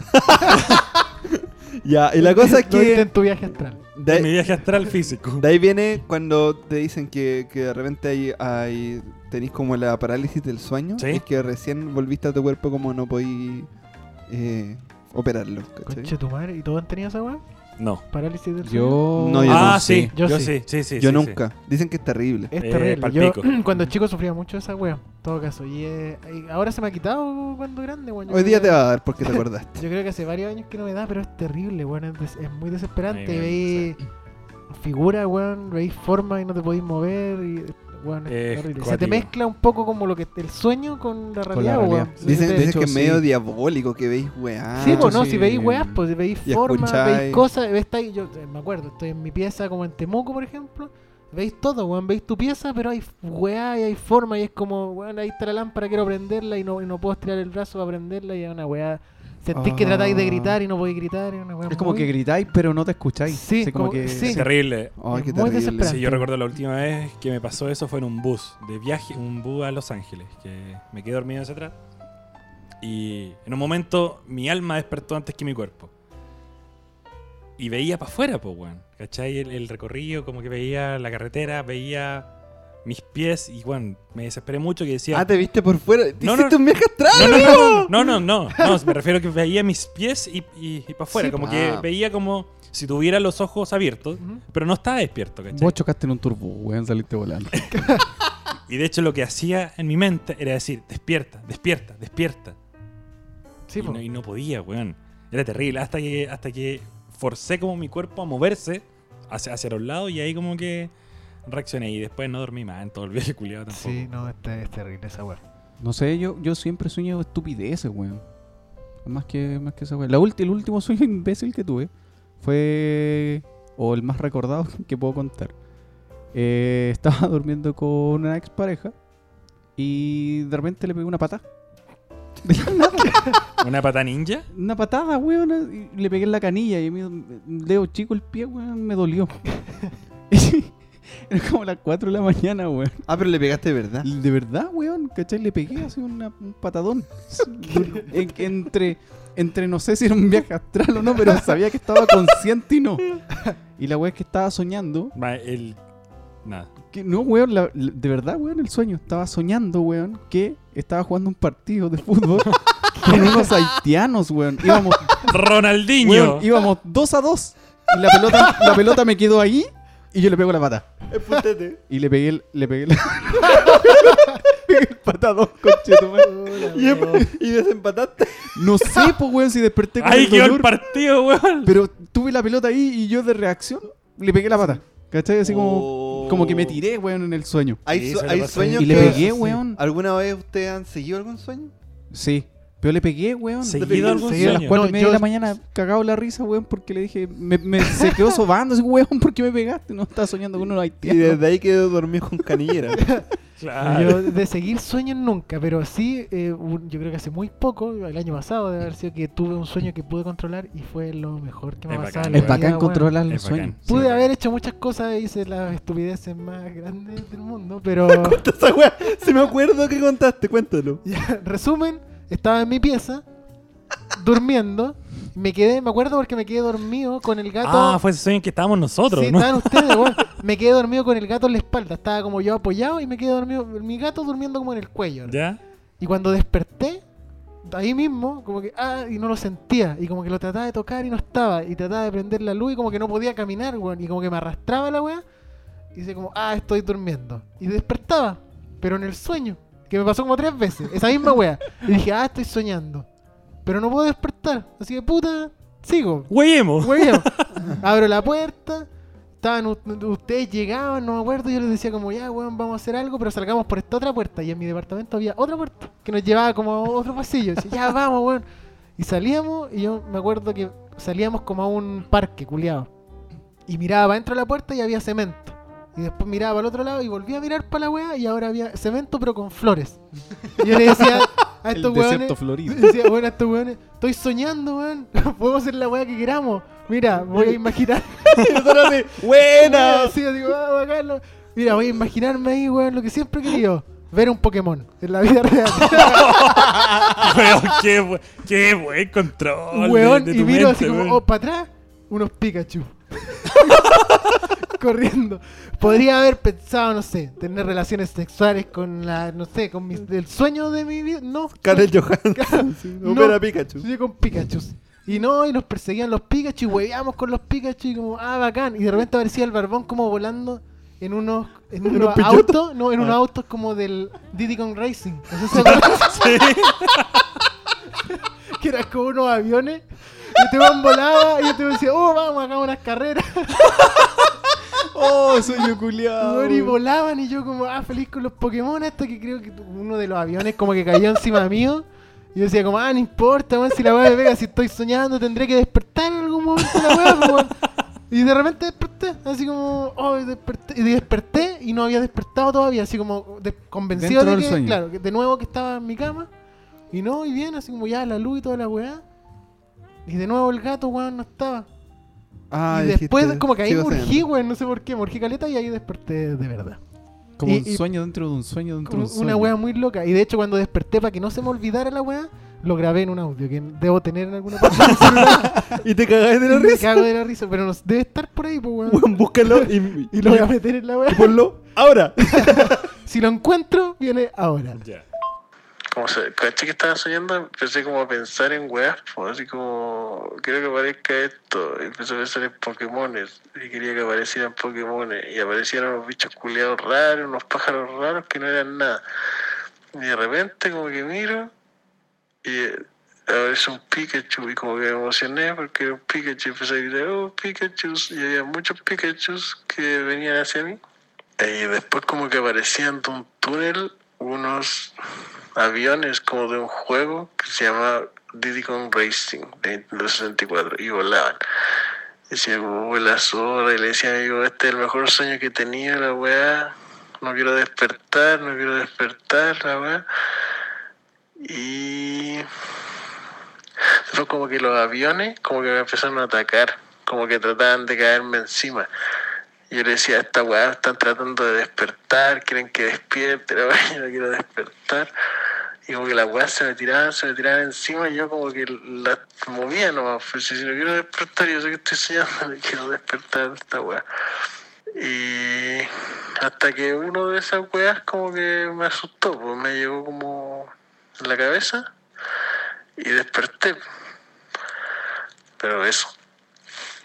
[SPEAKER 2] Ya, y la
[SPEAKER 1] *laughs*
[SPEAKER 2] cosa es
[SPEAKER 3] No
[SPEAKER 2] que...
[SPEAKER 3] intento viaje astral.
[SPEAKER 2] de-
[SPEAKER 1] Mi viaje astral físico.
[SPEAKER 2] De ahí viene cuando te dicen que, que de repente hay, hay- tenés como la parálisis del sueño
[SPEAKER 1] Sí.
[SPEAKER 2] y que recién volviste a tu cuerpo como no podí eh, operarlo. ¿cachai?
[SPEAKER 3] Conche tu madre. ¿Y todos han tenido esa weá?
[SPEAKER 1] No.
[SPEAKER 3] Parálisis del sueño.
[SPEAKER 4] Yo.
[SPEAKER 2] No, yo
[SPEAKER 1] ah,
[SPEAKER 2] no,
[SPEAKER 1] sí.
[SPEAKER 3] Yo
[SPEAKER 1] Yo,
[SPEAKER 3] sí.
[SPEAKER 1] sí. sí, sí,
[SPEAKER 2] Yo
[SPEAKER 1] sí,
[SPEAKER 2] nunca. Dicen que es terrible.
[SPEAKER 3] Es
[SPEAKER 1] Eh,
[SPEAKER 3] terrible.
[SPEAKER 1] pal
[SPEAKER 3] Yo
[SPEAKER 1] pico.
[SPEAKER 3] *clears throat* cuando chico sufría mucho esa wea. En todo caso. Y eh, y ahora se me ha quitado cuando grande, weón. Yo
[SPEAKER 2] Hoy
[SPEAKER 3] creo
[SPEAKER 2] día
[SPEAKER 3] que-
[SPEAKER 2] te va a dar
[SPEAKER 1] *laughs*
[SPEAKER 2] porque te acordaste.
[SPEAKER 3] Yo creo que hace varios años que no me da, pero es terrible, weón. Es, des- es muy desesperante.
[SPEAKER 1] Ahí
[SPEAKER 3] Veis
[SPEAKER 1] bien,
[SPEAKER 3] figuras, weón. Veis formas y no te podéis mover. Y, weón, es
[SPEAKER 1] Es
[SPEAKER 3] terrible. Se te
[SPEAKER 1] cuático.
[SPEAKER 3] mezcla un poco como lo que el sueño con la
[SPEAKER 4] Con
[SPEAKER 3] realidad,
[SPEAKER 4] la
[SPEAKER 3] weón.
[SPEAKER 4] realidad.
[SPEAKER 3] Sí,
[SPEAKER 2] Dicen,
[SPEAKER 3] te-
[SPEAKER 2] dicen
[SPEAKER 4] hecho,
[SPEAKER 2] que es
[SPEAKER 4] sí.
[SPEAKER 2] medio diabólico que veis weá.
[SPEAKER 3] Sí,
[SPEAKER 4] Ah,
[SPEAKER 3] pues no,
[SPEAKER 4] sí.
[SPEAKER 3] si veis weas, pues veis
[SPEAKER 2] Y
[SPEAKER 3] formas,
[SPEAKER 2] escucháis.
[SPEAKER 3] veis cosas, ves está ahí, yo eh, me acuerdo, estoy en mi pieza como en Temuco, por ejemplo, veis todo, weón, veis tu pieza, pero hay weá y hay forma y es como, weón, ahí está la lámpara, quiero prenderla y no, y no puedo estirar el brazo para prenderla y es una weá, sentís que
[SPEAKER 4] Ah.
[SPEAKER 3] tratáis de gritar y no podéis gritar, es una weá
[SPEAKER 4] Es como
[SPEAKER 3] muy-
[SPEAKER 4] que gritáis, pero no te escucháis.
[SPEAKER 3] Sí,
[SPEAKER 4] Así como
[SPEAKER 3] como-
[SPEAKER 4] que.
[SPEAKER 3] sí.
[SPEAKER 1] Terrible.
[SPEAKER 2] Ay,
[SPEAKER 3] Es
[SPEAKER 2] qué
[SPEAKER 3] muy
[SPEAKER 2] terrible.
[SPEAKER 3] desesperante.
[SPEAKER 1] Sí, yo recuerdo la última vez que me pasó eso fue en un bus de viaje, un bus a Los Ángeles, que me quedé dormido hacia atrás. Y en un momento mi alma despertó antes que mi cuerpo. Y veía para afuera, pues, weón. ¿Cachai? El, el recorrido, como que veía la carretera, veía mis pies y, weón, me desesperé mucho que decía...
[SPEAKER 2] Ah, te viste por fuera. ¿Te
[SPEAKER 1] No, no,
[SPEAKER 2] hiciste un viaje astral,
[SPEAKER 1] No, no,
[SPEAKER 2] amigo?
[SPEAKER 1] no, no, no, no, no, no, me refiero a que veía mis pies y, y, para afuera,
[SPEAKER 2] Sí,
[SPEAKER 1] como
[SPEAKER 2] po.
[SPEAKER 1] que
[SPEAKER 2] Ah.
[SPEAKER 1] veía como si tuviera los ojos abiertos,
[SPEAKER 3] Ujú.
[SPEAKER 1] pero no estaba despierto, ¿cachai?
[SPEAKER 4] Vos chocaste en un turbo, weón, saliste volando.
[SPEAKER 1] Y de hecho lo que hacía en mi mente era decir, despierta, despierta, despierta.
[SPEAKER 3] Sí,
[SPEAKER 1] y,
[SPEAKER 3] po.
[SPEAKER 1] no, y no podía, weón. Era terrible, hasta que, hasta que forcé como mi cuerpo a moverse hacia, hacia los lados y ahí como que reaccioné y después no dormí más en todo el viaje culiado tampoco.
[SPEAKER 3] Sí, no, este- es terrible esa weá.
[SPEAKER 4] No sé, yo, yo siempre sueño estupideces, weón. Más que, más que esa weón. La ulti- el último *laughs* sueño imbécil que tuve fue. O el más recordado *laughs* que puedo contar. Eh, estaba *laughs* durmiendo con una expareja y de repente le pegué una patada. De la nada.
[SPEAKER 1] ¿Una pata ninja?
[SPEAKER 4] Una patada, weón, y le pegué en la canilla y me dedo chico el pie, weón, me dolió. *laughs* Era como las 4 de la mañana, weón.
[SPEAKER 2] Ah, pero le pegaste
[SPEAKER 1] *laughs*
[SPEAKER 2] de verdad.
[SPEAKER 4] De verdad, weón, ¿cachai? Le pegué así una- un patadón. En- entre, entre no sé si era un viaje astral o no, pero sabía que estaba consciente y no. Y la weón es que estaba soñando.
[SPEAKER 1] Ma- El... Nada.
[SPEAKER 4] Que, no, weón, la- la- de verdad, weón, el sueño. Estaba soñando, weón, que estaba jugando un partido de fútbol con unos haitianos, weón. Íbamos,
[SPEAKER 1] Ronaldinho.
[SPEAKER 4] Weón, íbamos 2 a 2 y la pelota, la pelota me quedó ahí y yo le pego la pata. Y le pegué el, le pegué el, *laughs* le pegué el patadón, conchetumadre.
[SPEAKER 2] Y, y desempataste.
[SPEAKER 4] No *laughs* sé, pues, weón, si desperté con
[SPEAKER 1] Ahí
[SPEAKER 4] el
[SPEAKER 1] quedó el
[SPEAKER 4] dolor,
[SPEAKER 1] partido, weón.
[SPEAKER 4] pero tuve la pelota ahí y yo de reacción le pegué la pata. ¿Cachai? Así como,
[SPEAKER 2] Oh.
[SPEAKER 4] como que me tiré, weón, en el sueño.
[SPEAKER 2] Hay,
[SPEAKER 1] Sí,
[SPEAKER 2] su-
[SPEAKER 1] suele
[SPEAKER 2] hay
[SPEAKER 1] pasar.
[SPEAKER 2] sueños
[SPEAKER 4] Y le
[SPEAKER 2] que-
[SPEAKER 4] pegué, weón.
[SPEAKER 2] ¿Alguna vez ustedes han seguido algún sueño?
[SPEAKER 4] Sí. Pero le pegué, weón.
[SPEAKER 1] Seguido algún
[SPEAKER 3] Seguido
[SPEAKER 1] sueño.
[SPEAKER 3] las
[SPEAKER 4] Cuatro y
[SPEAKER 3] No,
[SPEAKER 4] media
[SPEAKER 3] yo-
[SPEAKER 4] de la mañana, cagado la risa, weón, porque le dije, me, me- se
[SPEAKER 2] *laughs*
[SPEAKER 4] quedó sobando, así, weón, ¿por qué me pegaste? No, estaba soñando con unos
[SPEAKER 2] Y
[SPEAKER 3] *laughs*
[SPEAKER 4] haitianos.
[SPEAKER 2] desde ahí quedó dormido con canillera. *laughs*
[SPEAKER 1] Claro.
[SPEAKER 3] Yo de seguir sueños nunca, pero sí, eh, un- yo creo que hace muy poco, el año pasado, debe haber sido que tuve un sueño que pude controlar y fue lo mejor que me
[SPEAKER 1] Es
[SPEAKER 3] ha pasado.
[SPEAKER 1] bacán,
[SPEAKER 3] en la
[SPEAKER 4] Es
[SPEAKER 1] weón.
[SPEAKER 3] vida,
[SPEAKER 4] bacán
[SPEAKER 3] weón.
[SPEAKER 4] controlar los
[SPEAKER 1] Es bacán.
[SPEAKER 4] sueños.
[SPEAKER 1] Sí,
[SPEAKER 3] Pude
[SPEAKER 1] es
[SPEAKER 3] haber hecho muchas cosas, e hice las estupideces más grandes del mundo,
[SPEAKER 1] *laughs*
[SPEAKER 3] pero
[SPEAKER 2] Esa weá, si me acuerdo que contaste, cuéntalo.
[SPEAKER 3] ya, resumen, estaba en mi pieza, durmiendo, me quedé, me acuerdo porque me quedé dormido con el gato.
[SPEAKER 1] Ah, fue ese sueño en que estábamos nosotros,
[SPEAKER 3] Sí,
[SPEAKER 1] ¿no?
[SPEAKER 3] estaban ustedes, weón. Me quedé dormido con el gato en la espalda. Estaba como yo apoyado y me quedé dormido. Mi gato durmiendo como en el cuello. ¿no?
[SPEAKER 1] *laughs* ¿Ya?
[SPEAKER 3] Y cuando desperté, ahí mismo, como que, ah, y no lo sentía. Y como que lo trataba de tocar y no estaba. Y trataba de prender la luz y como que no podía caminar, weón. Y como que me arrastraba la weá. Y dice como, ah, estoy durmiendo. Y despertaba, pero en el sueño. Que me pasó como tres veces. Esa misma weá. Y dije, ah, estoy soñando. Pero no puedo despertar. Así que, puta, sigo.
[SPEAKER 1] ¡Hueyemos!
[SPEAKER 3] Hueveo.
[SPEAKER 4] *laughs*
[SPEAKER 3] Abro la puerta. Estaban, u- ustedes llegaban, no me acuerdo. Yo les decía como, ya, weón, vamos a hacer algo, pero salgamos por esta otra puerta. Y en mi departamento había otra puerta que nos llevaba como a otro pasillo. Decía, ya, vamos, weón. Y salíamos, y yo me acuerdo que salíamos como a un parque, culiado. Y miraba para dentro de la puerta y había cemento. Y después miraba para el otro lado y volví a mirar para la weá y ahora había cemento pero con flores. Y yo le decía a
[SPEAKER 4] *laughs* El
[SPEAKER 3] estos weones,
[SPEAKER 4] desierto florido.
[SPEAKER 3] Decía, bueno, estos weones, estoy soñando, weón. *laughs* Podemos hacer la weá que queramos. Mira, voy
[SPEAKER 1] *laughs*
[SPEAKER 3] a imaginar. *laughs*
[SPEAKER 2] ¡Buena!
[SPEAKER 3] Sí, yo digo, ah, bacán, lo- Mira, voy a imaginarme ahí, weón, lo que siempre he querido. Ver un Pokémon en la vida
[SPEAKER 1] *laughs*
[SPEAKER 3] real.
[SPEAKER 1] Weón, qué, bu- qué buen control. de-
[SPEAKER 3] weón,
[SPEAKER 1] Oh, de
[SPEAKER 3] y
[SPEAKER 1] tu
[SPEAKER 3] miro
[SPEAKER 1] mente,
[SPEAKER 3] así
[SPEAKER 1] weón.
[SPEAKER 3] como, oh, para atrás, unos Pikachu. *laughs* Corriendo. Podría haber pensado, no sé, tener relaciones sexuales con la, no sé, con mis, el sueño de mi vida. No,
[SPEAKER 2] Carl
[SPEAKER 3] *laughs*
[SPEAKER 2] Johansson, sí,
[SPEAKER 3] No.
[SPEAKER 2] opera Pikachu.
[SPEAKER 3] Sí, con Pikachu. Y no, y nos perseguían los Pikachu, y hueveamos con los Pikachu y como, ah, bacán. Y de repente aparecía el barbón como volando en unos, en
[SPEAKER 2] ¿En
[SPEAKER 3] unos
[SPEAKER 2] unos
[SPEAKER 3] autos, no, en unos autos como del Diddy Kong Racing. *laughs* No sé si se acuerdan. que eran como unos aviones. Y te van volaba y yo te decía, oh, vamos, hagamos unas carreras.
[SPEAKER 4] ¡Oh, sueño culiado!
[SPEAKER 3] Weón, y volaban y yo como, ah, feliz con los Pokémon, hasta que creo que uno de los aviones como que cayó
[SPEAKER 4] *laughs*
[SPEAKER 3] encima mío. Y yo decía como, ah, no importa, weón, si la weá me pega, si estoy soñando, tendré que despertar en algún momento la weá, pues, weón. Y de repente desperté, así como, oh, y desperté, y desperté y no había despertado todavía, así como de- convencido
[SPEAKER 4] Dentro
[SPEAKER 3] de
[SPEAKER 4] del
[SPEAKER 3] que,
[SPEAKER 4] sueño.
[SPEAKER 3] claro, que de nuevo que estaba en mi cama. Y no, y bien, así como ya la luz y toda la weá. Y de nuevo el gato, weón, no estaba.
[SPEAKER 2] Ah,
[SPEAKER 3] y después
[SPEAKER 2] dijiste,
[SPEAKER 3] como que ahí
[SPEAKER 2] sigo
[SPEAKER 3] urgí,
[SPEAKER 2] soñando.
[SPEAKER 3] weón, no sé por qué, morgí caleta y ahí desperté de verdad.
[SPEAKER 4] Como
[SPEAKER 3] Y-
[SPEAKER 4] un
[SPEAKER 3] y-
[SPEAKER 4] sueño dentro de un sueño dentro de
[SPEAKER 3] Como
[SPEAKER 4] un sueño.
[SPEAKER 3] una wea muy loca. Y de hecho, cuando desperté para que no se me olvidara la wea, lo grabé en un audio que debo tener en alguna
[SPEAKER 2] *laughs*
[SPEAKER 3] parte. del celular.
[SPEAKER 2] Y te cagás de la
[SPEAKER 3] me
[SPEAKER 2] risa.
[SPEAKER 3] cago de la risa, pero no, debe estar por ahí, pues weón.
[SPEAKER 2] Weón, búscalo y,
[SPEAKER 3] Y lo voy a meter en la
[SPEAKER 2] y
[SPEAKER 3] wea.
[SPEAKER 2] ponlo ahora.
[SPEAKER 3] Si lo encuentro, viene ahora.
[SPEAKER 1] *laughs* Ya.
[SPEAKER 5] como se, caché que estaba soñando, empecé como a pensar en weas, po, así como, quiero que aparezca esto, y empecé a pensar en Pokémones, y quería que aparecieran Pokémones, y aparecían unos bichos culeados raros, unos pájaros raros que no eran nada. Y de repente como que miro, y eh, aparece un Pikachu, y como que me emocioné porque era un Pikachu, y empecé a gritar, oh, Pikachu, y había muchos Pikachus que venían hacia mí. Y después como que aparecían de un túnel unos aviones como de un juego que se llama Diddy Kong Racing de Nintendo 64 y volaban. Decía como vuela zorra y le decía amigo, este es el mejor sueño que he tenido, la weá. No quiero despertar, no quiero despertar, la weá. Y fue como que los aviones como que me empezaron a atacar, como que trataban de caerme encima. Y yo le decía, esta weá me están tratando de despertar, quieren que despierte, la weá, *laughs* yo no quiero despertar. Y como que las weas se me tiraban, se me tiraban encima y yo como que las movía nomás. Pues si no quiero despertar, yo sé que estoy soñando, *laughs* no quiero despertar de esta wea. Y hasta que uno de esas weas como que me asustó, pues me llegó como en la cabeza y desperté. Pero eso.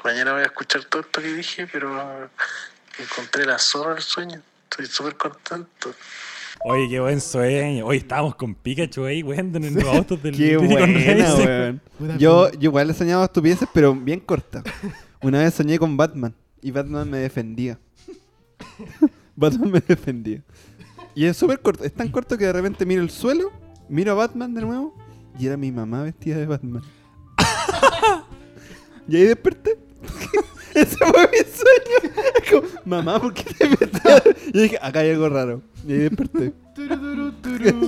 [SPEAKER 5] Mañana voy a escuchar todo esto que dije, pero encontré la zona del sueño. Estoy súper contento.
[SPEAKER 1] Oye, qué buen sueño. Hoy estábamos con Pikachu ahí, weón, en los autos del *laughs*
[SPEAKER 2] Qué
[SPEAKER 1] Diddy Kong
[SPEAKER 2] buena,
[SPEAKER 1] Racing.
[SPEAKER 2] weón. Yo, yo igual he soñado estupideces, pero bien cortas. Una vez soñé con Batman y Batman me defendía. *laughs* Batman me defendía. Y es súper corto. Es tan corto que de repente miro el suelo, miro a Batman de nuevo y era mi mamá vestida de Batman. *laughs* y ahí *laughs* desperté. Ese fue mi sueño. Es como, mamá, ¿por qué te metiste? Yo dije, acá hay algo raro. Y ahí desperté.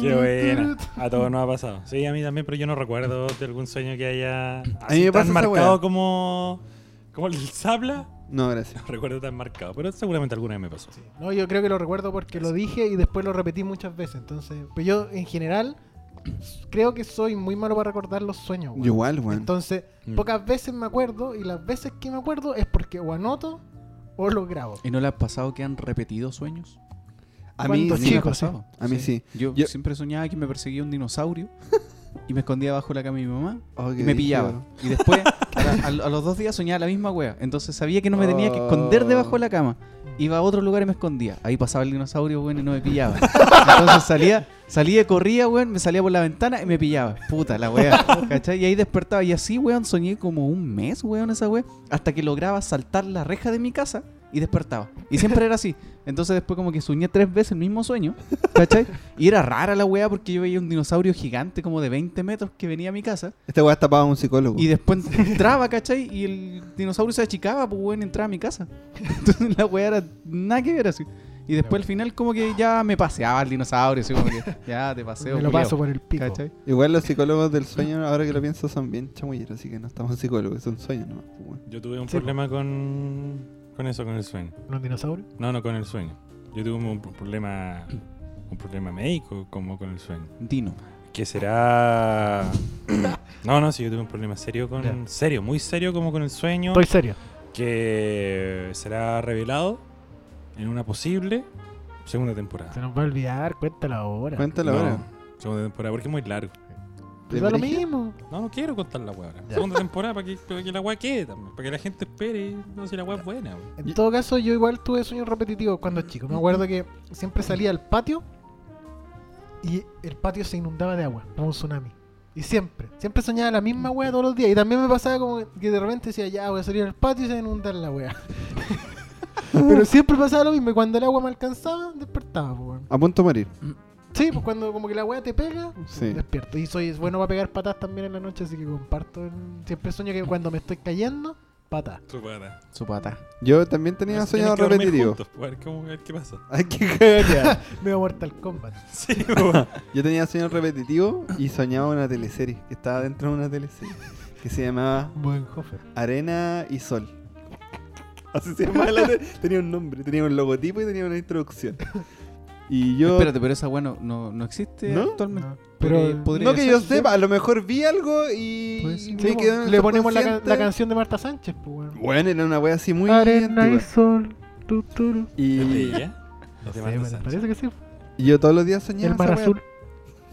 [SPEAKER 1] Qué buena. A todos nos ha pasado. Sí, a mí también, pero yo no recuerdo de algún sueño que haya así
[SPEAKER 2] mí me pasa
[SPEAKER 1] tan
[SPEAKER 2] esa
[SPEAKER 1] marcado
[SPEAKER 2] wea.
[SPEAKER 1] como, como el del Zabla.
[SPEAKER 2] No, gracias.
[SPEAKER 1] No recuerdo tan marcado, pero seguramente alguna vez me pasó.
[SPEAKER 3] No, yo creo que lo recuerdo porque lo dije y después lo repetí muchas veces. Entonces, pues yo en general creo que soy muy malo para recordar los sueños. weón.
[SPEAKER 2] Yo igual, weón.
[SPEAKER 3] Entonces,
[SPEAKER 1] Mm.
[SPEAKER 3] pocas veces me acuerdo y las veces que me acuerdo es porque o anoto o lo grabo.
[SPEAKER 4] ¿Y no le ha pasado que han repetido sueños? eh?
[SPEAKER 2] A mí,
[SPEAKER 3] cuando
[SPEAKER 2] sí.
[SPEAKER 3] chico.
[SPEAKER 2] A mí sí.
[SPEAKER 4] Yo,
[SPEAKER 2] Yo-
[SPEAKER 4] siempre soñaba que me perseguía un dinosaurio y me escondía bajo la cama de mi mamá
[SPEAKER 2] Oh, qué
[SPEAKER 4] y
[SPEAKER 2] brígido.
[SPEAKER 4] me pillaba. Y después, a, la- a- a los dos días soñaba la misma wea. Entonces sabía que no me tenía que
[SPEAKER 2] Oh.
[SPEAKER 4] esconder debajo de la cama. Iba a otro lugar y me escondía. Ahí pasaba el dinosaurio, weón, y no me pillaba. Entonces salía, salía y corría, weón, me salía por la ventana y me pillaba. Puta la wea. ¿Cachai? Y ahí despertaba. Y así, weón, soñé como un mes, weón, esa wea. Hasta que lograba saltar la reja de mi casa y despertaba. Y siempre era así. Entonces después como que soñé tres veces el mismo sueño. ¿Cachai? Y era rara la wea porque yo veía un dinosaurio gigante como de 20 metros que venía a mi casa.
[SPEAKER 2] Este weón tapaba a un psicólogo.
[SPEAKER 4] Y después entraba, ¿cachai? Y el dinosaurio se achicaba, pues, weón, entraba a mi casa. *laughs* Entonces la weá era nada que ver así. Y después al final como que ya me paseaba el dinosaurio, así como que ya te paseo. *laughs*
[SPEAKER 3] me lo
[SPEAKER 4] culiao,
[SPEAKER 3] paso por el pico.
[SPEAKER 4] ¿cachai?
[SPEAKER 2] Igual los psicólogos del sueño, ahora que lo pienso, son bien chamulleros, así que no estamos psicólogos, son sueños nomás. pues, weón.
[SPEAKER 1] Yo tuve un
[SPEAKER 3] Sí.
[SPEAKER 1] problema con, con eso, con el sueño.
[SPEAKER 3] ¿Un dinosaurio?
[SPEAKER 1] No, no, con el sueño. Yo tuve un pro- problema, un problema médico como con el sueño.
[SPEAKER 4] Dino.
[SPEAKER 1] Que será... No, no, sí, yo tuve un problema serio con... Serio, muy serio como con el sueño.
[SPEAKER 3] Estoy serio.
[SPEAKER 1] que será revelado en una posible segunda
[SPEAKER 3] Se
[SPEAKER 1] temporada.
[SPEAKER 3] nos va a olvidar, cuéntala ahora.
[SPEAKER 2] Cuéntalo
[SPEAKER 1] No,
[SPEAKER 2] ahora.
[SPEAKER 1] Segunda temporada, porque es muy largo.
[SPEAKER 3] Pues da lo
[SPEAKER 2] brígido?
[SPEAKER 3] mismo.
[SPEAKER 1] No, no quiero contar la weá ahora. Segunda temporada para que, para que la weá quede también. Para que la gente espere. No sé si la weá es buena. weón.
[SPEAKER 3] En todo caso, yo igual tuve sueños repetitivos cuando chico. Me acuerdo que siempre salía al patio y el patio se inundaba de agua, como un tsunami. Y siempre, siempre soñaba la misma wea todos los días. Y también me pasaba como que de repente decía, ya voy a salir al patio y se va a inundar la wea. *laughs* Pero siempre pasaba lo mismo. Y cuando el agua me alcanzaba, despertaba, pues, weón.
[SPEAKER 2] A punto de morir.
[SPEAKER 3] Sí, pues cuando como que la wea te pega,
[SPEAKER 2] Sí.
[SPEAKER 3] despierto. Y soy bueno para pegar patas también en la noche, así que comparto. el- Siempre sueño que cuando me estoy cayendo, patas.
[SPEAKER 1] Su pata.
[SPEAKER 4] Su pata.
[SPEAKER 2] Yo también tenía
[SPEAKER 1] Entonces,
[SPEAKER 2] sueños
[SPEAKER 1] tienen que dormir
[SPEAKER 2] repetitivos.
[SPEAKER 1] juntos, pues, A ver, cómo- a ver qué pasa.
[SPEAKER 2] Hay que cagar.
[SPEAKER 3] Me voy a Mortal Kombat.
[SPEAKER 1] Sí, weón.
[SPEAKER 2] Yo tenía sueños repetitivos y soñaba una teleserie, que estaba dentro de una teleserie, que se llamaba
[SPEAKER 3] Buen jofe.
[SPEAKER 2] Arena y Sol. Así se llamaba la tele- Tenía un nombre, tenía un logotipo y tenía una introducción. Y yo...
[SPEAKER 4] Espérate, pero esa weá no, no, no existe
[SPEAKER 2] ¿No?
[SPEAKER 4] actualmente.
[SPEAKER 3] Pero
[SPEAKER 4] Podría- podría
[SPEAKER 2] No que
[SPEAKER 4] ser,
[SPEAKER 2] yo
[SPEAKER 4] sí.
[SPEAKER 2] sepa, a lo mejor vi algo y
[SPEAKER 4] Puede ser.
[SPEAKER 2] me
[SPEAKER 3] Sí,
[SPEAKER 2] quedó en
[SPEAKER 3] pues,
[SPEAKER 2] el
[SPEAKER 3] le ponemos la, ca-
[SPEAKER 2] subconsciente.
[SPEAKER 3] la canción de Marta Sánchez, pues, weón.
[SPEAKER 2] Bueno, era una wea así muy
[SPEAKER 3] Arena y
[SPEAKER 2] antigua.
[SPEAKER 3] sol. tu, tu, tu.
[SPEAKER 2] Y,
[SPEAKER 1] ¿Es de
[SPEAKER 3] *laughs*
[SPEAKER 1] ella?
[SPEAKER 3] No
[SPEAKER 1] Es de Marta
[SPEAKER 3] sé, me
[SPEAKER 1] Sánchez. Ah,
[SPEAKER 3] parece que sí.
[SPEAKER 2] y yo todos los días soñaba
[SPEAKER 3] El mar
[SPEAKER 2] esa wea. *laughs*
[SPEAKER 3] azul.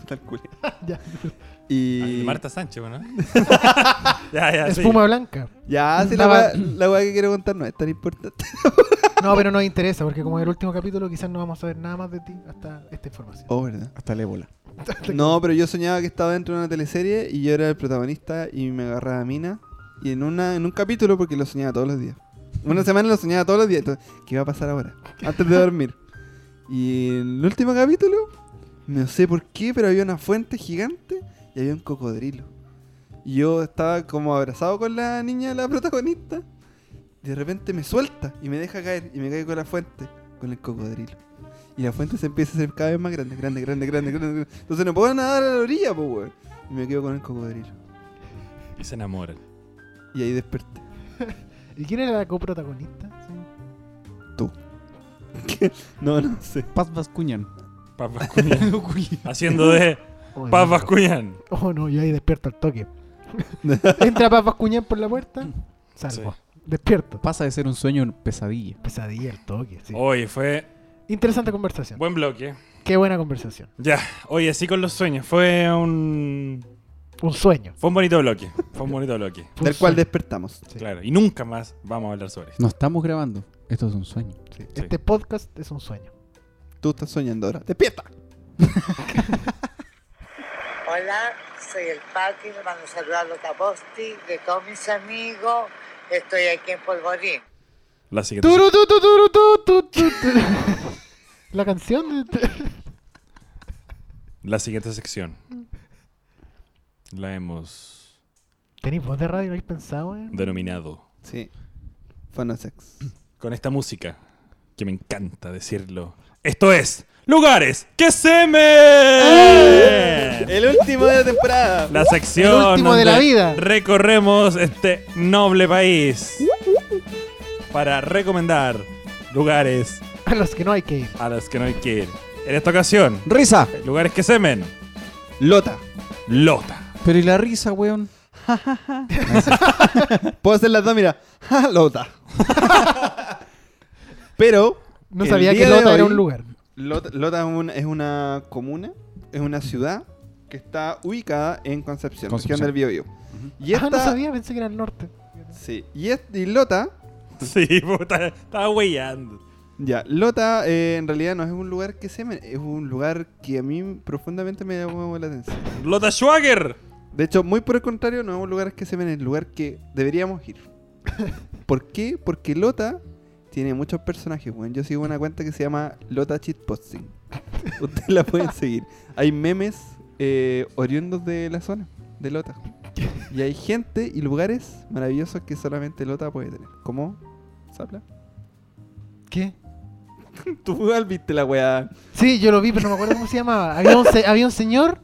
[SPEAKER 2] Tal culia.
[SPEAKER 3] Ya.
[SPEAKER 1] Ah, de
[SPEAKER 2] Y
[SPEAKER 1] Marta Sánchez,
[SPEAKER 3] *laughs*
[SPEAKER 1] ¿no? ya, ya, sí.
[SPEAKER 3] Espuma blanca.
[SPEAKER 2] ya, si la
[SPEAKER 3] Daba-
[SPEAKER 2] wea, la wea que quiero contar no es tan importante.
[SPEAKER 3] No, pero nos interesa, porque como es el último capítulo, quizás no vamos a ver nada más de ti hasta esta información.
[SPEAKER 2] Oh, verdad.
[SPEAKER 4] Hasta el ébola.
[SPEAKER 3] *laughs*
[SPEAKER 1] Oh,
[SPEAKER 2] No, pero yo soñaba que estaba dentro de una teleserie y yo era el protagonista y me agarraba a mina. Y en, una, en un capítulo, porque lo soñaba todos los días. Una semana lo soñaba todos los días. Entonces, ¿qué iba a pasar ahora? Antes de dormir. Y en el último capítulo, no sé por qué, pero había una fuente gigante y había un cocodrilo. Y yo estaba como abrazado con la niña, la protagonista. De repente me suelta y me deja caer y me cae con la fuente, con el cocodrilo. Y la fuente se empieza a hacer cada vez más grande, grande, grande, grande, grande. grande. Entonces no puedo nadar a la orilla, pues, weón. Y me quedo con el cocodrilo.
[SPEAKER 1] Y se enamoran.
[SPEAKER 2] Y ahí desperté.
[SPEAKER 3] ¿Y quién era la coprotagonista? Sí.
[SPEAKER 2] No, no sé.
[SPEAKER 4] Paz Vascuñan.
[SPEAKER 1] Paz Bascuñán.
[SPEAKER 3] *laughs*
[SPEAKER 1] Haciendo de
[SPEAKER 3] Oh,
[SPEAKER 1] Paz
[SPEAKER 3] no.
[SPEAKER 1] Bascuñán.
[SPEAKER 3] Oh, no, yo ahí despierto al
[SPEAKER 1] *laughs*
[SPEAKER 3] toque. Entra Paz Bascuñán por la puerta, salvo. Despierto.
[SPEAKER 4] Pasa de ser un sueño en pesadilla.
[SPEAKER 3] Pesadilla al toque, sí.
[SPEAKER 1] Oye, fue
[SPEAKER 3] Interesante conversación.
[SPEAKER 1] buen bloque.
[SPEAKER 3] Qué buena conversación.
[SPEAKER 1] Ya, oye, sí con los sueños. Fue un.
[SPEAKER 3] Un sueño.
[SPEAKER 1] Fue un bonito bloque. Fue un bonito bloque.
[SPEAKER 3] Fue un
[SPEAKER 2] Del cual
[SPEAKER 3] sueño.
[SPEAKER 2] despertamos.
[SPEAKER 3] *laughs* Sí.
[SPEAKER 1] Claro. Y nunca más vamos a hablar sobre esto.
[SPEAKER 4] No estamos grabando. Esto es un sueño.
[SPEAKER 3] Sí. Este podcast es un sueño.
[SPEAKER 2] Tú estás soñando ahora. ¡Despierta!
[SPEAKER 6] Hola, soy el Pati, me mando saludarlos a Bosti, de todos mis amigos. Estoy aquí en Polvorín.
[SPEAKER 1] La siguiente.
[SPEAKER 3] Turu, tu, tu, turu, tu, tu, tu, tu. *laughs* La canción de...
[SPEAKER 1] La siguiente sección. La hemos
[SPEAKER 3] ¿Tenéis voz de radio? ¿No habéis pensado, eh?
[SPEAKER 1] denominado
[SPEAKER 2] Sí. Fonosex.
[SPEAKER 1] con esta música que me encanta decirlo. Esto es Lugares que se me...
[SPEAKER 2] El último de la temporada.
[SPEAKER 1] La sección
[SPEAKER 3] El último de la
[SPEAKER 1] donde
[SPEAKER 3] vida.
[SPEAKER 1] recorremos este noble país para recomendar lugares
[SPEAKER 3] A los que no hay que ir.
[SPEAKER 1] a los que no hay que ir. En esta ocasión,
[SPEAKER 4] ¡Risa!
[SPEAKER 1] lugares que semen,
[SPEAKER 2] *clears throat* Lota.
[SPEAKER 1] Lota. *laughs*
[SPEAKER 4] Pero y la risa, weón.
[SPEAKER 2] Puedo hacer las dos, mira. *laughs* Ja, Lota. Pero.
[SPEAKER 3] No
[SPEAKER 2] el
[SPEAKER 3] sabía
[SPEAKER 2] día
[SPEAKER 3] que
[SPEAKER 2] de
[SPEAKER 3] Lota
[SPEAKER 2] hoy-
[SPEAKER 3] era un lugar.
[SPEAKER 2] Lota, Lota es, una, es una comuna, es una ciudad que está ubicada en Concepción,
[SPEAKER 4] Concepción.
[SPEAKER 2] región del Biobío. Y
[SPEAKER 3] Ah,
[SPEAKER 2] esta,
[SPEAKER 3] no sabía, pensé que era el norte.
[SPEAKER 2] sí, y, es- y Lota,
[SPEAKER 1] Sí, puta, estaba weyando.
[SPEAKER 2] ya, Lota eh, en realidad no es un lugar que se me, es un lugar que a mí profundamente me llamó la atención.
[SPEAKER 1] Lota Schwager.
[SPEAKER 2] De hecho, muy por el contrario, no es un lugar que se ven, es un lugar que deberíamos *laughs* ir. ¿Por qué? Porque Lota tiene muchos personajes, weón. Yo sigo una cuenta que se llama Lota *laughs* Cheatposting. Ustedes la pueden seguir. Hay memes eh, oriundos de la zona, de Lota. Y hay gente y lugares maravillosos que solamente Lota puede tener. Como Zapla.
[SPEAKER 3] ¿Qué?
[SPEAKER 2] *laughs* Tú igual viste la weá.
[SPEAKER 3] Sí, yo lo vi, pero no me acuerdo cómo se llamaba. Había un, se- había un señor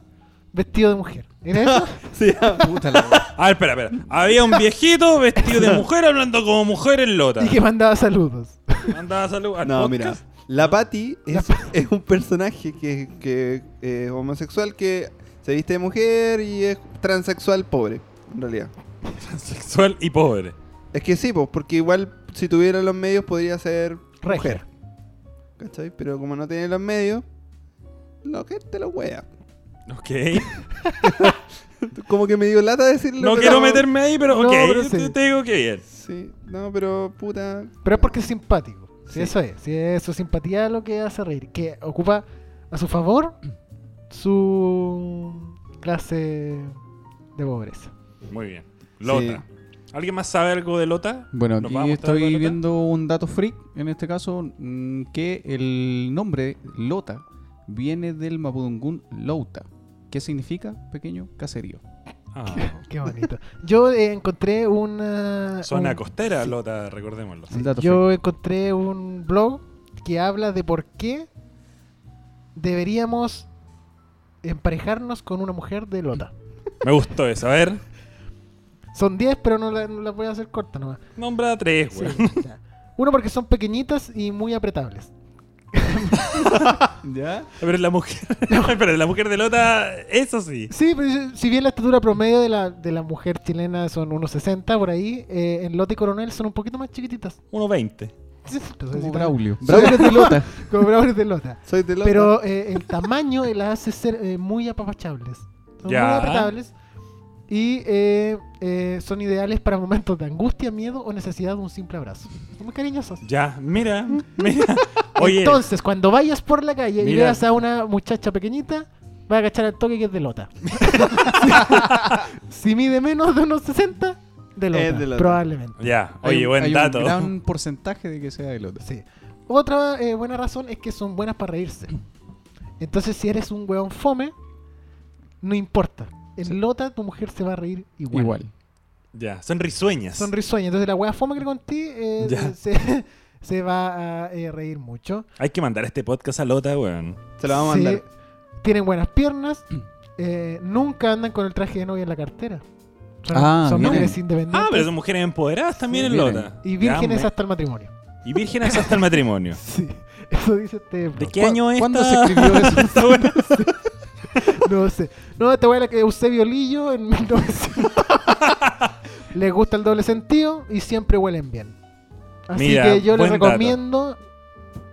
[SPEAKER 3] vestido de mujer. ¿Era
[SPEAKER 2] *laughs*
[SPEAKER 3] eso?
[SPEAKER 2] *laughs* Sí,
[SPEAKER 4] Puta la weón.
[SPEAKER 1] A ver, Ah, espera, espera. Había un viejito vestido de mujer hablando como mujer en
[SPEAKER 3] *laughs*
[SPEAKER 1] Lota.
[SPEAKER 3] Y que mandaba saludos.
[SPEAKER 1] Mandaba salud al
[SPEAKER 2] No, mira.
[SPEAKER 1] podcast.
[SPEAKER 2] La Patty es, es un personaje que, que eh, homosexual que se viste de mujer y es transexual pobre, en realidad.
[SPEAKER 1] Sexual y pobre.
[SPEAKER 2] Es que sí, pues, porque igual si tuviera los medios podría ser
[SPEAKER 3] Regia.
[SPEAKER 2] mujer. ¿Cachai? Pero como no tiene los medios, lo que te lo wea. *laughs*
[SPEAKER 1] Ok.
[SPEAKER 2] Como que me dio lata decirlo.
[SPEAKER 1] No
[SPEAKER 2] pero-
[SPEAKER 1] quiero meterme ahí, pero
[SPEAKER 3] No,
[SPEAKER 1] ok.
[SPEAKER 3] pero
[SPEAKER 1] te,
[SPEAKER 3] sí.
[SPEAKER 1] te digo que bien.
[SPEAKER 2] Sí, no, pero puta.
[SPEAKER 3] Pero es porque es simpático. Si
[SPEAKER 2] Sí.
[SPEAKER 3] Eso es. Si es su simpatía lo que hace reír. Que ocupa a su favor su clase de pobreza.
[SPEAKER 1] Muy bien. Lota. ¿Alguien más sabe algo de Lota?
[SPEAKER 4] Bueno,
[SPEAKER 1] ¿Nos va a
[SPEAKER 4] aquí
[SPEAKER 1] mostrar algo de
[SPEAKER 4] estoy
[SPEAKER 1] Lota?
[SPEAKER 4] viendo un dato freak, en este caso, mm, que el nombre Lota viene del mapudungún Louta, que significa pequeño caserío.
[SPEAKER 1] Ah,
[SPEAKER 3] Qué bonito. Yo eh, encontré una.
[SPEAKER 1] zona
[SPEAKER 3] un-
[SPEAKER 1] costera, Lota, recordémoslo.
[SPEAKER 4] Un dato
[SPEAKER 3] Yo encontré un blog que habla de por qué deberíamos emparejarnos con una mujer de Lota.
[SPEAKER 1] Me gustó eso. A ver,
[SPEAKER 3] Son 10, pero no la, no la voy a hacer corta nomás.
[SPEAKER 1] nombra a tres, güey.
[SPEAKER 3] Sí, ya. Uno porque son pequeñitas y muy apretables.
[SPEAKER 4] freak. ¿Ya?
[SPEAKER 1] Pero la mujer. *laughs* pero la mujer de Lota, eso sí.
[SPEAKER 3] Sí, pero si- si bien la estatura promedio de la, de la mujer chilena son unos 60 por ahí, eh, en Lota y Coronel son un poquito más chiquititas.
[SPEAKER 1] 1.20.
[SPEAKER 3] Sí, sí, entonces sí,
[SPEAKER 4] Como
[SPEAKER 3] está-
[SPEAKER 4] Braulio. Braulio de Lota.
[SPEAKER 3] *laughs* como Braulio de Lota.
[SPEAKER 2] Soy de Lota.
[SPEAKER 3] Pero eh, el tamaño eh, las hace ser eh, muy apapachables. Son muy
[SPEAKER 1] Ya.
[SPEAKER 3] apretables. Y eh, eh, son ideales para momentos de angustia, miedo o necesidad de un simple abrazo. Son muy cariñosas.
[SPEAKER 1] Ya, mira, mira. Oye,
[SPEAKER 3] Entonces, cuando vayas por la calle y
[SPEAKER 1] Mira.
[SPEAKER 3] veas a una muchacha pequeñita, vas a cachar al toque que es de lota. si mide menos de unos 60, de lota,
[SPEAKER 2] de lota.
[SPEAKER 3] probablemente.
[SPEAKER 1] ya,
[SPEAKER 4] Hay
[SPEAKER 1] oye,
[SPEAKER 4] un-
[SPEAKER 1] buen
[SPEAKER 4] hay
[SPEAKER 1] dato.
[SPEAKER 4] Un gran porcentaje de que sea de Lota.
[SPEAKER 3] Sí. Otra eh, buena razón es que son buenas para reírse. Entonces, si eres un weón fome, no importa. En
[SPEAKER 4] Sí.
[SPEAKER 3] lota tu mujer se va a reír igual.
[SPEAKER 4] Igual.
[SPEAKER 1] *laughs* Ya, son risueñas.
[SPEAKER 3] Son risueñas. Entonces, la wea fome que le conté eh,
[SPEAKER 1] Ya.
[SPEAKER 3] se, *laughs* se va a eh, reír mucho.
[SPEAKER 1] Hay que mandar este podcast a Lota, weón.
[SPEAKER 2] Se lo vamos a
[SPEAKER 3] Sí,
[SPEAKER 2] mandar.
[SPEAKER 3] Tienen buenas piernas. *clears throat* eh, nunca andan con el traje de novia en la cartera. Son,
[SPEAKER 4] Ah,
[SPEAKER 3] son
[SPEAKER 4] miren.
[SPEAKER 3] mujeres independientes.
[SPEAKER 1] Ah, pero son mujeres empoderadas también
[SPEAKER 4] Sí,
[SPEAKER 1] en
[SPEAKER 4] miren.
[SPEAKER 1] Lota.
[SPEAKER 3] pues- Y vírgenes
[SPEAKER 1] Ya, me-
[SPEAKER 3] hasta el matrimonio. *laughs*
[SPEAKER 1] Y vírgenes hasta el matrimonio.
[SPEAKER 3] Sí, eso dice este.
[SPEAKER 1] ¿De
[SPEAKER 3] blog.
[SPEAKER 1] qué año es?
[SPEAKER 4] ¿Cuándo se *laughs* escribió eso?
[SPEAKER 1] Está bueno.
[SPEAKER 3] No sé. No, esta weá es la que Eusebio Lillo en 1900. *laughs* les gusta el doble sentido y siempre huelen bien. Así
[SPEAKER 1] Mira,
[SPEAKER 3] que yo les
[SPEAKER 1] buen dato.
[SPEAKER 3] recomiendo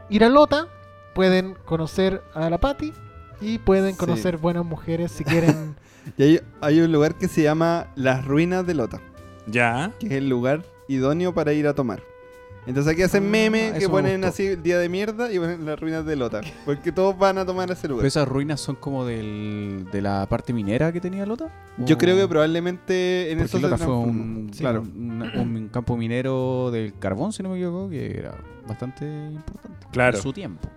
[SPEAKER 3] ir a Lota. Pueden conocer a la Patti y pueden
[SPEAKER 2] Sí.
[SPEAKER 3] conocer buenas mujeres
[SPEAKER 2] *laughs*
[SPEAKER 3] si quieren.
[SPEAKER 2] Y hay, hay un lugar que se llama Las Ruinas de Lota,
[SPEAKER 1] Ya.
[SPEAKER 2] que es el lugar idóneo para ir a tomar. Entonces aquí hacen
[SPEAKER 4] Ah,
[SPEAKER 2] memes
[SPEAKER 4] eso
[SPEAKER 2] que
[SPEAKER 4] me
[SPEAKER 2] ponen
[SPEAKER 4] gustó.
[SPEAKER 2] así el día de mierda y ponen las ruinas de
[SPEAKER 4] *laughs*
[SPEAKER 2] Lota. Porque todos van a tomar a ese lugar.
[SPEAKER 4] ¿Pero esas ruinas son como del, de la parte minera que tenía Lota?
[SPEAKER 2] Yo
[SPEAKER 4] ¿O-
[SPEAKER 2] creo que probablemente en
[SPEAKER 4] porque
[SPEAKER 2] eso se
[SPEAKER 4] Lota fue
[SPEAKER 2] transformó.
[SPEAKER 4] un,
[SPEAKER 2] Sí, claro.
[SPEAKER 4] un, un campo minero del carbón, si no me equivoco, que era bastante importante
[SPEAKER 1] Claro.
[SPEAKER 4] en su tiempo.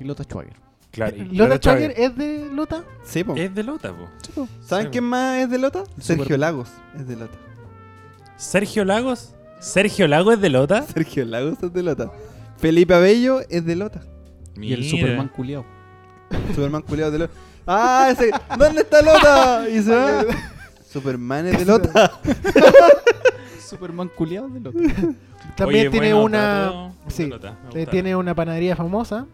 [SPEAKER 4] Y Lota Schwager.
[SPEAKER 1] Claro. y-
[SPEAKER 3] ¿Lota
[SPEAKER 1] pero
[SPEAKER 3] Schwager
[SPEAKER 1] Schwager
[SPEAKER 3] es de Lota?
[SPEAKER 2] Sí, po.
[SPEAKER 1] Es de Lota, po.
[SPEAKER 2] ¿Saben
[SPEAKER 1] sí,
[SPEAKER 2] quién más es de Lota? Sergio
[SPEAKER 4] Super-
[SPEAKER 2] Lagos es de Lota. *laughs*
[SPEAKER 1] Sergio Lagos. Sergio Lagos es de Lota.
[SPEAKER 2] Sergio Lagos es de Lota. Felipe Abello es de Lota.
[SPEAKER 4] Y el
[SPEAKER 1] Mira.
[SPEAKER 4] Superman culiao.
[SPEAKER 2] Superman culiado de Lota. ¡Ah! Ese... ¿Dónde está Lota? Y se
[SPEAKER 4] *laughs*
[SPEAKER 2] va. Superman es de Lota.
[SPEAKER 4] Superman culiao de los.
[SPEAKER 3] También
[SPEAKER 1] Oye,
[SPEAKER 3] tiene
[SPEAKER 1] bueno,
[SPEAKER 3] una.
[SPEAKER 1] dato,
[SPEAKER 3] sí,
[SPEAKER 1] nota, me
[SPEAKER 3] eh,
[SPEAKER 1] gustaron.
[SPEAKER 3] tiene una panadería famosa.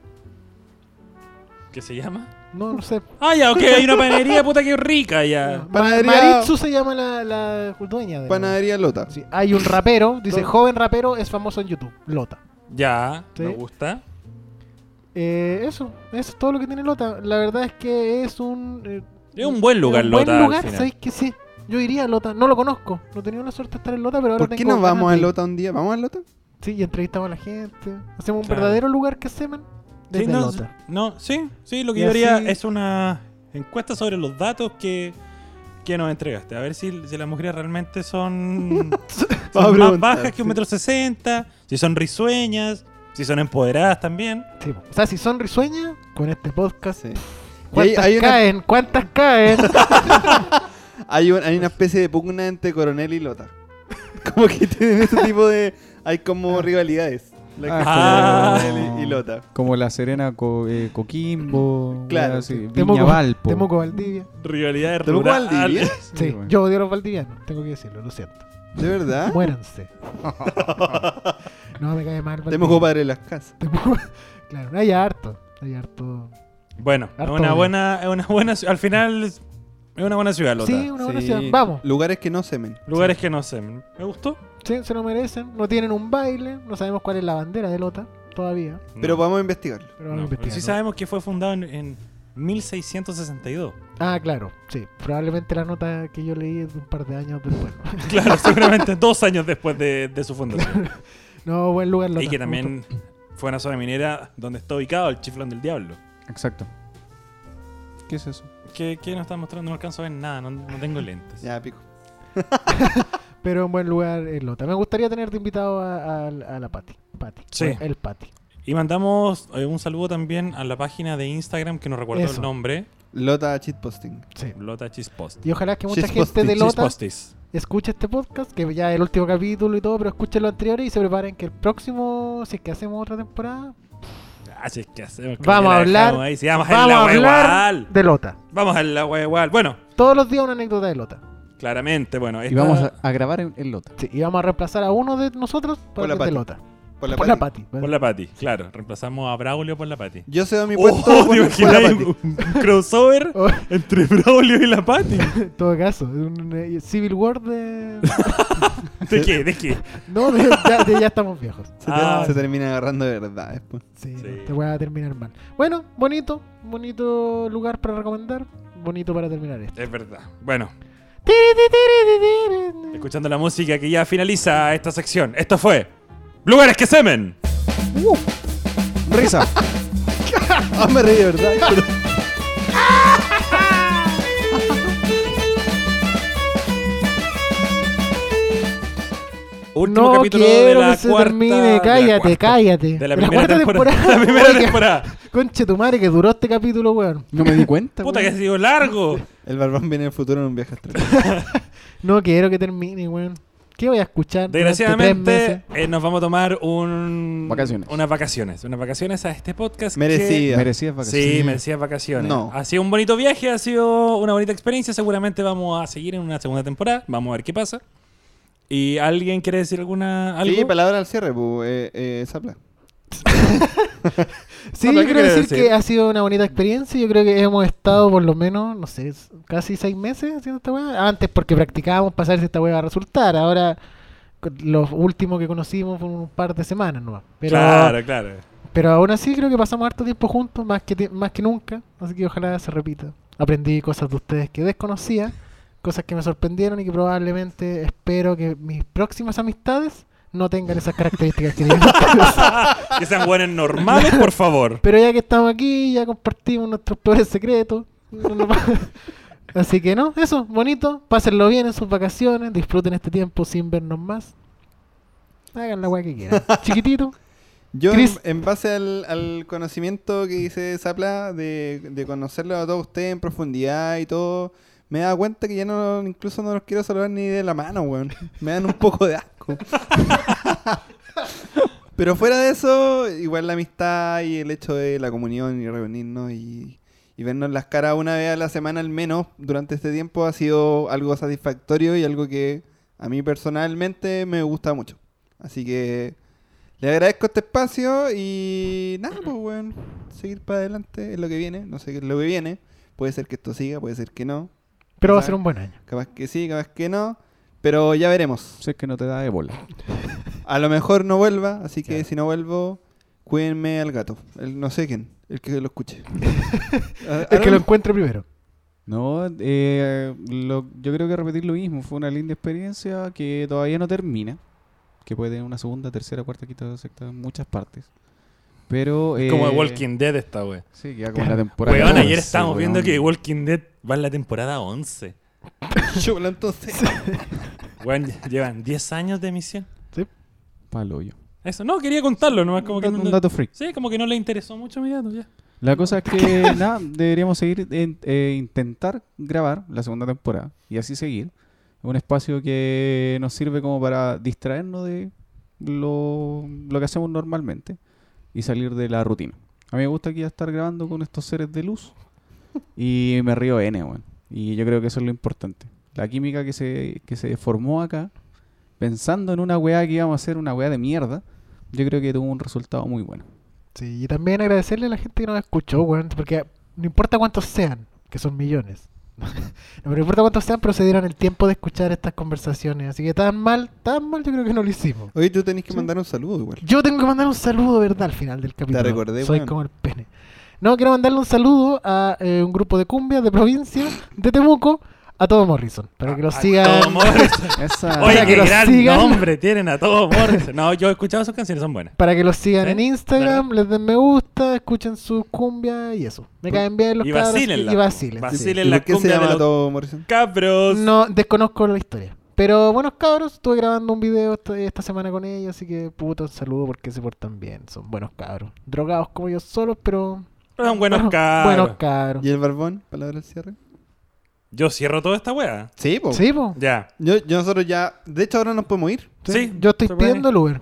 [SPEAKER 1] ¿Qué se llama?
[SPEAKER 3] No, no sé.
[SPEAKER 1] Ah, ya, ok, hay una panadería puta que rica
[SPEAKER 3] *laughs*
[SPEAKER 1] ya.
[SPEAKER 2] Panadería-
[SPEAKER 3] Maritzu se llama la, la dueña de.
[SPEAKER 2] Panadería Lota.
[SPEAKER 3] Sí, hay un rapero, dice
[SPEAKER 2] No.
[SPEAKER 3] joven rapero, es famoso en YouTube, Lota.
[SPEAKER 1] Ya,
[SPEAKER 3] Sí.
[SPEAKER 1] me gusta.
[SPEAKER 3] Eh, eso, eso es todo lo que tiene Lota. La verdad es que es un. eh,
[SPEAKER 1] Es un buen lugar,
[SPEAKER 3] un
[SPEAKER 1] Lota,
[SPEAKER 3] Buen
[SPEAKER 1] al
[SPEAKER 3] lugar,
[SPEAKER 1] final.
[SPEAKER 3] ¿sabes qué? Sí. Yo iría a Lota, no lo conozco. No he tenido la suerte de estar en Lota, pero ahora
[SPEAKER 2] ¿Por qué
[SPEAKER 3] tengo
[SPEAKER 2] no
[SPEAKER 3] ganas
[SPEAKER 2] vamos
[SPEAKER 3] de
[SPEAKER 2] a
[SPEAKER 3] ir.
[SPEAKER 2] Lota un día? ¿Vamos a Lota?
[SPEAKER 3] Sí, y entrevistamos a la gente. Hacemos un
[SPEAKER 1] Claro.
[SPEAKER 3] verdadero lugar que semen desde
[SPEAKER 1] sí, no,
[SPEAKER 3] Lota.
[SPEAKER 1] no, sí, sí, lo que
[SPEAKER 3] Y
[SPEAKER 1] yo haría
[SPEAKER 3] así-
[SPEAKER 1] es una encuesta sobre los datos que, que nos entregaste. A ver si, si las mujeres realmente
[SPEAKER 3] *laughs*
[SPEAKER 1] son,
[SPEAKER 2] Vamos a
[SPEAKER 1] son más
[SPEAKER 2] preguntar,
[SPEAKER 1] bajas que
[SPEAKER 2] sí.
[SPEAKER 1] un metro sesenta, si son risueñas, si son empoderadas también.
[SPEAKER 3] Sí, po. o sea, si son risueñas, con este podcast.
[SPEAKER 2] Sí. Y hay,
[SPEAKER 3] ¿Cuántas
[SPEAKER 2] hay una,
[SPEAKER 3] caen? ¿Cuántas caen?
[SPEAKER 2] hay, un- hay una especie de pugna entre Coronel y Lota. *laughs* Como que tienen ese tipo de. Hay
[SPEAKER 4] Ah.
[SPEAKER 2] como rivalidades. La que
[SPEAKER 1] Ah.
[SPEAKER 2] tiene Coronel y, y Lota.
[SPEAKER 4] Como la Serena Co- eh, Coquimbo.
[SPEAKER 2] Claro,
[SPEAKER 4] weá, así,
[SPEAKER 2] *laughs* sí.
[SPEAKER 4] Viña Valpo.
[SPEAKER 3] Temuco Valdivia.
[SPEAKER 1] Rivalidades
[SPEAKER 2] ¿Te pongo al día?
[SPEAKER 1] rurales.
[SPEAKER 3] Sí,
[SPEAKER 4] Sí, bueno.
[SPEAKER 3] yo odio a los valdivianos, tengo que decirlo, lo siento.
[SPEAKER 2] ¿De verdad? *laughs*
[SPEAKER 3] Muéranse. no me cae mal. Valdivia.
[SPEAKER 2] Tenemos compadre en las casas.
[SPEAKER 3] Temuco- *laughs* claro, hay harto. Hay harto.
[SPEAKER 1] *laughs* Bueno, es
[SPEAKER 3] Harto
[SPEAKER 1] una
[SPEAKER 3] bien.
[SPEAKER 1] buena, es una buena, ci- al final es una buena ciudad, Lota.
[SPEAKER 3] Sí, una buena
[SPEAKER 2] Sí.
[SPEAKER 3] ciudad. Vamos.
[SPEAKER 2] Lugares que no semen.
[SPEAKER 1] Lugares que no sé, me gustó.
[SPEAKER 3] Sí, se lo merecen. No tienen un baile. No sabemos cuál es la bandera de Lota todavía.
[SPEAKER 2] Pero
[SPEAKER 1] No,
[SPEAKER 2] vamos a investigarlo.
[SPEAKER 3] Pero vamos a
[SPEAKER 1] no,
[SPEAKER 3] investigar.
[SPEAKER 1] sí sabemos que fue fundado en, en 1662.
[SPEAKER 3] Ah, claro. Sí. Probablemente la nota que yo leí es de un par de años después.
[SPEAKER 1] *laughs*
[SPEAKER 3] *laughs*
[SPEAKER 1] Claro, seguramente dos años después de, de su fundación.
[SPEAKER 3] no, buen lugar Lota.
[SPEAKER 1] Y
[SPEAKER 3] me
[SPEAKER 1] que también fue una zona minera donde está ubicado el chiflón del diablo.
[SPEAKER 4] Exacto. ¿Qué es eso?
[SPEAKER 1] ¿Qué, qué nos está mostrando? No alcanzo a ver nada, no, no tengo
[SPEAKER 3] *laughs*
[SPEAKER 1] lentes.
[SPEAKER 2] Ya, pico.
[SPEAKER 3] gustó. Pero un buen lugar es Lota. Me gustaría tenerte invitado a, a- a la Pati. Pati.
[SPEAKER 1] Sí.
[SPEAKER 3] El Pati.
[SPEAKER 1] Y mandamos eh, un saludo también a la página de Instagram que nos recuerdo
[SPEAKER 3] Eso.
[SPEAKER 1] el nombre,
[SPEAKER 2] Lota cheatposting.
[SPEAKER 3] Sí.
[SPEAKER 1] Lota Chispost.
[SPEAKER 3] Y ojalá que mucha
[SPEAKER 2] She's
[SPEAKER 3] gente de
[SPEAKER 2] posting,
[SPEAKER 3] Lota
[SPEAKER 1] Chispostis.
[SPEAKER 3] escuche este podcast, que ya es el último capítulo y todo, pero escuchen los anteriores y se preparen que el próximo, si es que hacemos otra temporada,
[SPEAKER 1] Así Ah, es que hacemos. que
[SPEAKER 3] Vamos
[SPEAKER 1] ya
[SPEAKER 3] a
[SPEAKER 1] la
[SPEAKER 3] hablar-
[SPEAKER 1] dejamos ahí. Sí, vamos,
[SPEAKER 3] vamos a
[SPEAKER 1] a
[SPEAKER 3] hablar
[SPEAKER 1] hablar.
[SPEAKER 3] de Lota.
[SPEAKER 1] Vamos a la wea igual. Bueno,
[SPEAKER 3] Todos los días una anécdota de Lota.
[SPEAKER 1] claramente, bueno.
[SPEAKER 4] Y
[SPEAKER 1] esta-
[SPEAKER 4] vamos a, a grabar en, en Lota.
[SPEAKER 3] Sí, y vamos a reemplazar a uno de nosotros por
[SPEAKER 2] Por la
[SPEAKER 3] el de
[SPEAKER 2] Pati.
[SPEAKER 3] Lota.
[SPEAKER 2] Por la,
[SPEAKER 3] por
[SPEAKER 2] pati.
[SPEAKER 3] la Pati.
[SPEAKER 1] Por
[SPEAKER 3] ¿vale?
[SPEAKER 1] la Pati, claro. Reemplazamos a Braulio por la Pati.
[SPEAKER 2] Yo cedo mi puesto
[SPEAKER 1] Oh,
[SPEAKER 2] por,
[SPEAKER 1] ¿te
[SPEAKER 2] por la
[SPEAKER 1] imaginas
[SPEAKER 2] pati.
[SPEAKER 1] un, un crossover
[SPEAKER 3] *laughs* Oh,
[SPEAKER 1] entre Braulio y la Pati?
[SPEAKER 3] en todo caso, es un eh, Civil War de... *laughs*
[SPEAKER 1] ¿De qué? ¿De qué?
[SPEAKER 3] No, de- ya, de- ya estamos viejos.
[SPEAKER 2] Se, te-
[SPEAKER 1] Ah.
[SPEAKER 2] se termina agarrando de verdad después.
[SPEAKER 3] Sí,
[SPEAKER 1] Sí.
[SPEAKER 3] no, te voy a terminar mal. Bueno, bonito, bonito lugar para recomendar, bonito para terminar esto.
[SPEAKER 1] Es verdad. Bueno, escuchando la música que ya finaliza esta sección. Esto fue Lugares que semen.
[SPEAKER 4] ¡Risa!
[SPEAKER 2] *laughs* Ah, me reí de verdad. *laughs* pero-
[SPEAKER 1] Último
[SPEAKER 3] No
[SPEAKER 1] capítulo de
[SPEAKER 3] quiero
[SPEAKER 1] la
[SPEAKER 3] que se
[SPEAKER 1] cuarta, de
[SPEAKER 3] termine,
[SPEAKER 1] la
[SPEAKER 3] cállate,
[SPEAKER 1] cuarta-
[SPEAKER 3] cállate.
[SPEAKER 1] De la primera temporada. *laughs* La primera
[SPEAKER 3] Oiga,
[SPEAKER 1] temporada.
[SPEAKER 3] Conche tu madre que duró este capítulo, weón.
[SPEAKER 4] No me di cuenta.
[SPEAKER 1] Puta que ha
[SPEAKER 4] weón.
[SPEAKER 1] sido
[SPEAKER 3] *laughs*
[SPEAKER 1] largo.
[SPEAKER 2] El barbón viene en el futuro en un viaje astral.
[SPEAKER 3] No quiero que termine, weón. ¿Qué voy a escuchar? durante tres meses?
[SPEAKER 1] Desgraciadamente eh, nos vamos a tomar un
[SPEAKER 4] Vacaciones.
[SPEAKER 1] unas vacaciones, unas vacaciones a este podcast. que-
[SPEAKER 2] Merecida.
[SPEAKER 4] Merecías vacaciones.
[SPEAKER 1] Sí, merecías vacaciones.
[SPEAKER 2] No.
[SPEAKER 1] Ha sido un bonito viaje, ha sido una bonita experiencia. Seguramente vamos a seguir en una segunda temporada. Vamos a ver qué pasa. ¿Y alguien quiere decir alguna algo?
[SPEAKER 2] Sí, palabra al cierre, pu, eh, eh, Zapla.
[SPEAKER 3] Sí,
[SPEAKER 1] No, pero
[SPEAKER 3] yo
[SPEAKER 1] ¿qué
[SPEAKER 3] quiero
[SPEAKER 1] quieres
[SPEAKER 3] decir,
[SPEAKER 1] decir?
[SPEAKER 3] que ha sido una bonita experiencia. Yo creo que hemos estado por lo menos, no sé, s- casi seis meses haciendo esta weá. Antes porque practicábamos para saber si esta weá va a resultar. Ahora co- lo último que conocimos fue un par de semanas nomás. Pero,
[SPEAKER 1] Claro, claro.
[SPEAKER 3] pero aún así creo que pasamos harto tiempo juntos, más que, ti- más que nunca. Así que ojalá se repita. Aprendí cosas de ustedes que desconocía, cosas que me sorprendieron y que probablemente espero que mis próximas amistades no tengan esas características que tienen *laughs* ustedes.
[SPEAKER 1] que sean buenos normales, por favor.
[SPEAKER 3] Pero ya que estamos aquí, ya compartimos nuestros peores secretos. No *laughs* nos va- Así que no, eso, bonito. Pásenlo bien en sus vacaciones. Disfruten este tiempo sin vernos más. Hagan la weá que quieran. Chiquitito.
[SPEAKER 2] Yo, en,
[SPEAKER 3] Chris.
[SPEAKER 2] en base al, al conocimiento que hice Zapla, de, de conocerlo a todos ustedes en profundidad y todo, me he dado cuenta que ya no, incluso no los quiero saludar ni de la mano, weón. Me dan un poco de asco. *laughs* Pero fuera de eso, igual la amistad y el hecho de la comunión y reunirnos y, y vernos las caras una vez a la semana al menos durante este tiempo ha sido algo satisfactorio y algo que a mí personalmente me gusta mucho. Así que le agradezco este espacio y nada, pues bueno, seguir para adelante es lo que viene, no sé qué es lo que viene. Puede ser que esto siga, puede ser que no.
[SPEAKER 3] Pero va a ser un buen año.
[SPEAKER 2] Capaz que sí, capaz que no. Pero ya veremos.
[SPEAKER 4] Si es que no te da ébola.
[SPEAKER 2] A lo mejor no vuelva, así que si no vuelvo, cuídenme al gato. El, no sé quién, el que lo *laughs* escuche. A-
[SPEAKER 3] El
[SPEAKER 2] a
[SPEAKER 3] que lo
[SPEAKER 2] lo-
[SPEAKER 3] encuentre primero.
[SPEAKER 4] No, eh, lo- yo creo que repetir lo mismo. Fue una linda experiencia que todavía no termina. Que puede tener una segunda, tercera, cuarta, quinta, sexta, muchas partes. Pero. eh,
[SPEAKER 1] Como de Walking Dead esta, wey.
[SPEAKER 4] Sí, queda como en la temporada.
[SPEAKER 1] Weón, ayer
[SPEAKER 4] 11,
[SPEAKER 1] estábamos viendo
[SPEAKER 4] weón.
[SPEAKER 1] que Walking Dead va en la temporada 11.
[SPEAKER 2] Chúpalo entonces.
[SPEAKER 1] *laughs* Weón, lle- llevan 10 años de emisión.
[SPEAKER 4] Palo yo.
[SPEAKER 1] Eso, no, quería contarlo nomás, como
[SPEAKER 4] Un
[SPEAKER 1] que
[SPEAKER 4] dato,
[SPEAKER 1] no,
[SPEAKER 4] un dato freak.
[SPEAKER 1] Sí, como que no le interesó mucho mi dato, ya.
[SPEAKER 4] La cosa es que, nada, deberíamos seguir, en- eh, intentar grabar la segunda temporada y así seguir. Un espacio que nos sirve como para distraernos de lo, lo que hacemos normalmente y salir de la rutina. A mí me gusta aquí estar grabando con estos seres de luz y me río N, weón. Y yo creo que eso es lo importante. La química que se, que se formó acá, pensando en una weá que íbamos a hacer, una weá de mierda, yo creo que tuvo un resultado muy bueno.
[SPEAKER 3] Sí, y también agradecerle a la gente que nos escuchó, weón, porque no importa cuántos sean, que son millones. *laughs* no, pero no importa cuántos sean, pero se dieron el tiempo de escuchar estas conversaciones. Así que tan mal, tan mal yo creo que no lo hicimos.
[SPEAKER 2] Oye, tú tenés que mandar un saludo igual.
[SPEAKER 3] Yo tengo que mandar un saludo, ¿verdad? Al final del capítulo.
[SPEAKER 2] recordé,
[SPEAKER 3] Soy
[SPEAKER 2] weón.
[SPEAKER 3] como el pene. No, quiero mandarle un saludo a eh, un grupo de cumbias de provincia, de Temuco, a todo Morrison. Para que lo sigan.
[SPEAKER 1] Todo Ah, *laughs* Morrison.
[SPEAKER 4] Esa...
[SPEAKER 1] Oye,
[SPEAKER 3] Para que
[SPEAKER 1] qué
[SPEAKER 3] los
[SPEAKER 1] gran
[SPEAKER 3] sigan.
[SPEAKER 1] nombre tienen a todo Morrison. No, yo he escuchado sus canciones, son buenas.
[SPEAKER 3] Para que los sigan
[SPEAKER 1] ¿Eh?
[SPEAKER 3] en Instagram, les den me gusta, escuchen sus cumbias y eso. Me caen bien los
[SPEAKER 1] Y
[SPEAKER 3] cabros
[SPEAKER 1] vacílenla.
[SPEAKER 3] y vacilen. sí.
[SPEAKER 1] Vacilen
[SPEAKER 2] ¿Y
[SPEAKER 1] la
[SPEAKER 2] por qué se
[SPEAKER 1] cumbia de
[SPEAKER 2] llama
[SPEAKER 1] los
[SPEAKER 2] todo Morrison?
[SPEAKER 1] cabros.
[SPEAKER 3] No, desconozco la historia. Pero buenos cabros, estuve grabando un video esta, esta semana con ellos, así que puto, un saludo porque se portan bien. Son buenos cabros. Drogados como yo solos, pero...
[SPEAKER 1] Pero son
[SPEAKER 3] *laughs*
[SPEAKER 1] buenos
[SPEAKER 3] buenos-
[SPEAKER 1] cabros.
[SPEAKER 3] Buenos cabros.
[SPEAKER 2] ¿Y el barbón? ¿Palabra al cierre?
[SPEAKER 1] Yo cierro toda esta wea.
[SPEAKER 2] Sí, po.
[SPEAKER 3] Sí, po.
[SPEAKER 1] Ya.
[SPEAKER 2] Yo, yo nosotros ya... De hecho, ahora nos podemos ir.
[SPEAKER 1] Sí,
[SPEAKER 3] Yo estoy
[SPEAKER 1] se puede.
[SPEAKER 3] pidiendo el Uber.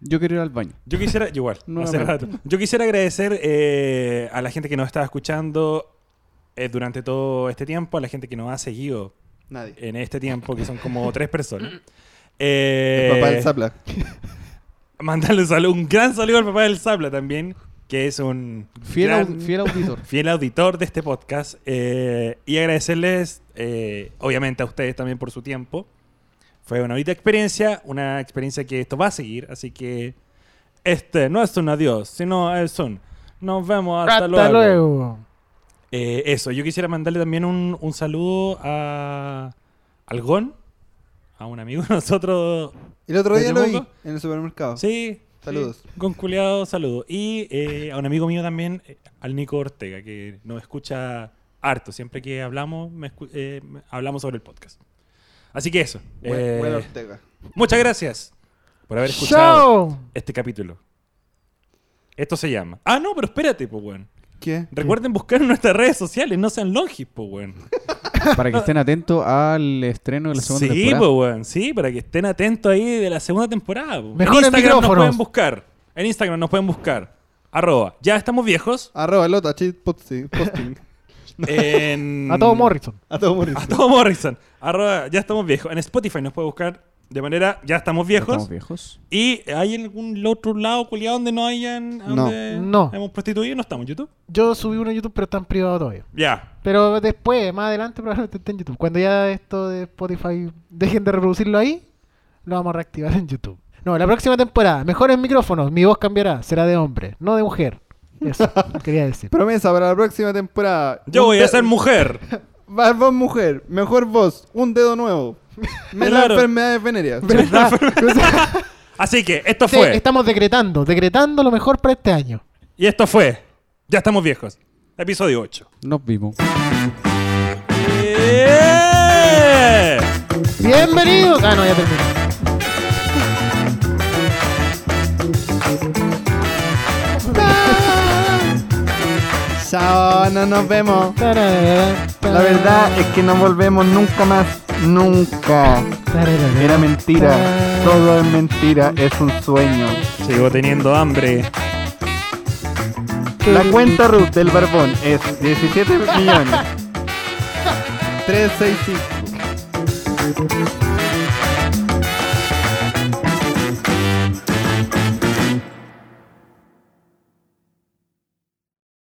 [SPEAKER 4] Yo quiero ir al baño.
[SPEAKER 1] Yo quisiera, igual, hace
[SPEAKER 4] Nuevamente.
[SPEAKER 1] rato. Yo quisiera agradecer eh, a la gente que nos está escuchando eh, durante todo este tiempo, a la gente que nos ha seguido
[SPEAKER 2] Nadie.
[SPEAKER 1] en este tiempo, que son como tres personas. Eh,
[SPEAKER 2] El papá del Zapla.
[SPEAKER 1] Mandarle un, saludo, un gran saludo al papá del Zapla también, que es un
[SPEAKER 4] Fiel,
[SPEAKER 1] gran-
[SPEAKER 4] au- fiel auditor.
[SPEAKER 1] fiel auditor de este podcast. eh, y agradecerles, eh, obviamente, a ustedes también por su tiempo. Fue una bonita experiencia, una experiencia que esto va a seguir, así que este no es un adiós, sino es un nos vemos hasta, luego. Eh, eso, yo quisiera mandarle también un, un saludo a Algón, a un amigo de nosotros.
[SPEAKER 2] El otro
[SPEAKER 1] ¿De
[SPEAKER 2] día lo vi
[SPEAKER 1] Temuco?
[SPEAKER 2] en el supermercado.
[SPEAKER 1] Sí.
[SPEAKER 2] Saludos.
[SPEAKER 1] Con culiado, saludos. Y eh, a un amigo mío también, eh, al Nico Ortega, que nos escucha harto. Siempre que hablamos, me escu- eh, me- hablamos sobre el podcast. Así que eso.
[SPEAKER 2] Buen-
[SPEAKER 1] Eh,
[SPEAKER 2] buen Ortega.
[SPEAKER 1] muchas gracias por haber escuchado
[SPEAKER 3] ¡Chao!
[SPEAKER 1] este capítulo. Esto se llama. Ah, no, pero espérate, pues, weón.
[SPEAKER 2] ¿Qué?
[SPEAKER 1] Recuerden buscar en nuestras redes sociales, no sean longis, pues, weón.
[SPEAKER 4] *laughs* Para que estén atentos al estreno de la
[SPEAKER 1] Sí,
[SPEAKER 4] segunda
[SPEAKER 1] pues,
[SPEAKER 4] temporada.
[SPEAKER 1] weón. Sí, para que estén atentos ahí de la segunda temporada. po.
[SPEAKER 3] Mejores
[SPEAKER 1] en Instagram nos
[SPEAKER 3] micrófonos.
[SPEAKER 1] pueden buscar. En Instagram nos pueden buscar. Arroba. Ya estamos
[SPEAKER 3] *laughs*
[SPEAKER 1] viejos.
[SPEAKER 2] Arroba Lota, cheat posting. *laughs* posting.
[SPEAKER 1] En...
[SPEAKER 3] A todo Morrison.
[SPEAKER 2] A todo Morrison.
[SPEAKER 1] A todo Morrison. Arroba, ya estamos viejos. En Spotify nos puede buscar de manera ya estamos
[SPEAKER 4] Ya
[SPEAKER 1] viejos.
[SPEAKER 4] estamos viejos.
[SPEAKER 1] ¿Y hay algún otro lado, culiado, donde no hayan.
[SPEAKER 2] No.
[SPEAKER 1] donde
[SPEAKER 3] No.
[SPEAKER 1] Hemos prostituido no estamos en YouTube.
[SPEAKER 3] Yo subí uno a YouTube, pero está en privado todavía.
[SPEAKER 1] Ya.
[SPEAKER 3] Pero después, más adelante, probablemente esté en YouTube. Cuando ya esto de Spotify *laughs* dejen de reproducirlo ahí, lo vamos a reactivar en YouTube. No, la próxima temporada, mejores micrófonos, mi voz cambiará, será de hombre, no de mujer.
[SPEAKER 1] *laughs*
[SPEAKER 3] Eso, quería decir.
[SPEAKER 2] Promesa para la próxima temporada.
[SPEAKER 1] Yo
[SPEAKER 2] Un
[SPEAKER 1] voy a
[SPEAKER 2] de-
[SPEAKER 1] ser mujer.
[SPEAKER 2] Barbón mujer. Mejor voz. Un dedo *laughs* nuevo. Menos
[SPEAKER 1] Claro.
[SPEAKER 2] enfermedades venéreas.
[SPEAKER 3] ¿Verdad?
[SPEAKER 1] Así que esto
[SPEAKER 3] Sí,
[SPEAKER 1] fue.
[SPEAKER 3] estamos decretando, decretando lo mejor para este año.
[SPEAKER 1] Y esto fue. Ya estamos viejos. Episodio 8.
[SPEAKER 4] Nos vimos.
[SPEAKER 1] ¡Eh!
[SPEAKER 3] Bienvenidos. Ah, no, ya terminé.
[SPEAKER 2] Chao, no nos vemos.
[SPEAKER 3] Tararara,
[SPEAKER 2] La verdad es que no volvemos nunca más. Nunca.
[SPEAKER 3] tararara,
[SPEAKER 2] Era mentira.
[SPEAKER 3] tararara.
[SPEAKER 2] Todo es mentira, es un sueño.
[SPEAKER 1] Sigo teniendo hambre.
[SPEAKER 2] La cuenta root del barbón es *laughs* 17 millones. 365.